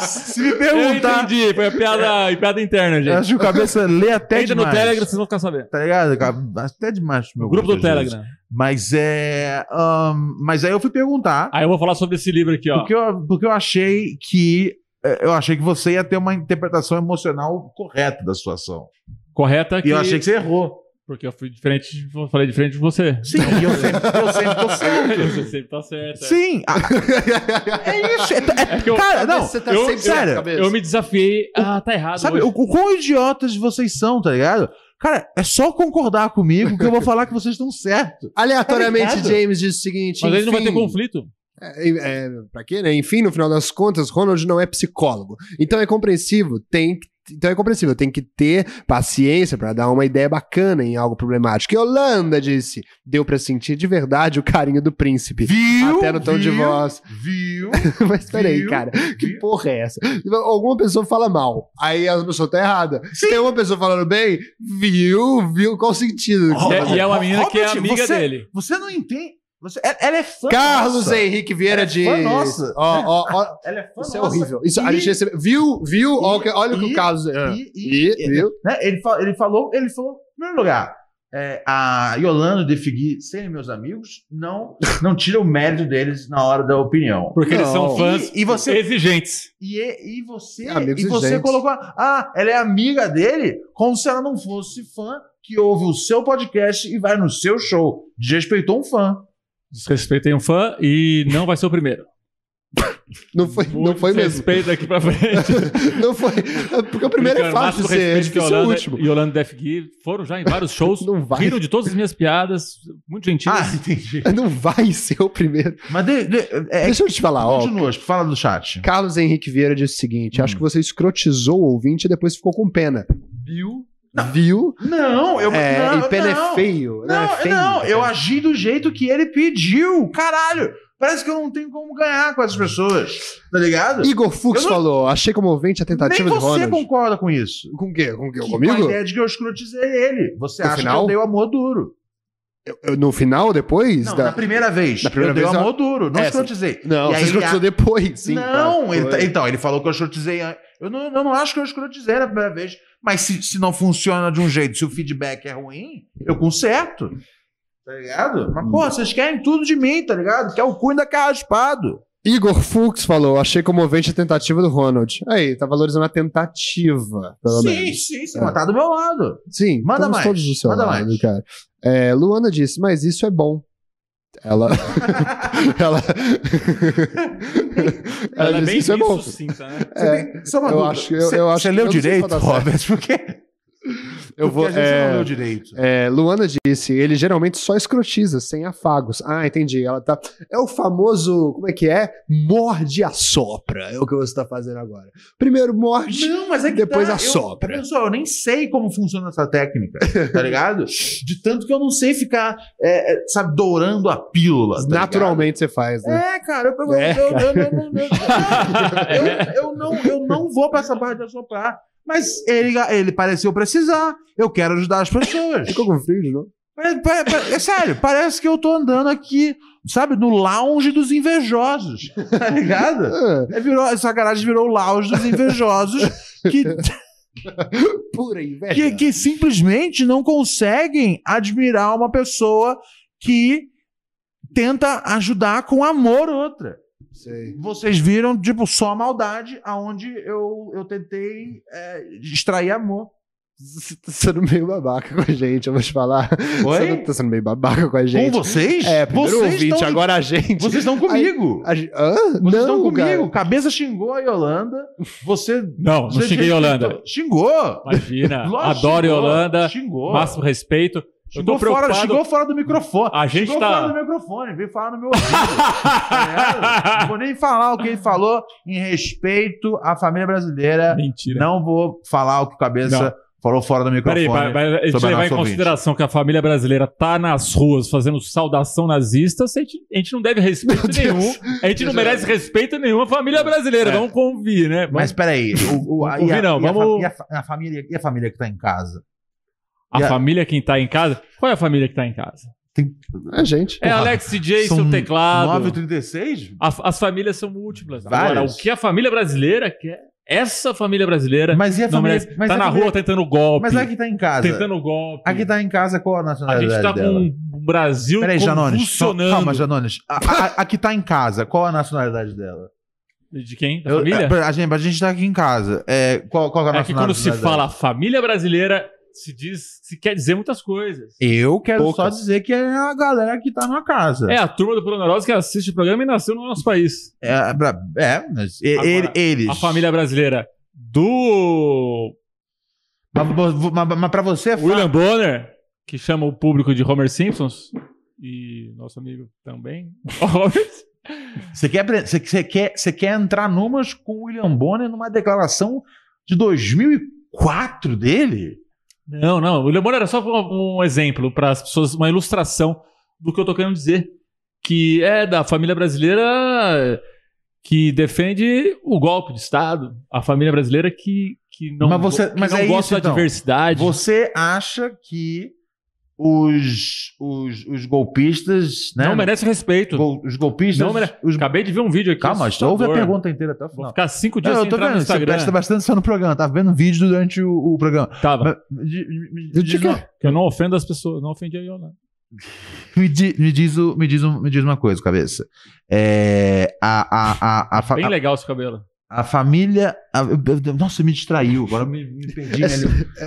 Speaker 1: Se me
Speaker 3: Eu
Speaker 1: perguntar, É.
Speaker 3: entendi, foi a piada, a piada interna,
Speaker 1: eu
Speaker 3: gente.
Speaker 1: acho que o cabeça lê até
Speaker 3: Entra no
Speaker 1: demais.
Speaker 3: Telegram, vocês vão ficar sabendo.
Speaker 1: Tá ligado? cara? Até demais. pro Meu
Speaker 3: Grupo do
Speaker 1: gosto, às vezes.
Speaker 3: Telegram.
Speaker 1: Mas é. ahn, mas aí eu fui perguntar.
Speaker 3: Aí eu vou falar sobre esse livro aqui, ó.
Speaker 1: Porque eu, porque eu achei que. eh, Eu achei que você ia ter uma interpretação emocional correta da situação.
Speaker 3: Correta
Speaker 1: E eu achei que você errou.
Speaker 3: Porque eu fui diferente, de- eu falei diferente de você.
Speaker 1: Sim, e eu sempre, eu sempre tô certo.
Speaker 3: Você sempre tá certo. é.
Speaker 1: Sim. a- É isso. É, é-
Speaker 3: É que eu,
Speaker 1: cara, não.
Speaker 2: Você tá
Speaker 3: eu-
Speaker 2: sempre
Speaker 1: sério,
Speaker 2: com a cabeça.
Speaker 3: eu me desafiei. Ah, tá errado.
Speaker 1: Sabe
Speaker 3: hoje.
Speaker 1: o, o quão idiotas vocês são, tá ligado? Cara, é só concordar comigo que eu vou falar que vocês estão certos.
Speaker 2: Aleatoriamente,
Speaker 1: Tá ligado?
Speaker 2: James diz o seguinte.
Speaker 3: Mas ele não vai ter
Speaker 2: enfim,
Speaker 3: conflito.
Speaker 2: É, é, pra quê, né? Enfim, no final das contas, Ronald não é psicólogo. Então é compreensivo, tem que- Então é compreensível, tem que ter paciência pra dar uma ideia bacana em algo problemático. E Holanda disse: deu pra sentir de verdade o carinho do príncipe.
Speaker 1: Viu?
Speaker 2: Até no tom de voz.
Speaker 1: Viu?
Speaker 2: Mas peraí,
Speaker 1: Viu?
Speaker 2: cara, que
Speaker 1: Viu?
Speaker 2: porra é essa? Alguma pessoa fala mal, aí a pessoa tá errada. Se tem uma pessoa falando bem, viu, viu, qual o sentido?
Speaker 1: Ó,
Speaker 3: E é-
Speaker 1: mas-
Speaker 3: e é uma menina que é
Speaker 1: Robert,
Speaker 3: amiga
Speaker 1: você-
Speaker 3: dele.
Speaker 1: Você não entende. Você, ela ela é fã.
Speaker 2: Carlos
Speaker 1: nossa.
Speaker 2: Henrique Vieira
Speaker 1: É
Speaker 2: de.
Speaker 1: fã nossa.
Speaker 2: Ó, ó, ó,
Speaker 1: Ela é fã
Speaker 2: Isso é
Speaker 1: nossa.
Speaker 2: horrível. Isso, a
Speaker 1: E-
Speaker 2: gente recebe- viu, viu,
Speaker 1: e-
Speaker 2: olha, o que- olha o que
Speaker 1: e-
Speaker 2: o Carlos. é.
Speaker 1: E, e-
Speaker 2: E, viu?
Speaker 1: né, ele, fa- ele falou, ele falou, em primeiro lugar, é, a Yolanda de Figui serem meus amigos não, não tira o mérito deles na hora da opinião.
Speaker 3: Porque eles
Speaker 2: Não.
Speaker 3: são fãs
Speaker 1: E- e você-
Speaker 3: exigentes.
Speaker 1: E, e e você,
Speaker 2: Amigos
Speaker 1: É e você
Speaker 2: exigentes.
Speaker 1: colocou, ah, ela é amiga dele, como se ela não fosse fã que ouve o seu podcast e vai no seu show. Desrespeitou um fã.
Speaker 3: Desrespeitei um fã e não vai ser o primeiro.
Speaker 2: Não foi, não
Speaker 3: Muito
Speaker 2: foi mesmo.
Speaker 3: desrespeito daqui pra frente.
Speaker 2: não foi. é Porque o primeiro é
Speaker 3: Brincando,
Speaker 2: fácil de
Speaker 3: máximo
Speaker 2: ser, é
Speaker 3: respeito que
Speaker 2: difícil o
Speaker 3: Yolanda
Speaker 2: último.
Speaker 3: E Yolanda Def Gui foram já em vários shows.
Speaker 2: Não vai,
Speaker 3: Riram de todas as minhas piadas, muito gentis.
Speaker 1: Ah, entendi.
Speaker 2: não vai ser o primeiro.
Speaker 1: Mas de- de- é,
Speaker 2: Deixa eu te falar, ó.
Speaker 1: continua, fala do chat.
Speaker 2: Carlos Henrique Vieira disse o seguinte:
Speaker 1: Hum.
Speaker 2: acho que você escrotizou o ouvinte e depois ficou com pena. Viu? Viu?
Speaker 1: Não, eu
Speaker 2: É,
Speaker 1: não,
Speaker 2: e pena
Speaker 1: não.
Speaker 2: é feio. né?
Speaker 1: Não,
Speaker 2: É feio,
Speaker 1: não, eu
Speaker 2: cara.
Speaker 1: agi do jeito que ele pediu. Caralho, parece que eu não tenho como ganhar com essas pessoas. Tá ligado?
Speaker 2: Igor Fux
Speaker 1: Eu não-
Speaker 2: falou: achei comovente a
Speaker 1: Nem
Speaker 2: tentativa de
Speaker 1: você
Speaker 2: Ronald.
Speaker 1: concorda com isso.
Speaker 2: Com o quê? Com o quê?
Speaker 1: Que- Com
Speaker 2: Comigo?
Speaker 1: a ideia de que eu escrotizei ele. Você
Speaker 2: No
Speaker 1: acha
Speaker 2: final?
Speaker 1: que eu dei o amor duro.
Speaker 2: Eu- No final, depois?
Speaker 1: Não,
Speaker 2: da-
Speaker 1: na primeira vez.
Speaker 2: Na primeira
Speaker 1: eu dei
Speaker 2: vez,
Speaker 1: o amor duro, não
Speaker 2: É,
Speaker 1: escrotizei. E
Speaker 2: Não, você
Speaker 1: aí ele
Speaker 2: escrotizou
Speaker 1: a-
Speaker 2: depois, sim.
Speaker 1: não,
Speaker 2: tá.
Speaker 1: ele tá-
Speaker 2: Foi.
Speaker 1: então, ele falou que eu escrotizei. an- Eu não, eu não acho que eu escrotizei na primeira vez. Mas se, se não funciona de um jeito, se o feedback é ruim, eu conserto. Tá ligado?
Speaker 2: Hum.
Speaker 1: Mas, pô, vocês querem tudo de mim, tá ligado? Quer o cu ainda carraspado.
Speaker 2: Igor Fux falou: achei comovente a tentativa do Ronald. Aí, tá valorizando a tentativa, pelo
Speaker 1: Sim,
Speaker 2: menos.
Speaker 1: sim, sim.
Speaker 2: É.
Speaker 1: Mas tá do meu lado.
Speaker 2: Sim,
Speaker 1: Manda
Speaker 2: estamos
Speaker 1: mais,
Speaker 2: todos do seu
Speaker 1: manda
Speaker 2: lado,
Speaker 1: mais.
Speaker 2: cara. É, Luana disse, mas isso é bom. Ela. ela. ela,
Speaker 3: Ela é
Speaker 2: disse
Speaker 3: bem
Speaker 2: que isso é bom.
Speaker 3: sucinta, né?
Speaker 1: Você
Speaker 2: É,
Speaker 1: tem- só uma
Speaker 2: eu
Speaker 1: dúvida.
Speaker 2: acho que- eu-
Speaker 1: Você-
Speaker 2: eu acho
Speaker 1: Você
Speaker 2: que-
Speaker 1: leu
Speaker 2: eu não sei
Speaker 1: direito,
Speaker 2: se eu vou dar
Speaker 1: Robert? Porque,
Speaker 2: Eu vou.
Speaker 1: porque a gente não
Speaker 2: É,
Speaker 1: leu direito.
Speaker 2: é, Luana disse, ele geralmente só escrotiza, sem afagos. Ah, entendi. Ela tá. É o famoso. Como é que é? Morde a sopra. É o que você tá fazendo agora. Primeiro morde.
Speaker 1: Não, mas é que
Speaker 2: depois
Speaker 1: tá,
Speaker 2: assopra.
Speaker 1: Eu, pessoal, eu nem sei como funciona essa técnica, tá ligado? De tanto que eu não sei ficar, é, é, sabe, dourando a pílula. tá ligado?
Speaker 2: Naturalmente você faz, né?
Speaker 1: É, cara, eu, eu,
Speaker 2: É,
Speaker 1: eu- eu- eu- eu- eu- eu não, eu não vou pra essa parte de assoprar. Mas ele, ele pareceu precisar. Eu quero ajudar as pessoas.
Speaker 2: Ficou com frio de novo?
Speaker 1: É, pa- pa- é sério, parece que eu tô andando aqui, sabe, no lounge dos invejosos. Tá ligado?
Speaker 2: Ah,
Speaker 1: É, virou, essa garagem virou o lounge dos invejosos que,
Speaker 2: pura inveja.
Speaker 1: É que, que simplesmente não conseguem admirar uma pessoa que tenta ajudar com amor outra.
Speaker 2: Sei.
Speaker 1: Vocês viram, tipo, só maldade, aonde eu, eu tentei é, extrair amor.
Speaker 2: Você tá sendo meio babaca com a gente, eu vou te falar. Você não tá sendo meio babaca com a gente.
Speaker 1: Com vocês?
Speaker 2: É, primeiro
Speaker 1: vocês
Speaker 2: ouvinte,
Speaker 1: estão-
Speaker 2: agora a gente.
Speaker 1: Vocês estão comigo.
Speaker 2: A, gente- Hã?
Speaker 1: Vocês
Speaker 2: não,
Speaker 1: estão
Speaker 2: cara.
Speaker 1: comigo. Cabeça xingou a Yolanda. Você.
Speaker 3: Não, não
Speaker 1: você
Speaker 3: cheguei em
Speaker 1: desrespeitou.
Speaker 3: Holanda.
Speaker 1: Xingou.
Speaker 3: Imagina.
Speaker 1: Lógico,
Speaker 3: Adoro
Speaker 1: xingou.
Speaker 3: Holanda.
Speaker 1: Xingou.
Speaker 3: Máximo respeito. Eu
Speaker 1: Xingou
Speaker 3: tô
Speaker 1: fora,
Speaker 3: preocupado.
Speaker 1: xingou fora do microfone.
Speaker 3: A gente
Speaker 1: xingou
Speaker 3: tá-
Speaker 1: fora do microfone. Veio falar no meu ouvido. Tá ligado? não vou nem falar o que ele falou em respeito à família brasileira.
Speaker 3: Mentira.
Speaker 1: Não vou falar o que o Cabeça
Speaker 3: Não.
Speaker 1: falou fora do
Speaker 3: Peraí,
Speaker 1: microfone.
Speaker 3: vai, vai, a gente
Speaker 1: sobre a
Speaker 3: levar em
Speaker 1: nossa ouvinte.
Speaker 3: consideração que a família brasileira tá nas ruas fazendo saudação nazista, a gente, a gente não deve respeito nenhum. A gente não merece respeito nenhum à família brasileira.
Speaker 1: É.
Speaker 3: Vamos convir, né?
Speaker 1: Mas
Speaker 3: Mas
Speaker 1: peraí, o, o, a,
Speaker 3: Não
Speaker 1: e, a,
Speaker 3: ouvi, não.
Speaker 1: e a
Speaker 3: Vamos-
Speaker 1: fa- e a fa- a família, e a família que tá em casa?
Speaker 3: a
Speaker 1: e a-
Speaker 3: família quem tá em casa. Qual é a família que tá em casa?
Speaker 2: A gente.
Speaker 3: É Alex DJ, seu teclado.
Speaker 1: 9h36?
Speaker 3: A- as famílias são múltiplas. Agora,
Speaker 1: Várias.
Speaker 3: o que a família brasileira quer? Essa família brasileira
Speaker 1: Mas e a
Speaker 3: não
Speaker 1: família?
Speaker 3: merece.
Speaker 1: mas
Speaker 3: tá
Speaker 1: a
Speaker 3: na
Speaker 1: família-
Speaker 3: rua tentando golpe.
Speaker 1: Mas a que tá em casa.
Speaker 3: tentando golpe.
Speaker 1: A que tá em casa, qual a
Speaker 3: A
Speaker 1: nacionalidade
Speaker 3: gente tá
Speaker 1: dela?
Speaker 3: com o Brasil
Speaker 1: Peraí, Janones. só-
Speaker 3: funcionando.
Speaker 1: Calma, Janones. A, a, a que tá em casa, qual a nacionalidade dela?
Speaker 3: De quem? Da
Speaker 1: Eu-
Speaker 3: família?
Speaker 1: é, a, gente, a gente tá aqui em casa. É, qual, qual a
Speaker 3: É
Speaker 1: nacionalidade
Speaker 3: que quando se
Speaker 1: dela?
Speaker 3: fala família brasileira, se diz, se quer dizer muitas coisas.
Speaker 1: Eu quero
Speaker 2: Poucas.
Speaker 1: só dizer que é a galera que tá na casa.
Speaker 3: É a turma do Pronorosa que assiste o programa e nasceu no nosso país.
Speaker 1: É, pra- é, mas e-
Speaker 3: Agora,
Speaker 1: ele- eles.
Speaker 3: A família brasileira do
Speaker 1: Mas, mas- mas pra você é
Speaker 3: William Bonner, que chama o público de Homer Simpsons, e nosso amigo também, Robert.
Speaker 1: Você quer, apre- você, você quer, você quer entrar numas com o William Bonner numa declaração de 2004 dele?
Speaker 3: Não, não. O William Bonner era só um, um exemplo para as pessoas, uma ilustração do que eu tô querendo dizer. Que é da família brasileira que defende o golpe de Estado. A família brasileira que, que não,
Speaker 1: Mas você-
Speaker 3: que
Speaker 1: mas
Speaker 3: não
Speaker 1: é
Speaker 3: gosta
Speaker 1: isso,
Speaker 3: da
Speaker 1: então.
Speaker 3: diversidade.
Speaker 1: Você acha que os, os, os golpistas, né?
Speaker 3: Não merece respeito.
Speaker 1: Gol- os golpistas.
Speaker 3: Não mere-
Speaker 1: os-
Speaker 3: Acabei de ver um vídeo aqui.
Speaker 1: Calma, ouve a
Speaker 3: assustador.
Speaker 1: pergunta inteira até o
Speaker 3: Vou
Speaker 1: final.
Speaker 3: ficar cinco dias
Speaker 1: Não, eu
Speaker 3: sem
Speaker 1: tô
Speaker 3: assim entrar
Speaker 1: vendo,
Speaker 3: no
Speaker 1: você presta
Speaker 3: Instagram.
Speaker 1: bastante atenção no programa, tá vendo vídeo durante o, o programa.
Speaker 3: Tava.
Speaker 1: Mas- me- me- me-
Speaker 2: Do
Speaker 1: diz
Speaker 2: que que
Speaker 1: uma-
Speaker 2: é?
Speaker 3: Que eu não ofendo as pessoas, não ofendi a Yolanda.
Speaker 1: Me, di- me diz, o- me, diz, um- me diz uma coisa, cabeça. É, a, a, a, a, fa- ah.
Speaker 3: Bem
Speaker 1: a-
Speaker 3: legal esse cabelo.
Speaker 1: A família. a- eu- eu- nossa, me distraiu. Agora eu me, me perdi. né?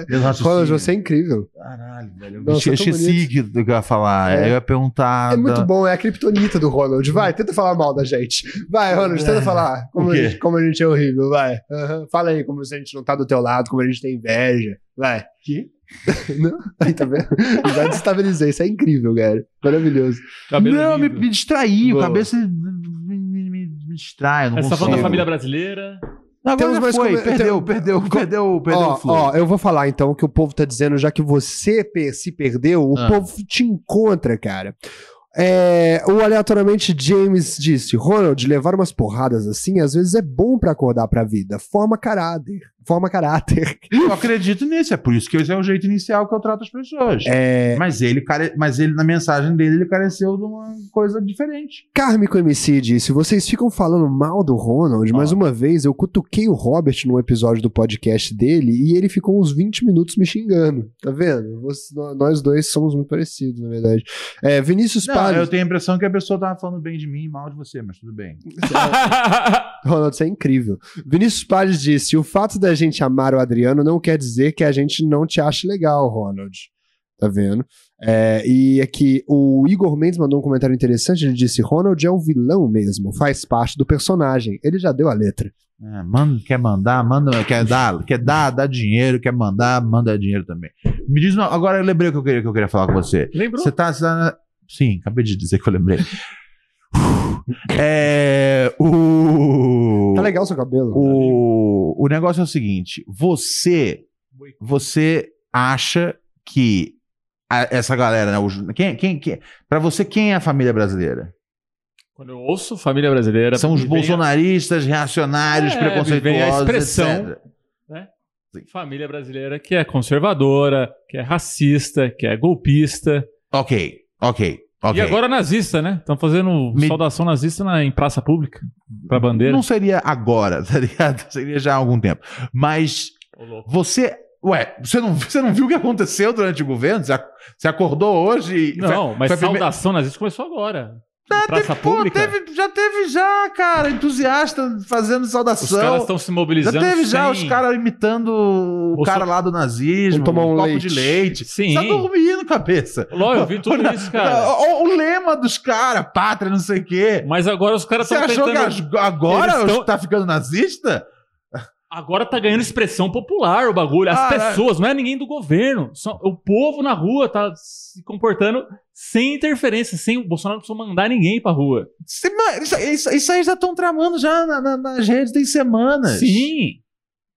Speaker 1: Meu
Speaker 2: Roland,
Speaker 1: raciocínio.
Speaker 2: você é incrível.
Speaker 1: Caralho, velho. Eu
Speaker 2: Nossa,
Speaker 1: esque-
Speaker 2: é tão
Speaker 1: esqueci que que eu ia falar.
Speaker 2: É.
Speaker 1: Eu ia perguntar.
Speaker 2: É muito
Speaker 1: da-
Speaker 2: bom, é a criptonita do Ronald. Vai, tenta falar mal da gente. Vai, Ronald, tenta falar como,
Speaker 1: É. O
Speaker 2: a
Speaker 1: quê?
Speaker 2: gente, como a gente é horrível, vai. Aham. Fala aí como se a gente não tá do teu lado, como a gente tem inveja. Vai.
Speaker 1: Que?
Speaker 2: Não? Aí, tá vendo? Já destabilizei. Isso é incrível, cara. Maravilhoso.
Speaker 3: Cabelo
Speaker 1: não, me,
Speaker 3: lindo.
Speaker 1: me distraí.
Speaker 2: Boa.
Speaker 1: A cabeça me, me, me- me distrai. eu Não
Speaker 3: Essa tá
Speaker 1: consigo.
Speaker 3: falando da família brasileira.
Speaker 1: Não, Agora
Speaker 2: Temos
Speaker 1: já
Speaker 2: mais
Speaker 1: foi.
Speaker 2: come-
Speaker 1: Perdeu, perdeu, perdeu, perdeu
Speaker 2: ó,
Speaker 1: o flow.
Speaker 2: ó, eu vou falar então o que o povo tá dizendo, já que você pe- se perdeu, o
Speaker 1: Ah.
Speaker 2: povo te encontra, cara. É, o aleatoriamente James disse: Ronald, levar umas porradas assim às vezes é bom pra acordar pra vida. Forma caráter. Forma caráter.
Speaker 1: Eu acredito nisso. É por isso que esse é o jeito inicial que eu trato as pessoas.
Speaker 2: É,
Speaker 1: Mas, ele, care- mas ele, na mensagem dele, ele careceu de uma coisa diferente.
Speaker 2: Kármico MC disse: vocês ficam falando mal do Ronald, mas uma vez eu cutuquei o Robert num episódio do podcast dele e ele ficou uns 20 minutos me xingando. Tá vendo? Você- no- nós dois somos muito parecidos, na verdade. É, Vinícius
Speaker 1: Não,
Speaker 2: Paz.
Speaker 1: eu tenho a impressão que a pessoa tava falando bem de mim e mal de você, mas tudo bem.
Speaker 2: Ronaldo, isso é incrível. Vinícius Paz disse: o fato da gente amar o Adriano não quer dizer que a gente não te ache legal, Ronald. Tá vendo? É, e aqui, o Igor Mendes mandou um comentário interessante. Ele disse: Ronald é um vilão mesmo, faz parte do personagem. Ele já deu a letra.
Speaker 1: É, manda, quer mandar, manda, quer dar, quer dar, dá dinheiro, quer mandar, manda dinheiro também. Me diz uma, agora eu lembrei o que eu queria, que eu queria falar com você.
Speaker 3: Lembrou?
Speaker 1: Você tá, você tá na- sim, acabei de dizer que eu lembrei. É, o,
Speaker 2: Tá legal o seu cabelo.
Speaker 1: o o negócio é o seguinte, você você acha que a- essa galera, né, os- quem, quem, quem para você quem é a família brasileira?
Speaker 3: Quando eu ouço família brasileira.
Speaker 1: São os
Speaker 3: me vem a-
Speaker 1: bolsonaristas, reacionários,
Speaker 3: É, vem a
Speaker 1: preconceituosos,
Speaker 3: expressão.
Speaker 1: etc.
Speaker 3: Família brasileira que é conservadora, que é racista, que é golpista,
Speaker 1: Ok, ok, ok.
Speaker 3: E agora nazista, né? Estão fazendo
Speaker 1: Me-
Speaker 3: saudação nazista na, em praça pública, pra bandeira.
Speaker 1: Não seria agora, tá ligado? Seria já há algum tempo. Mas você. Ué, você não, você não viu o que aconteceu durante o governo? Você ac- Você acordou hoje e.
Speaker 3: Não, mas
Speaker 1: foi a primeira-
Speaker 3: saudação nazista começou agora.
Speaker 1: Ah,
Speaker 3: Em praça
Speaker 1: teve- pô,
Speaker 3: pública.
Speaker 1: teve- já teve já, cara, entusiasta fazendo
Speaker 3: Os caras
Speaker 1: saudação.
Speaker 3: estão se
Speaker 1: Já
Speaker 3: mobilizando.
Speaker 1: teve já
Speaker 3: sem-
Speaker 1: os caras imitando o
Speaker 3: Bolso-
Speaker 1: cara lá do nazismo,
Speaker 2: Vamos tomar um
Speaker 1: copo
Speaker 2: leite.
Speaker 1: de leite.
Speaker 3: Sim.
Speaker 1: Tá dormindo, cabeça.
Speaker 3: Lógico, eu vi tudo isso, cara.
Speaker 1: O, o lema dos caras, pátria, não sei o quê.
Speaker 3: Mas agora os caras
Speaker 1: Você
Speaker 3: estão
Speaker 1: achou
Speaker 3: tentando.
Speaker 1: que as- agora
Speaker 3: Eles tão-
Speaker 1: tá ficando nazista?
Speaker 3: Agora tá ganhando expressão popular o bagulho. As
Speaker 1: Ah,
Speaker 3: pessoas, não é ninguém do governo. só o povo na rua tá se comportando sem interferência, sem o Bolsonaro não precisa mandar ninguém pra rua.
Speaker 1: Cê- mano, Isso, isso- isso aí já estão tramando já na- na- nas redes tem semanas.
Speaker 3: Sim.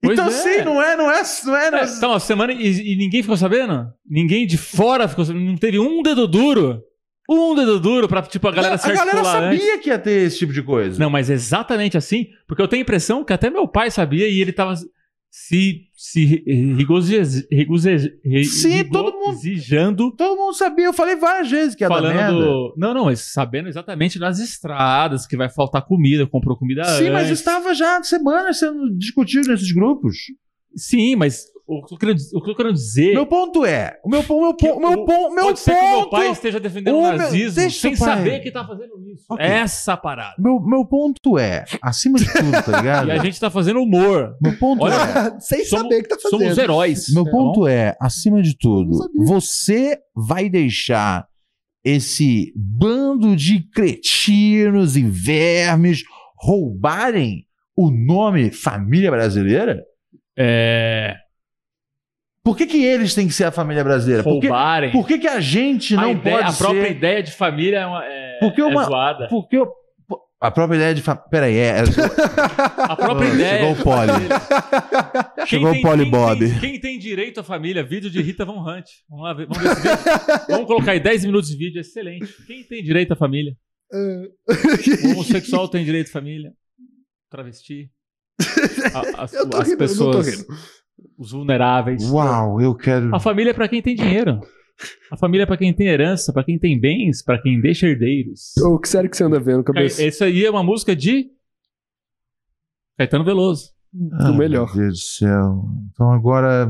Speaker 3: Pois
Speaker 1: Então,
Speaker 3: é.
Speaker 1: sim, não é, não é. Não é, não
Speaker 3: É, Então, a semana. E, e ninguém ficou sabendo? Ninguém de fora ficou sabendo. Não teve um dedo duro. Um dedo duro pra, tipo, a galera
Speaker 1: a
Speaker 3: se
Speaker 1: galera
Speaker 3: articular antes.
Speaker 1: sabia que ia ter esse tipo de coisa.
Speaker 3: Não, mas exatamente assim, porque eu tenho a impressão que até meu pai sabia e ele tava se, se ri- rigozije- rigozije- ri-
Speaker 1: Sim,
Speaker 3: rigo-
Speaker 1: todo mundo-
Speaker 3: exijando,
Speaker 1: Todo mundo sabia, eu falei várias vezes que ia dar merda.
Speaker 3: falando do... Não, não, mas sabendo exatamente nas estradas que vai faltar comida, comprou comida
Speaker 1: Sim, mas
Speaker 3: antes.
Speaker 1: estava já semanas sendo discutido nesses grupos.
Speaker 3: Sim, mas o que eu quero, diz- o que eu quero dizer...
Speaker 1: Meu ponto é, o meu ponto, meu
Speaker 3: Que
Speaker 1: ponto, meu
Speaker 3: o-
Speaker 1: ponto, meu
Speaker 3: Pode ser que o meu
Speaker 1: ponto,
Speaker 3: pai esteja defendendo o
Speaker 1: o meu-
Speaker 3: nazismo
Speaker 1: deixa
Speaker 3: sem
Speaker 1: o pai.
Speaker 3: saber que tá fazendo isso.
Speaker 1: Ok.
Speaker 3: Essa parada.
Speaker 1: meu, meu ponto é, acima de tudo, tá ligado?
Speaker 3: E a gente tá fazendo humor.
Speaker 1: Meu ponto
Speaker 3: Olha,
Speaker 1: é,
Speaker 2: Sem
Speaker 3: Somos-
Speaker 2: saber o que tá fazendo.
Speaker 3: Somos heróis.
Speaker 1: meu
Speaker 3: tá
Speaker 1: ponto é, acima de
Speaker 2: Eu
Speaker 1: tudo,
Speaker 2: não sabia.
Speaker 1: você vai deixar esse bando de cretinos e vermes roubarem o nome família brasileira?
Speaker 3: É,
Speaker 1: Por que, que eles têm que ser a família brasileira? Por que,
Speaker 3: roubarem.
Speaker 1: por que, que a gente
Speaker 3: a,
Speaker 1: É não
Speaker 3: ideia-
Speaker 1: pode
Speaker 3: a própria
Speaker 1: ser...
Speaker 3: ideia de família é, uma, é,
Speaker 1: Porque
Speaker 3: é
Speaker 1: uma-
Speaker 3: zoada.
Speaker 1: Porque eu- pô, a própria ideia de... fa- Peraí, é...
Speaker 3: A própria
Speaker 1: Ah,
Speaker 3: ideia.
Speaker 1: Chegou o Poli.
Speaker 3: Quem
Speaker 1: chegou
Speaker 3: tem-
Speaker 1: o Poli
Speaker 3: quem
Speaker 1: Bob.
Speaker 3: tem- Quem tem direito à família? Vídeo de Rita Von Hunt. Vamos lá ver. Vamos, ver esse vídeo. Vamos colocar aí 10 minutos de vídeo. Excelente. Quem tem direito à família?
Speaker 2: É.
Speaker 3: O homossexual tem direito à família. Travesti. A- as,
Speaker 2: Eu tô
Speaker 3: as
Speaker 2: rindo, eu não tô
Speaker 3: pessoas.
Speaker 2: rindo.
Speaker 3: Os vulneráveis.
Speaker 1: Uau, eu quero.
Speaker 3: A família é pra quem tem dinheiro. A família é pra quem tem herança, pra quem tem bens, pra quem deixa herdeiros.
Speaker 2: O que sério que você anda vendo, cabeça?
Speaker 3: Isso aí é uma música de Caetano Veloso.
Speaker 1: Ah,
Speaker 2: melhor.
Speaker 1: Meu Deus do céu. Então agora.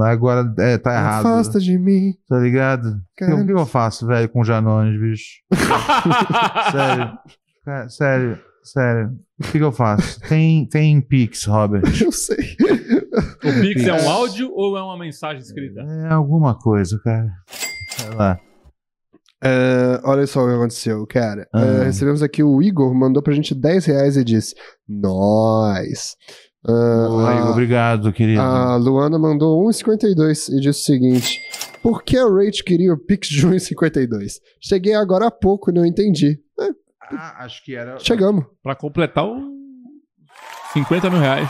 Speaker 1: Agora é, tá errado.
Speaker 2: Afasta de mim.
Speaker 1: Tá ligado? O que,
Speaker 2: Cara,
Speaker 1: o que eu faço, velho, com Janones, bicho? Sério. Cara, sério. Sério. O que, que eu faço? Tem, tem Pix, Robert.
Speaker 2: eu sei.
Speaker 3: O Pix é um áudio ou é uma mensagem escrita?
Speaker 1: É alguma coisa, cara. Sei lá.
Speaker 2: É, olha só o que aconteceu, cara. É,
Speaker 1: Ah.
Speaker 2: recebemos aqui o Igor, mandou pra gente 10 reais e disse: Nós. Ah,
Speaker 1: Oi,
Speaker 2: a-
Speaker 1: obrigado, querido.
Speaker 2: a Luana mandou 1,52 e disse o seguinte: Por que a Rach queria o Pix de 1,52? Cheguei agora há pouco e não entendi.
Speaker 1: Ah, acho que era.
Speaker 2: Chegamos.
Speaker 3: Pra completar o 50 mil reais.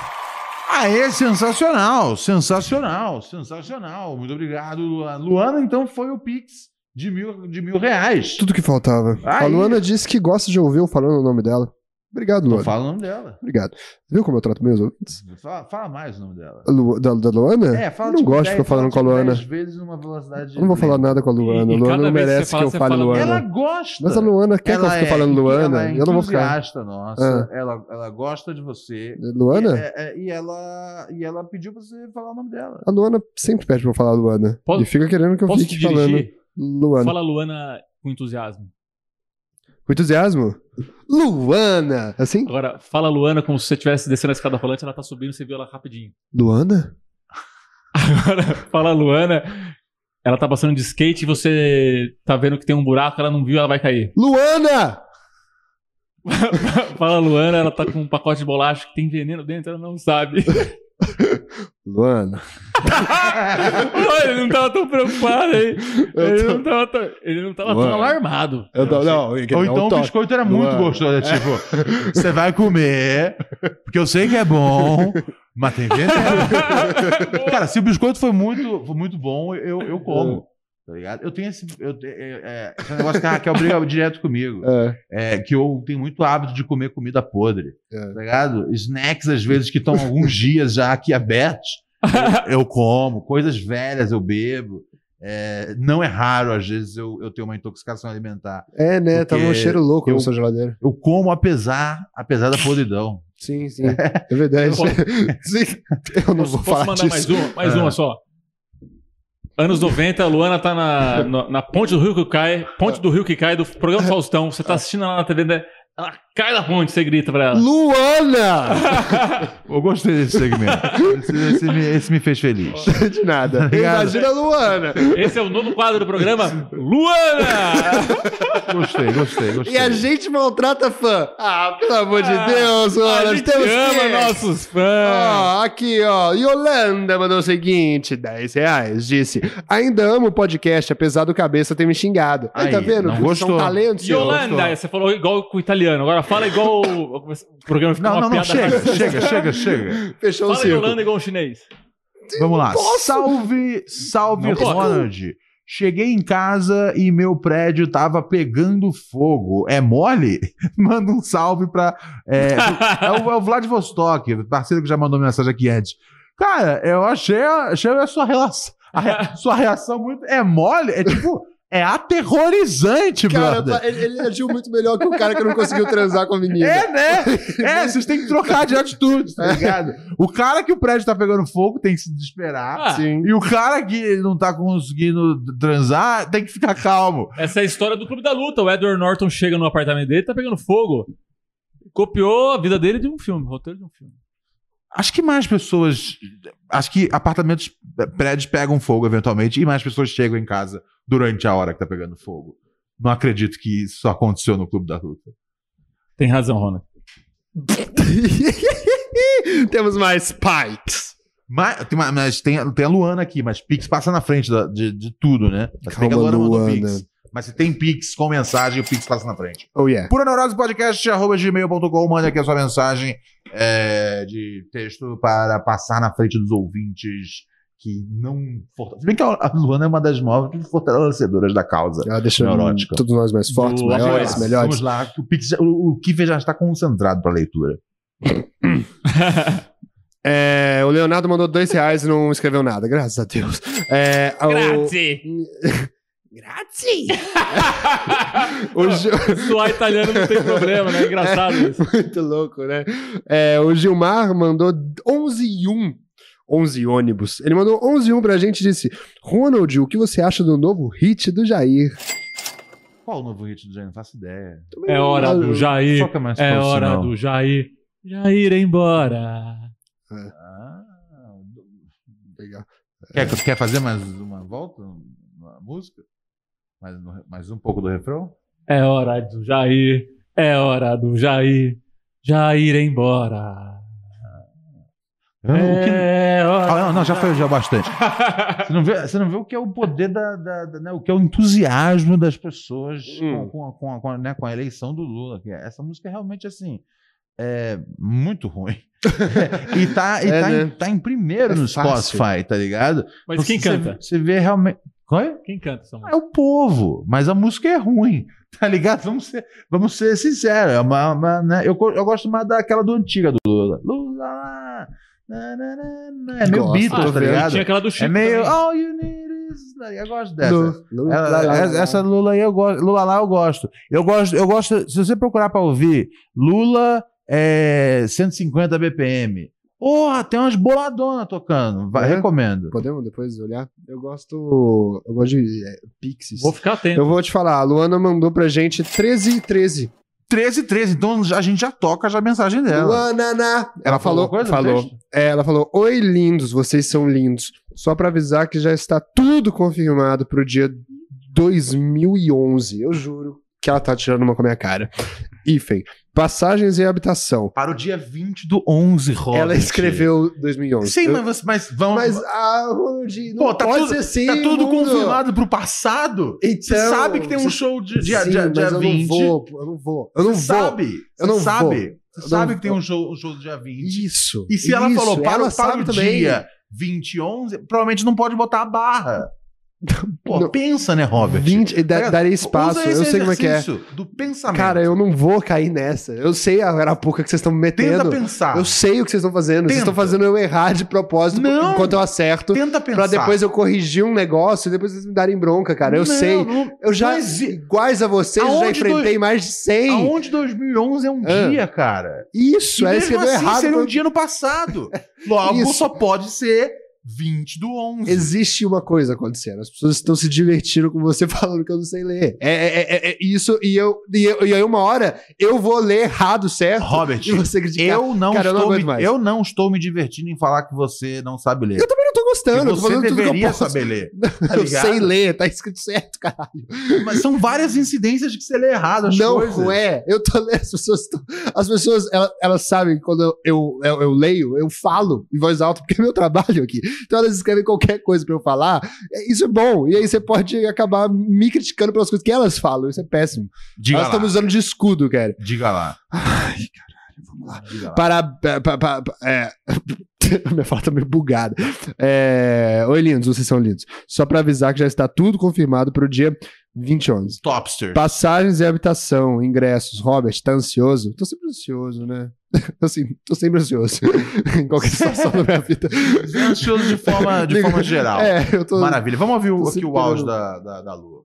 Speaker 1: Ah, é sensacional, sensacional, sensacional. Muito obrigado, Luana. Luana, então, foi o Pix de mil, de mil reais.
Speaker 2: Tudo que faltava. A
Speaker 1: Aí.
Speaker 2: Luana disse que gosta de ouvir eu falando o nome dela. Obrigado,
Speaker 1: Não
Speaker 2: Luana.
Speaker 1: fala o nome dela.
Speaker 2: Obrigado. Viu como eu trato meus ouvintes?
Speaker 1: Fala, fala mais o nome dela.
Speaker 2: A Lu- da, da Luana?
Speaker 3: É,
Speaker 2: eu É, não
Speaker 1: tipo,
Speaker 2: gosto de
Speaker 1: dez-
Speaker 2: ficar falando com a
Speaker 1: fala, tipo,
Speaker 2: Luana.
Speaker 1: dez vezes numa velocidade
Speaker 2: Eu não vou falar
Speaker 1: lenta.
Speaker 2: nada com a Luana.
Speaker 3: E- e
Speaker 2: Luana
Speaker 3: cada
Speaker 2: não
Speaker 3: vez que
Speaker 2: merece
Speaker 3: você
Speaker 2: que,
Speaker 3: fala,
Speaker 2: eu
Speaker 3: você
Speaker 2: fale
Speaker 3: fala
Speaker 2: Luana.
Speaker 1: Ela gosta.
Speaker 2: Mas a Luana quer que eu fique falando Luana.
Speaker 1: ela é
Speaker 2: eu não vou ficar. Ah.
Speaker 1: entusiasta nossa. Ela, ela gosta de você.
Speaker 2: Luana?
Speaker 1: E, é- é- e ela, e ela pediu pra você falar o nome dela.
Speaker 2: A Luana sempre pede pra eu falar Luana.
Speaker 3: Posso-
Speaker 2: e fica querendo que eu
Speaker 3: Posso te
Speaker 2: fique falando
Speaker 3: dirigir?
Speaker 2: Luana.
Speaker 3: Fala Luana com entusiasmo.
Speaker 2: Com entusiasmo? Luana! Assim?
Speaker 3: Agora, fala Luana como se você estivesse descendo a escada rolante, ela tá subindo, você viu ela rapidinho.
Speaker 2: Luana?
Speaker 3: Fala Luana, ela tá passando de skate e você tá vendo que tem um buraco, ela não viu, ela vai cair.
Speaker 2: Luana!
Speaker 3: Fala Luana, ela tá com um pacote de bolacha que tem veneno dentro, ela não sabe.
Speaker 2: Luana.
Speaker 3: Olha, ele não tava tão preocupado, hein? Ele não tava tão, ele não tava tão
Speaker 2: Ué.
Speaker 3: alarmado.
Speaker 2: Eu tô, não, eu queria
Speaker 1: Ou
Speaker 2: dar um
Speaker 1: então o
Speaker 2: toque.
Speaker 1: biscoito era muito
Speaker 2: Luana.
Speaker 1: gostoso. É tipo, você vai comer, porque eu sei que é bom, mas tem veneno. Cara, se o biscoito foi muito, foi muito bom, eu, eu
Speaker 2: É.
Speaker 1: como. Tá ligado? Eu tenho esse, eu, te- é, é, esse negócio que a Raquel briga direto comigo.
Speaker 2: É.
Speaker 1: É, que eu tenho muito hábito de comer comida podre.
Speaker 2: É.
Speaker 1: Tá ligado? Snacks, às vezes, que estão alguns dias já aqui abertos. Eu, eu como, coisas velhas eu bebo. É, não é raro, às vezes, eu, eu ter uma intoxicação alimentar.
Speaker 2: É, né?
Speaker 1: Porque
Speaker 2: Tava um cheiro louco
Speaker 1: eu-
Speaker 2: na sua geladeira.
Speaker 1: Eu como apesar, apesar da podridão.
Speaker 2: Sim, sim. É verdade.
Speaker 3: Posso-
Speaker 2: Sim, eu não vou
Speaker 3: Posso,
Speaker 2: falar
Speaker 3: mandar
Speaker 2: disso.
Speaker 3: mais uma? Mais
Speaker 1: É.
Speaker 3: uma só. Anos 90, a Luana tá na, na, na ponte do rio que cai, ponte do rio que cai, do programa Faustão. Você tá assistindo ela na TV, né? ela cai da ponte, você grita pra ela.
Speaker 2: Luana!
Speaker 1: Eu gostei desse segmento. esse, esse me, esse me fez feliz.
Speaker 2: De nada.
Speaker 1: Obrigado.
Speaker 2: Imagina a Luana.
Speaker 3: Esse é o novo quadro do programa, Luana!
Speaker 1: Gostei, gostei, gostei.
Speaker 2: E a gente maltrata fã. Ah, pelo amor de
Speaker 3: Ah,
Speaker 2: Deus,
Speaker 3: a
Speaker 2: Luana.
Speaker 3: gente
Speaker 2: temos Ah,
Speaker 3: ama
Speaker 2: que...
Speaker 3: nossos fãs.
Speaker 2: Ó, aqui, ó. Yolanda mandou o seguinte: 10 reais. Disse: Ainda amo o podcast, apesar do cabeça ter me xingado. Aí,
Speaker 1: Aí,
Speaker 2: tá vendo?
Speaker 1: não
Speaker 2: São
Speaker 1: gostou.
Speaker 2: talentos,
Speaker 3: Yolanda, você falou igual com o italiano. Agora fala igual o, o programa ficou
Speaker 1: Não, não,
Speaker 3: uma
Speaker 1: não,
Speaker 3: piada
Speaker 1: chega,
Speaker 3: racista.
Speaker 1: chega, chega, chega.
Speaker 2: Fechou o
Speaker 3: Fala
Speaker 2: círculo.
Speaker 3: Yolanda igual o chinês.
Speaker 1: Vamos lá.
Speaker 2: Posso?
Speaker 1: Salve, salve,
Speaker 3: Não posso.
Speaker 1: Ronald. Cheguei em casa e meu prédio tava pegando fogo. É mole? Manda um salve pra. É, é, o, é o Vladivostok, parceiro que já mandou mensagem aqui antes. Cara, eu achei, a- achei a sua relação. a rea- sua reação muito. É mole? É tipo. É aterrorizante,
Speaker 2: Cara,
Speaker 1: brother.
Speaker 2: ele, ele agiu muito melhor que o cara que não conseguiu transar com a menina.
Speaker 1: É, né? É, vocês têm que trocar de atitude, tá ligado? O cara que o prédio tá pegando fogo tem que se desesperar.
Speaker 3: Ah,
Speaker 2: Sim.
Speaker 1: E o cara que não tá conseguindo transar tem que ficar calmo.
Speaker 3: Essa é a história do Clube da Luta. O Edward Norton chega no apartamento dele, tá pegando fogo. Copiou a vida dele de um filme, roteiro de um filme.
Speaker 1: Acho que mais pessoas. Acho que apartamentos, prédios pegam fogo eventualmente e mais pessoas chegam em casa durante a hora que tá pegando fogo. Não acredito que isso só aconteceu no Clube da Luta.
Speaker 3: Tem razão, Ronald.
Speaker 2: Temos mais spikes.
Speaker 1: Mas, tem, uma- mas tem, a- tem a Luana aqui, mas Pix passa na frente da- de, de tudo, né? Mas tem
Speaker 2: Calma,
Speaker 1: que a Luana mandou
Speaker 2: Luana.
Speaker 1: Pix. Mas se tem Pix com mensagem, o Pix passa na frente.
Speaker 2: Oh, yeah.
Speaker 1: Pura Neurose Podcast, arroba gmail.com, mande aqui a sua mensagem é, de texto para passar na frente dos ouvintes que não fortalecem. Se bem que a Luana é uma das maiores fortalecedoras da causa.
Speaker 2: Ela deixa
Speaker 1: Neurótica.
Speaker 2: todos nós mais fortes,
Speaker 3: Do
Speaker 2: maiores,
Speaker 3: apoio.
Speaker 2: melhores.
Speaker 1: Vamos lá, que o, Pix já- o, o Kiffer já está concentrado para a leitura.
Speaker 2: É, o Leonardo mandou dois reais e não escreveu nada, graças a Deus. É, o- Grazie. o, Gil-
Speaker 3: Suar italiano não tem problema, né? Engraçado isso.
Speaker 2: Muito louco, né? É, o Gilmar mandou 11 e 1. 11 ônibus. Ele mandou 11 e 1 pra gente e disse: Ronald, o que você acha do novo hit do Jair?
Speaker 1: Qual o novo hit do Jair? Não faço ideia.
Speaker 3: É hora do Jair.
Speaker 1: Foca mais
Speaker 3: É
Speaker 1: profissional.
Speaker 3: hora do Jair. Jair embora.
Speaker 1: Ah,
Speaker 2: Legal.
Speaker 1: quer, quer fazer mais uma volta na música? Mais, um- mais um pouco do refrão?
Speaker 3: É hora do Jair. É hora do Jair. Jair embora.
Speaker 1: Eu não- o que-
Speaker 3: É hora.
Speaker 1: Ah, não, não, já foi já bastante. Você não vê, você não vê o que é o poder da, da- da- né, o que é o entusiasmo das pessoas
Speaker 2: Hum.
Speaker 1: com, com a- com a- com a, né, com a eleição do Lula. que Essa música é realmente assim é muito ruim. e tá, e
Speaker 2: É,
Speaker 1: tá, em-
Speaker 2: né?
Speaker 1: tá em primeiro
Speaker 2: É
Speaker 1: no
Speaker 2: fácil.
Speaker 1: Spotify, tá ligado?
Speaker 3: Mas quem
Speaker 1: Então, você-
Speaker 3: canta?
Speaker 1: Você vê realmente. Qual é?
Speaker 3: Quem canta essa música?
Speaker 1: É o povo, mas a música é ruim, tá ligado? Vamos ser, vamos ser sinceros. É uma, uma, né? eu, co- eu gosto mais daquela do antiga do Lula. Lula! na, na, na, na. É meio
Speaker 2: Gosto, Ah,
Speaker 1: Beatles,
Speaker 2: tô
Speaker 1: tá
Speaker 2: vendo.
Speaker 1: ligado?
Speaker 3: Tinha aquela do Chico.
Speaker 1: É meio.
Speaker 3: também.
Speaker 1: All you need is. Eu gosto dessa.
Speaker 2: Do- do-
Speaker 1: Ela-
Speaker 2: lá, lá,
Speaker 1: essa,
Speaker 2: lá.
Speaker 1: essa Lula aí eu gosto. Lula lá eu gosto. Eu gosto, eu gosto. Se você procurar pra ouvir, Lula é 150 BPM. Porra, tem umas boladonas tocando. Vai,
Speaker 2: É?
Speaker 1: Recomendo.
Speaker 2: Podemos depois olhar? Eu gosto. Eu gosto de é,
Speaker 1: Ah,
Speaker 2: Pixies.
Speaker 3: Vou ficar atento.
Speaker 2: Eu vou te falar, a Luana mandou pra gente 13 e 13.
Speaker 1: 13 13, então já- a gente já toca já a mensagem dela.
Speaker 2: Luana! na- Ela, falou.
Speaker 1: alguma coisa no
Speaker 2: falou.
Speaker 1: texto?
Speaker 2: É, ela falou: Oi, lindos, vocês são lindos. Só pra avisar que já está tudo confirmado pro dia 2011. Eu juro que ela tá tirando uma com a minha cara. Hífen, passagens e habitação.
Speaker 1: Para o dia 20 do 11, Robert.
Speaker 2: Ela escreveu 2011.
Speaker 1: Sim,
Speaker 2: Eu-
Speaker 1: mas, você- mas vamos.
Speaker 2: Mas, ah, Ronald, não
Speaker 1: Pô, tá
Speaker 2: pode
Speaker 1: tudo-
Speaker 2: ser assim.
Speaker 1: tá tudo
Speaker 2: mundo.
Speaker 1: confirmado pro passado?
Speaker 2: Então,
Speaker 1: Você sabe que tem um
Speaker 2: você-
Speaker 1: show de dia,
Speaker 2: Sim,
Speaker 1: dia, dia
Speaker 2: mas
Speaker 1: 20.
Speaker 2: Eu não vou, eu não vou. Eu não
Speaker 1: Você
Speaker 2: vou.
Speaker 1: sabe.
Speaker 2: Eu não
Speaker 1: Você sabe.
Speaker 2: vou.
Speaker 1: Você
Speaker 2: Eu não
Speaker 1: sabe que tem
Speaker 2: vou.
Speaker 1: um show, um show do dia 20.
Speaker 2: Isso.
Speaker 1: E se ela
Speaker 2: isso,
Speaker 1: falou para,
Speaker 2: ela
Speaker 1: o- para
Speaker 2: sabe
Speaker 1: o
Speaker 2: também.
Speaker 1: dia 20, 11, provavelmente não pode botar a barra. Pô,
Speaker 2: Não.
Speaker 1: pensa, né, Robert?
Speaker 2: 20, da, daria espaço,
Speaker 1: Usa esse
Speaker 2: eu sei como é que é.
Speaker 1: exercício Do pensamento.
Speaker 2: Cara, eu não vou cair nessa. Eu sei a arapuca que vocês estão me
Speaker 1: Tenta
Speaker 2: metendo.
Speaker 1: pensar.
Speaker 2: Eu sei o que vocês estão fazendo. Vocês
Speaker 1: Tenta.
Speaker 2: estão fazendo eu errar de propósito
Speaker 1: Não.
Speaker 2: enquanto eu acerto.
Speaker 1: Tenta pensar.
Speaker 2: Pra depois eu corrigir um negócio e depois vocês me darem bronca, cara. Eu
Speaker 1: Não,
Speaker 2: sei.
Speaker 1: não-
Speaker 2: Eu já,
Speaker 1: Mas e-
Speaker 2: iguais a vocês, eu já
Speaker 1: Aonde
Speaker 2: enfrentei mais de 100.
Speaker 1: Aonde 2011 é um
Speaker 2: Ah.
Speaker 1: dia, cara?
Speaker 2: Isso,
Speaker 1: e
Speaker 2: é isso que
Speaker 1: mesmo
Speaker 2: eu deu
Speaker 1: assim
Speaker 2: errado.
Speaker 1: seria um
Speaker 2: foi-
Speaker 1: dia no passado. Logo,
Speaker 2: Isso.
Speaker 1: só pode ser 20 do 11.
Speaker 2: Existe uma coisa acontecendo. As pessoas estão se divertindo com você falando que eu não sei ler. É, é- é- é isso, e eu, e eu- e aí uma hora eu vou ler errado, certo?
Speaker 1: Robert,
Speaker 2: e você criticar. Eu,
Speaker 1: Eu não,
Speaker 2: Cara, eu não
Speaker 1: estou
Speaker 2: aguento
Speaker 1: me,
Speaker 2: mais.
Speaker 1: eu não estou me divertindo em falar que você não sabe ler.
Speaker 2: também não tô
Speaker 1: Que
Speaker 2: gostando, eu tô
Speaker 1: você
Speaker 2: falando tudo que eu
Speaker 1: deveria
Speaker 2: posso.
Speaker 1: saber ler. tá
Speaker 2: eu
Speaker 1: ligado?
Speaker 2: sei ler, tá escrito certo, cara.
Speaker 1: Mas são várias incidências de que você lê errado as
Speaker 2: não
Speaker 1: coisas.
Speaker 2: é. Eu tô lendo, as pessoas tão- As pessoas, ela- elas, sabem quando eu, eu, eu, eu leio, eu falo em voz alta, porque é meu trabalho aqui. Então elas escrevem qualquer coisa pra eu falar. É- Isso é bom. E aí você pode acabar me criticando pelas coisas que elas falam. Isso é péssimo.
Speaker 1: Diga lá,
Speaker 2: elas estão me usando de escudo, cara.
Speaker 1: diga lá.
Speaker 2: Vamos lá.
Speaker 1: Diga lá.
Speaker 2: Para. pa- pa- pa- pa- é. Minha fala tá meio bugada. É... Oi, lindos, vocês são lindos. Só pra avisar que já está tudo confirmado pro dia 20 11.
Speaker 1: Topster.
Speaker 2: Passagens e habitação, ingressos. Robert, tá ansioso? Tô sempre ansioso, né? Assim, tô sempre ansioso. em qualquer situação da minha vida.
Speaker 1: É ansioso de forma, de forma geral.
Speaker 2: É, eu tô.
Speaker 1: Maravilha. Vamos ouvir o-
Speaker 2: tô
Speaker 1: aqui
Speaker 2: sempre
Speaker 1: o áudio
Speaker 2: querendo-
Speaker 1: da, da, da Lua.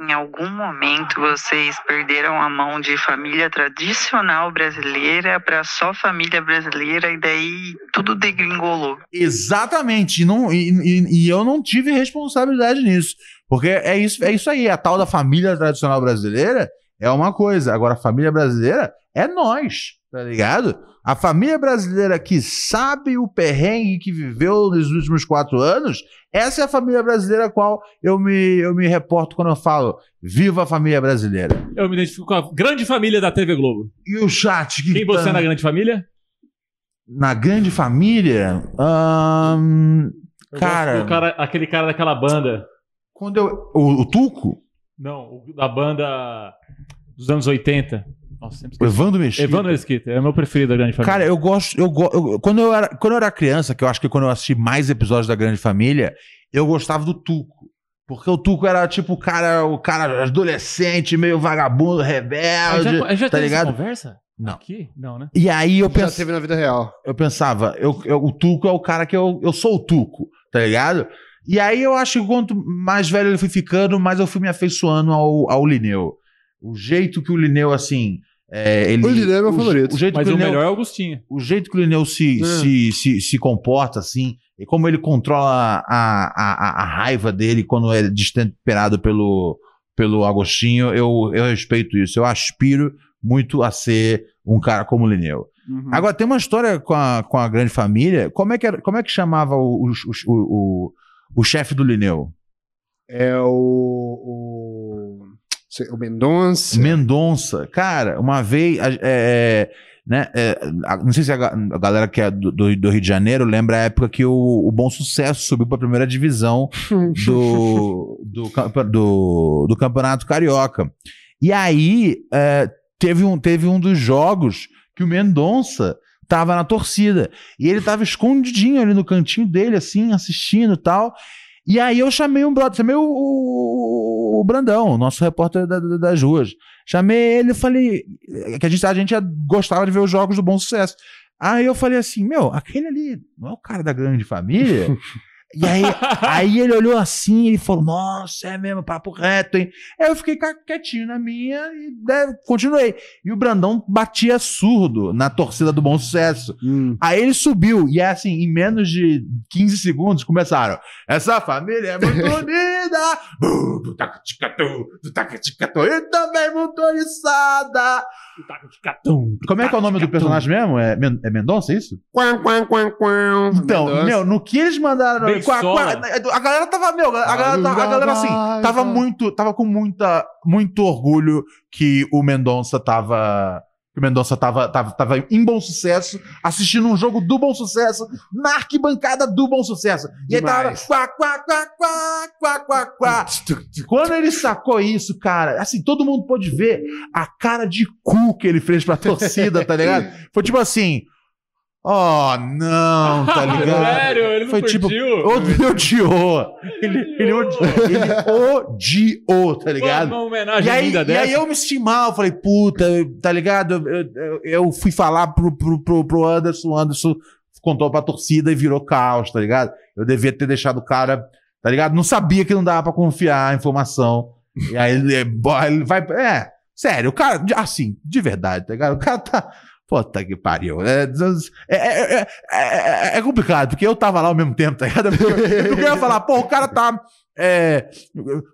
Speaker 6: Em algum momento vocês perderam a mão de família tradicional brasileira para só família brasileira e daí tudo degringolou.
Speaker 1: Exatamente. E, não- e- e- e eu não tive responsabilidade nisso. Porque é isso, é isso aí. A tal da família tradicional brasileira é uma coisa. Agora, a família brasileira é nós, tá ligado? A família brasileira que sabe o perrengue que viveu nos últimos quatro anos, essa é a família brasileira a qual eu me, eu me reporto quando eu falo viva a família brasileira.
Speaker 3: Eu me identifico com a grande família da TV Globo.
Speaker 1: E o chat que
Speaker 3: Quem você é
Speaker 1: tá-
Speaker 3: na grande família?
Speaker 1: na grande família... ahn,
Speaker 3: Eu
Speaker 1: Cara-
Speaker 3: gosto do cara- Aquele cara daquela banda.
Speaker 1: quando eu... O, o Tuco?
Speaker 3: Não, o da banda dos anos 80. Nossa, sempre
Speaker 1: O
Speaker 3: esqueci.
Speaker 1: Evandro Mesquita.
Speaker 3: Evandro Mesquita. É o meu preferido da grande família.
Speaker 1: Cara, eu gosto. Eu, go- eu- quando, eu era, quando eu era criança, que eu acho que quando eu assisti mais episódios da Grande Família, eu gostava do Tuco. Porque o Tuco era tipo o cara, o cara adolescente, meio vagabundo,
Speaker 3: é A gente
Speaker 1: rebelde.
Speaker 3: Ah, já, a gente já
Speaker 1: tá
Speaker 3: teve
Speaker 1: ligado?
Speaker 3: essa conversa?
Speaker 1: Não.
Speaker 3: Aqui? Não, né?
Speaker 1: E aí eu,
Speaker 2: Já
Speaker 1: pens-
Speaker 2: teve na vida real.
Speaker 1: eu pensava, eu, eu- o Tuco é o cara que eu, eu sou o Tuco, tá ligado? E aí eu acho que quanto mais velho ele fui ficando, mais eu fui me afeiçoando ao, ao Lineu. O jeito que o Lineu, assim. é, ele,
Speaker 2: O Lineu é meu
Speaker 1: o-
Speaker 2: favorito.
Speaker 1: O jeito
Speaker 3: Mas
Speaker 1: que
Speaker 3: o
Speaker 1: o Lineu,
Speaker 3: melhor é o Augustinho.
Speaker 1: o jeito que o Lineu se,
Speaker 2: É.
Speaker 1: se, se, se comporta, assim, e como ele controla a, a, a, a raiva dele quando é destemperado pelo, pelo Agostinho, eu, eu respeito isso. Eu aspiro muito a ser um cara como o Lineu. Agora, tem uma história com a, com a grande família. Como é que, era- como é que chamava o, o, o, o, o chefe do Lineu?
Speaker 2: É o. O, o Mendonça.
Speaker 1: Mendonça. Cara, uma vez. a- é, é, né, é, a- não sei se a, ga- a galera que é do, do- do Rio de Janeiro lembra a época que o, o Bom Sucesso subiu para a primeira divisão do, do, campe- do, do Campeonato Carioca. E aí é, teve, um, teve um dos jogos que o Mendonça tava na torcida. E ele tava escondidinho ali no cantinho dele, assim, assistindo e tal. E aí eu chamei um brother, chamei o, o- o Brandão, nosso repórter da- da- das ruas. Chamei ele e falei é que a gente, a gente já gostava de ver os jogos do Bom Sucesso. Aí eu falei assim, meu, aquele ali não é o cara da grande família? e aí, aí ele olhou assim e falou, nossa, é mesmo, papo reto, hein? Aí eu fiquei ca- quietinho na minha e né, continuei. E o Brandão batia surdo na torcida do Bom Sucesso.
Speaker 2: Hum.
Speaker 1: Aí ele subiu, e é assim, em menos de 15 segundos começaram. Essa família é muito unida! Uh, do tacaticatu, do tacaticatu, e também muito oriçada!
Speaker 3: Catum.
Speaker 1: Como é que é o nome do personagem mesmo? É, Men- é Mendonça, isso?
Speaker 2: Quam, quam, quam, quam.
Speaker 1: Então,
Speaker 2: Hum, Mendonça.
Speaker 1: meu, no que eles mandaram.
Speaker 3: Bem
Speaker 1: Qua- qua- a galera tava, meu, a galera, tava- a galera assim, tava
Speaker 2: Então.
Speaker 1: muito, tava com muita, muito orgulho que o Mendonça tava. Que o Mendonça tava, tava, tava em bom sucesso, assistindo um jogo do bom sucesso, na arquibancada do bom sucesso. E aí tava.
Speaker 2: Demais.
Speaker 1: Quá, quá, quá, quá, quá, quá, quá. Quando ele sacou isso, cara, assim, todo mundo pôde ver a cara de cu que ele fez pra torcida, tá ligado? Foi tipo assim. Oh, não, tá ligado?
Speaker 3: Ah, Sério? Ele não
Speaker 1: Foi tipo,
Speaker 3: curtiu?
Speaker 1: Oh, ele odiou. Ele, ele odiou. Ele odiou, tá ligado?
Speaker 3: Uma homenagem
Speaker 1: E aí,
Speaker 3: linda
Speaker 1: e
Speaker 3: dessa.
Speaker 1: aí eu me senti mal, eu falei, puta, tá ligado? Eu, eu- eu fui falar pro, pro, pro, pro Anderson, o Anderson contou pra torcida e virou caos, tá ligado? Eu devia ter deixado o cara, tá ligado? Não sabia que não dava pra confiar a informação. E aí ele, é bo- ele vai. É, sério, o cara, assim, de verdade, tá ligado? O cara tá. Puta que pariu. É, é, é, é- é- é complicado, porque eu tava lá ao mesmo tempo, tá ligado? Eu queria falar, pô, o cara tá. É,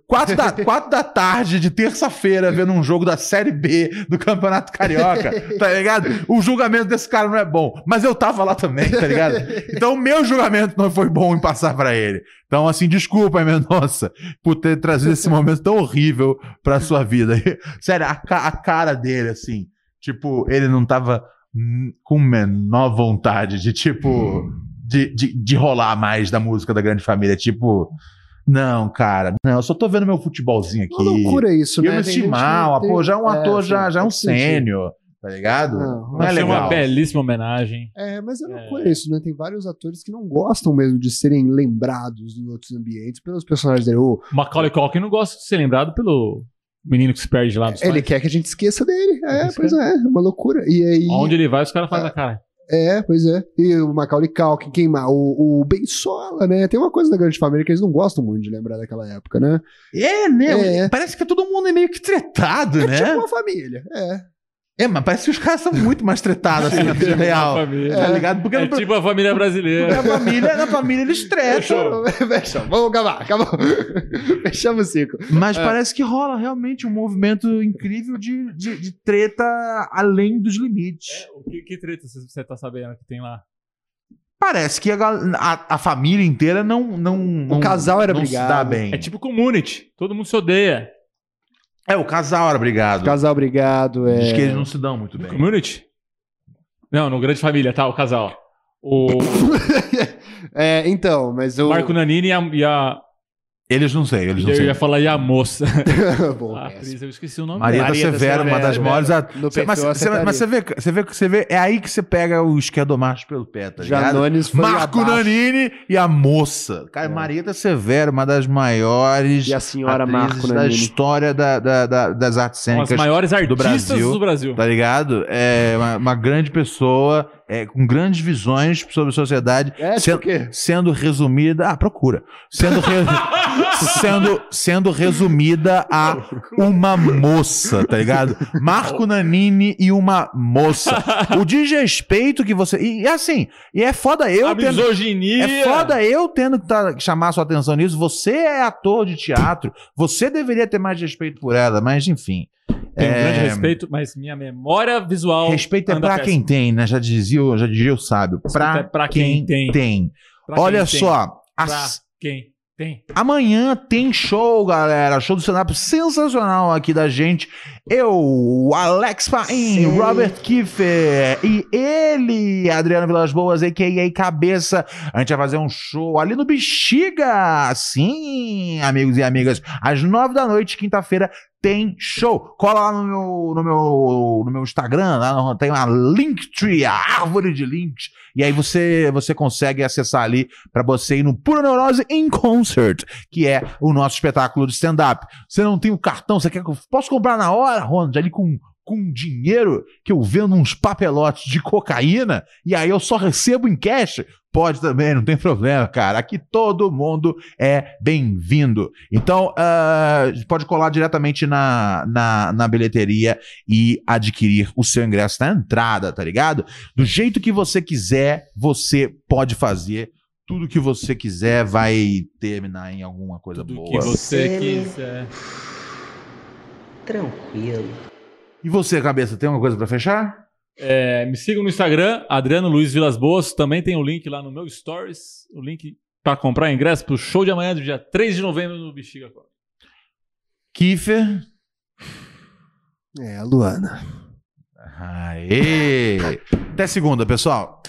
Speaker 1: quatro, da, quatro da tarde de terça-feira vendo um jogo da Série B do Campeonato Carioca, tá ligado? O julgamento desse cara não é bom. Mas eu tava lá também, tá ligado? Então o meu julgamento não foi bom em passar pra ele. Então, assim, desculpa, Mendonça, por ter trazido esse momento tão horrível pra sua vida. Sério, a, ca- a cara dele, assim, tipo, ele não tava hum, com menor vontade de, tipo, de, de, de rolar mais da música da grande família. Tipo, não, cara, não, eu só tô vendo meu futebolzinho aqui.
Speaker 2: Uma loucura isso,
Speaker 1: E
Speaker 2: né?
Speaker 1: eu me
Speaker 2: Tem
Speaker 1: senti
Speaker 2: gente que
Speaker 1: mal,
Speaker 2: tem- Ah.
Speaker 1: pô, já é um ator,
Speaker 2: sim,
Speaker 1: já, já é um
Speaker 2: faz sentido.
Speaker 1: sênior, tá ligado?
Speaker 2: Não,
Speaker 1: Não é
Speaker 3: Achei
Speaker 1: legal.
Speaker 3: uma belíssima homenagem.
Speaker 2: É, mas é
Speaker 3: É.
Speaker 2: loucura isso, né? Tem vários atores que não gostam mesmo de serem lembrados em outros ambientes pelos personagens dele. O-
Speaker 3: Macaulay Culkin não gosta de ser lembrado pelo menino que se perde lá dos
Speaker 2: ele
Speaker 3: pais.
Speaker 2: quer que a gente esqueça dele. É,
Speaker 3: Isso
Speaker 2: pois é, uma loucura. E aí.
Speaker 3: Onde ele vai, os caras fazem a cara.
Speaker 2: É, pois é. E o Macaulay Culkin, quem mais? O, o Bensola, né? Tem uma coisa da grande família que eles não gostam muito de lembrar daquela época, né?
Speaker 1: É, né?
Speaker 2: É.
Speaker 1: Parece que todo mundo é meio que tretado, né?
Speaker 2: Tipo uma família. É.
Speaker 1: É, mas parece que os caras são muito mais tretados assim na vida real.
Speaker 3: família.
Speaker 1: Tá ligado? Porque
Speaker 3: É
Speaker 1: no-
Speaker 3: tipo a família brasileira.
Speaker 1: na, família, na família eles tretam.
Speaker 2: É, Fechou. Vamos acabar, acabou. Fechamos o ciclo.
Speaker 1: Mas
Speaker 3: É.
Speaker 1: parece que rola realmente um movimento incrível de, de, de treta além dos limites.
Speaker 3: O que, que treta você- você tá sabendo que tem lá?
Speaker 1: Parece que a, gal- a, a família inteira não. não
Speaker 2: O
Speaker 1: não-
Speaker 2: casal era
Speaker 1: não
Speaker 2: brigado.
Speaker 1: Se dá bem.
Speaker 3: É tipo community. Todo mundo se odeia.
Speaker 1: É, o casal era brigado.
Speaker 2: Casal, obrigado. É...
Speaker 1: Diz que eles não se dão muito bem.
Speaker 3: Community? Não, no Grande Família, tá? O casal. O
Speaker 2: É, então, mas eu.
Speaker 3: Marco Nanini e a. E a
Speaker 1: Eles não sei, eles não
Speaker 3: eu
Speaker 1: sei.
Speaker 3: ia falar e a moça.
Speaker 2: Bom,
Speaker 3: A
Speaker 2: péssimo.
Speaker 3: atriz, eu esqueci o nome.
Speaker 1: Maria,
Speaker 2: Maria
Speaker 1: da
Speaker 2: da
Speaker 1: Severo, uma das
Speaker 2: Severo,
Speaker 1: maiores atrizes.
Speaker 2: No
Speaker 1: Cê- mas,
Speaker 2: perfil eu
Speaker 1: cê- mas Ah, você vê, você vê, você vê, é aí que você pega o esquerdomacho pelo pé, tá ligado?
Speaker 2: Janones foi
Speaker 1: Marco
Speaker 2: abaixo.
Speaker 1: Nanini e a moça. Cara, Maria da Severo, uma das maiores
Speaker 2: E a senhora
Speaker 1: atrizes
Speaker 2: Marco né,
Speaker 1: da
Speaker 2: Nanini.
Speaker 1: história da- da- da- das artes
Speaker 3: Uma das
Speaker 1: cênicas,
Speaker 3: maiores artistas
Speaker 1: Brasil.
Speaker 3: do Brasil.
Speaker 1: tá ligado? É uma, uma grande pessoa, é, com grandes visões sobre sociedade,
Speaker 2: É, tipo
Speaker 1: Cê-
Speaker 2: o quê?
Speaker 1: sendo resumida. Ah, procura. Sendo, re- sendo, sendo resumida a uma moça, tá ligado? Marco Nanini e uma moça. O desrespeito que você. E, e assim, e é foda eu
Speaker 3: a
Speaker 1: tendo.
Speaker 3: misoginia.
Speaker 1: É foda eu tendo que tá- que chamar sua atenção nisso. Você é ator de teatro. Você deveria ter mais respeito por ela, mas enfim.
Speaker 3: Tenho um
Speaker 1: É,
Speaker 3: grande respeito, mas minha memória visual.
Speaker 1: Respeito é
Speaker 3: anda
Speaker 1: pra
Speaker 3: péssima.
Speaker 1: quem tem, né? Já dizia, o- já diria o sábio. Pra,
Speaker 3: é pra
Speaker 1: quem,
Speaker 3: quem
Speaker 1: tem.
Speaker 3: tem. Pra
Speaker 1: Olha
Speaker 3: quem tem.
Speaker 1: só.
Speaker 3: Pra
Speaker 1: As,
Speaker 3: quem tem.
Speaker 1: Amanhã tem show, galera. Show do stand-up sensacional aqui da gente. Eu, Alex Paim,
Speaker 2: Sim.
Speaker 1: Robert Kiefer e ele, Adriano Vilas Boas, a.k.a. Cabeça. A gente vai fazer um show ali no Bexiga. Sim, amigos e amigas. Às nove da noite, quinta-feira, tem show. Cola lá no meu, no meu, no meu Instagram. Lá no- tem uma Linktree, a árvore de links. E aí você, você consegue acessar ali para você ir no Pura Neurose in Concert, que é o nosso espetáculo de stand-up. Você não tem o cartão, você quer que eu posso comprar na hora, Ronald, ali com com dinheiro que eu vendo uns papelotes de cocaína e aí eu só recebo em cash? Pode também, não tem problema, cara. Aqui todo mundo é bem-vindo. Então, ah, pode colar diretamente na, na, na bilheteria e adquirir o seu ingresso na entrada, tá ligado? Do jeito que você quiser, você pode fazer tudo que você quiser vai terminar em alguma coisa
Speaker 3: Tudo
Speaker 1: boa.
Speaker 3: que você
Speaker 7: Sério?
Speaker 3: quiser.
Speaker 7: Tranquilo.
Speaker 1: E você, cabeça, tem alguma coisa pra fechar?
Speaker 3: É, me sigam no Instagram, Adriano Luiz Vilas Boas. Também tem o link lá no meu Stories. O link pra comprar ingresso pro show de amanhã, do dia 3 de novembro, no Bexiga Comedy.
Speaker 1: Kiefer.
Speaker 2: É, a Luana.
Speaker 1: Aê! Até segunda, pessoal.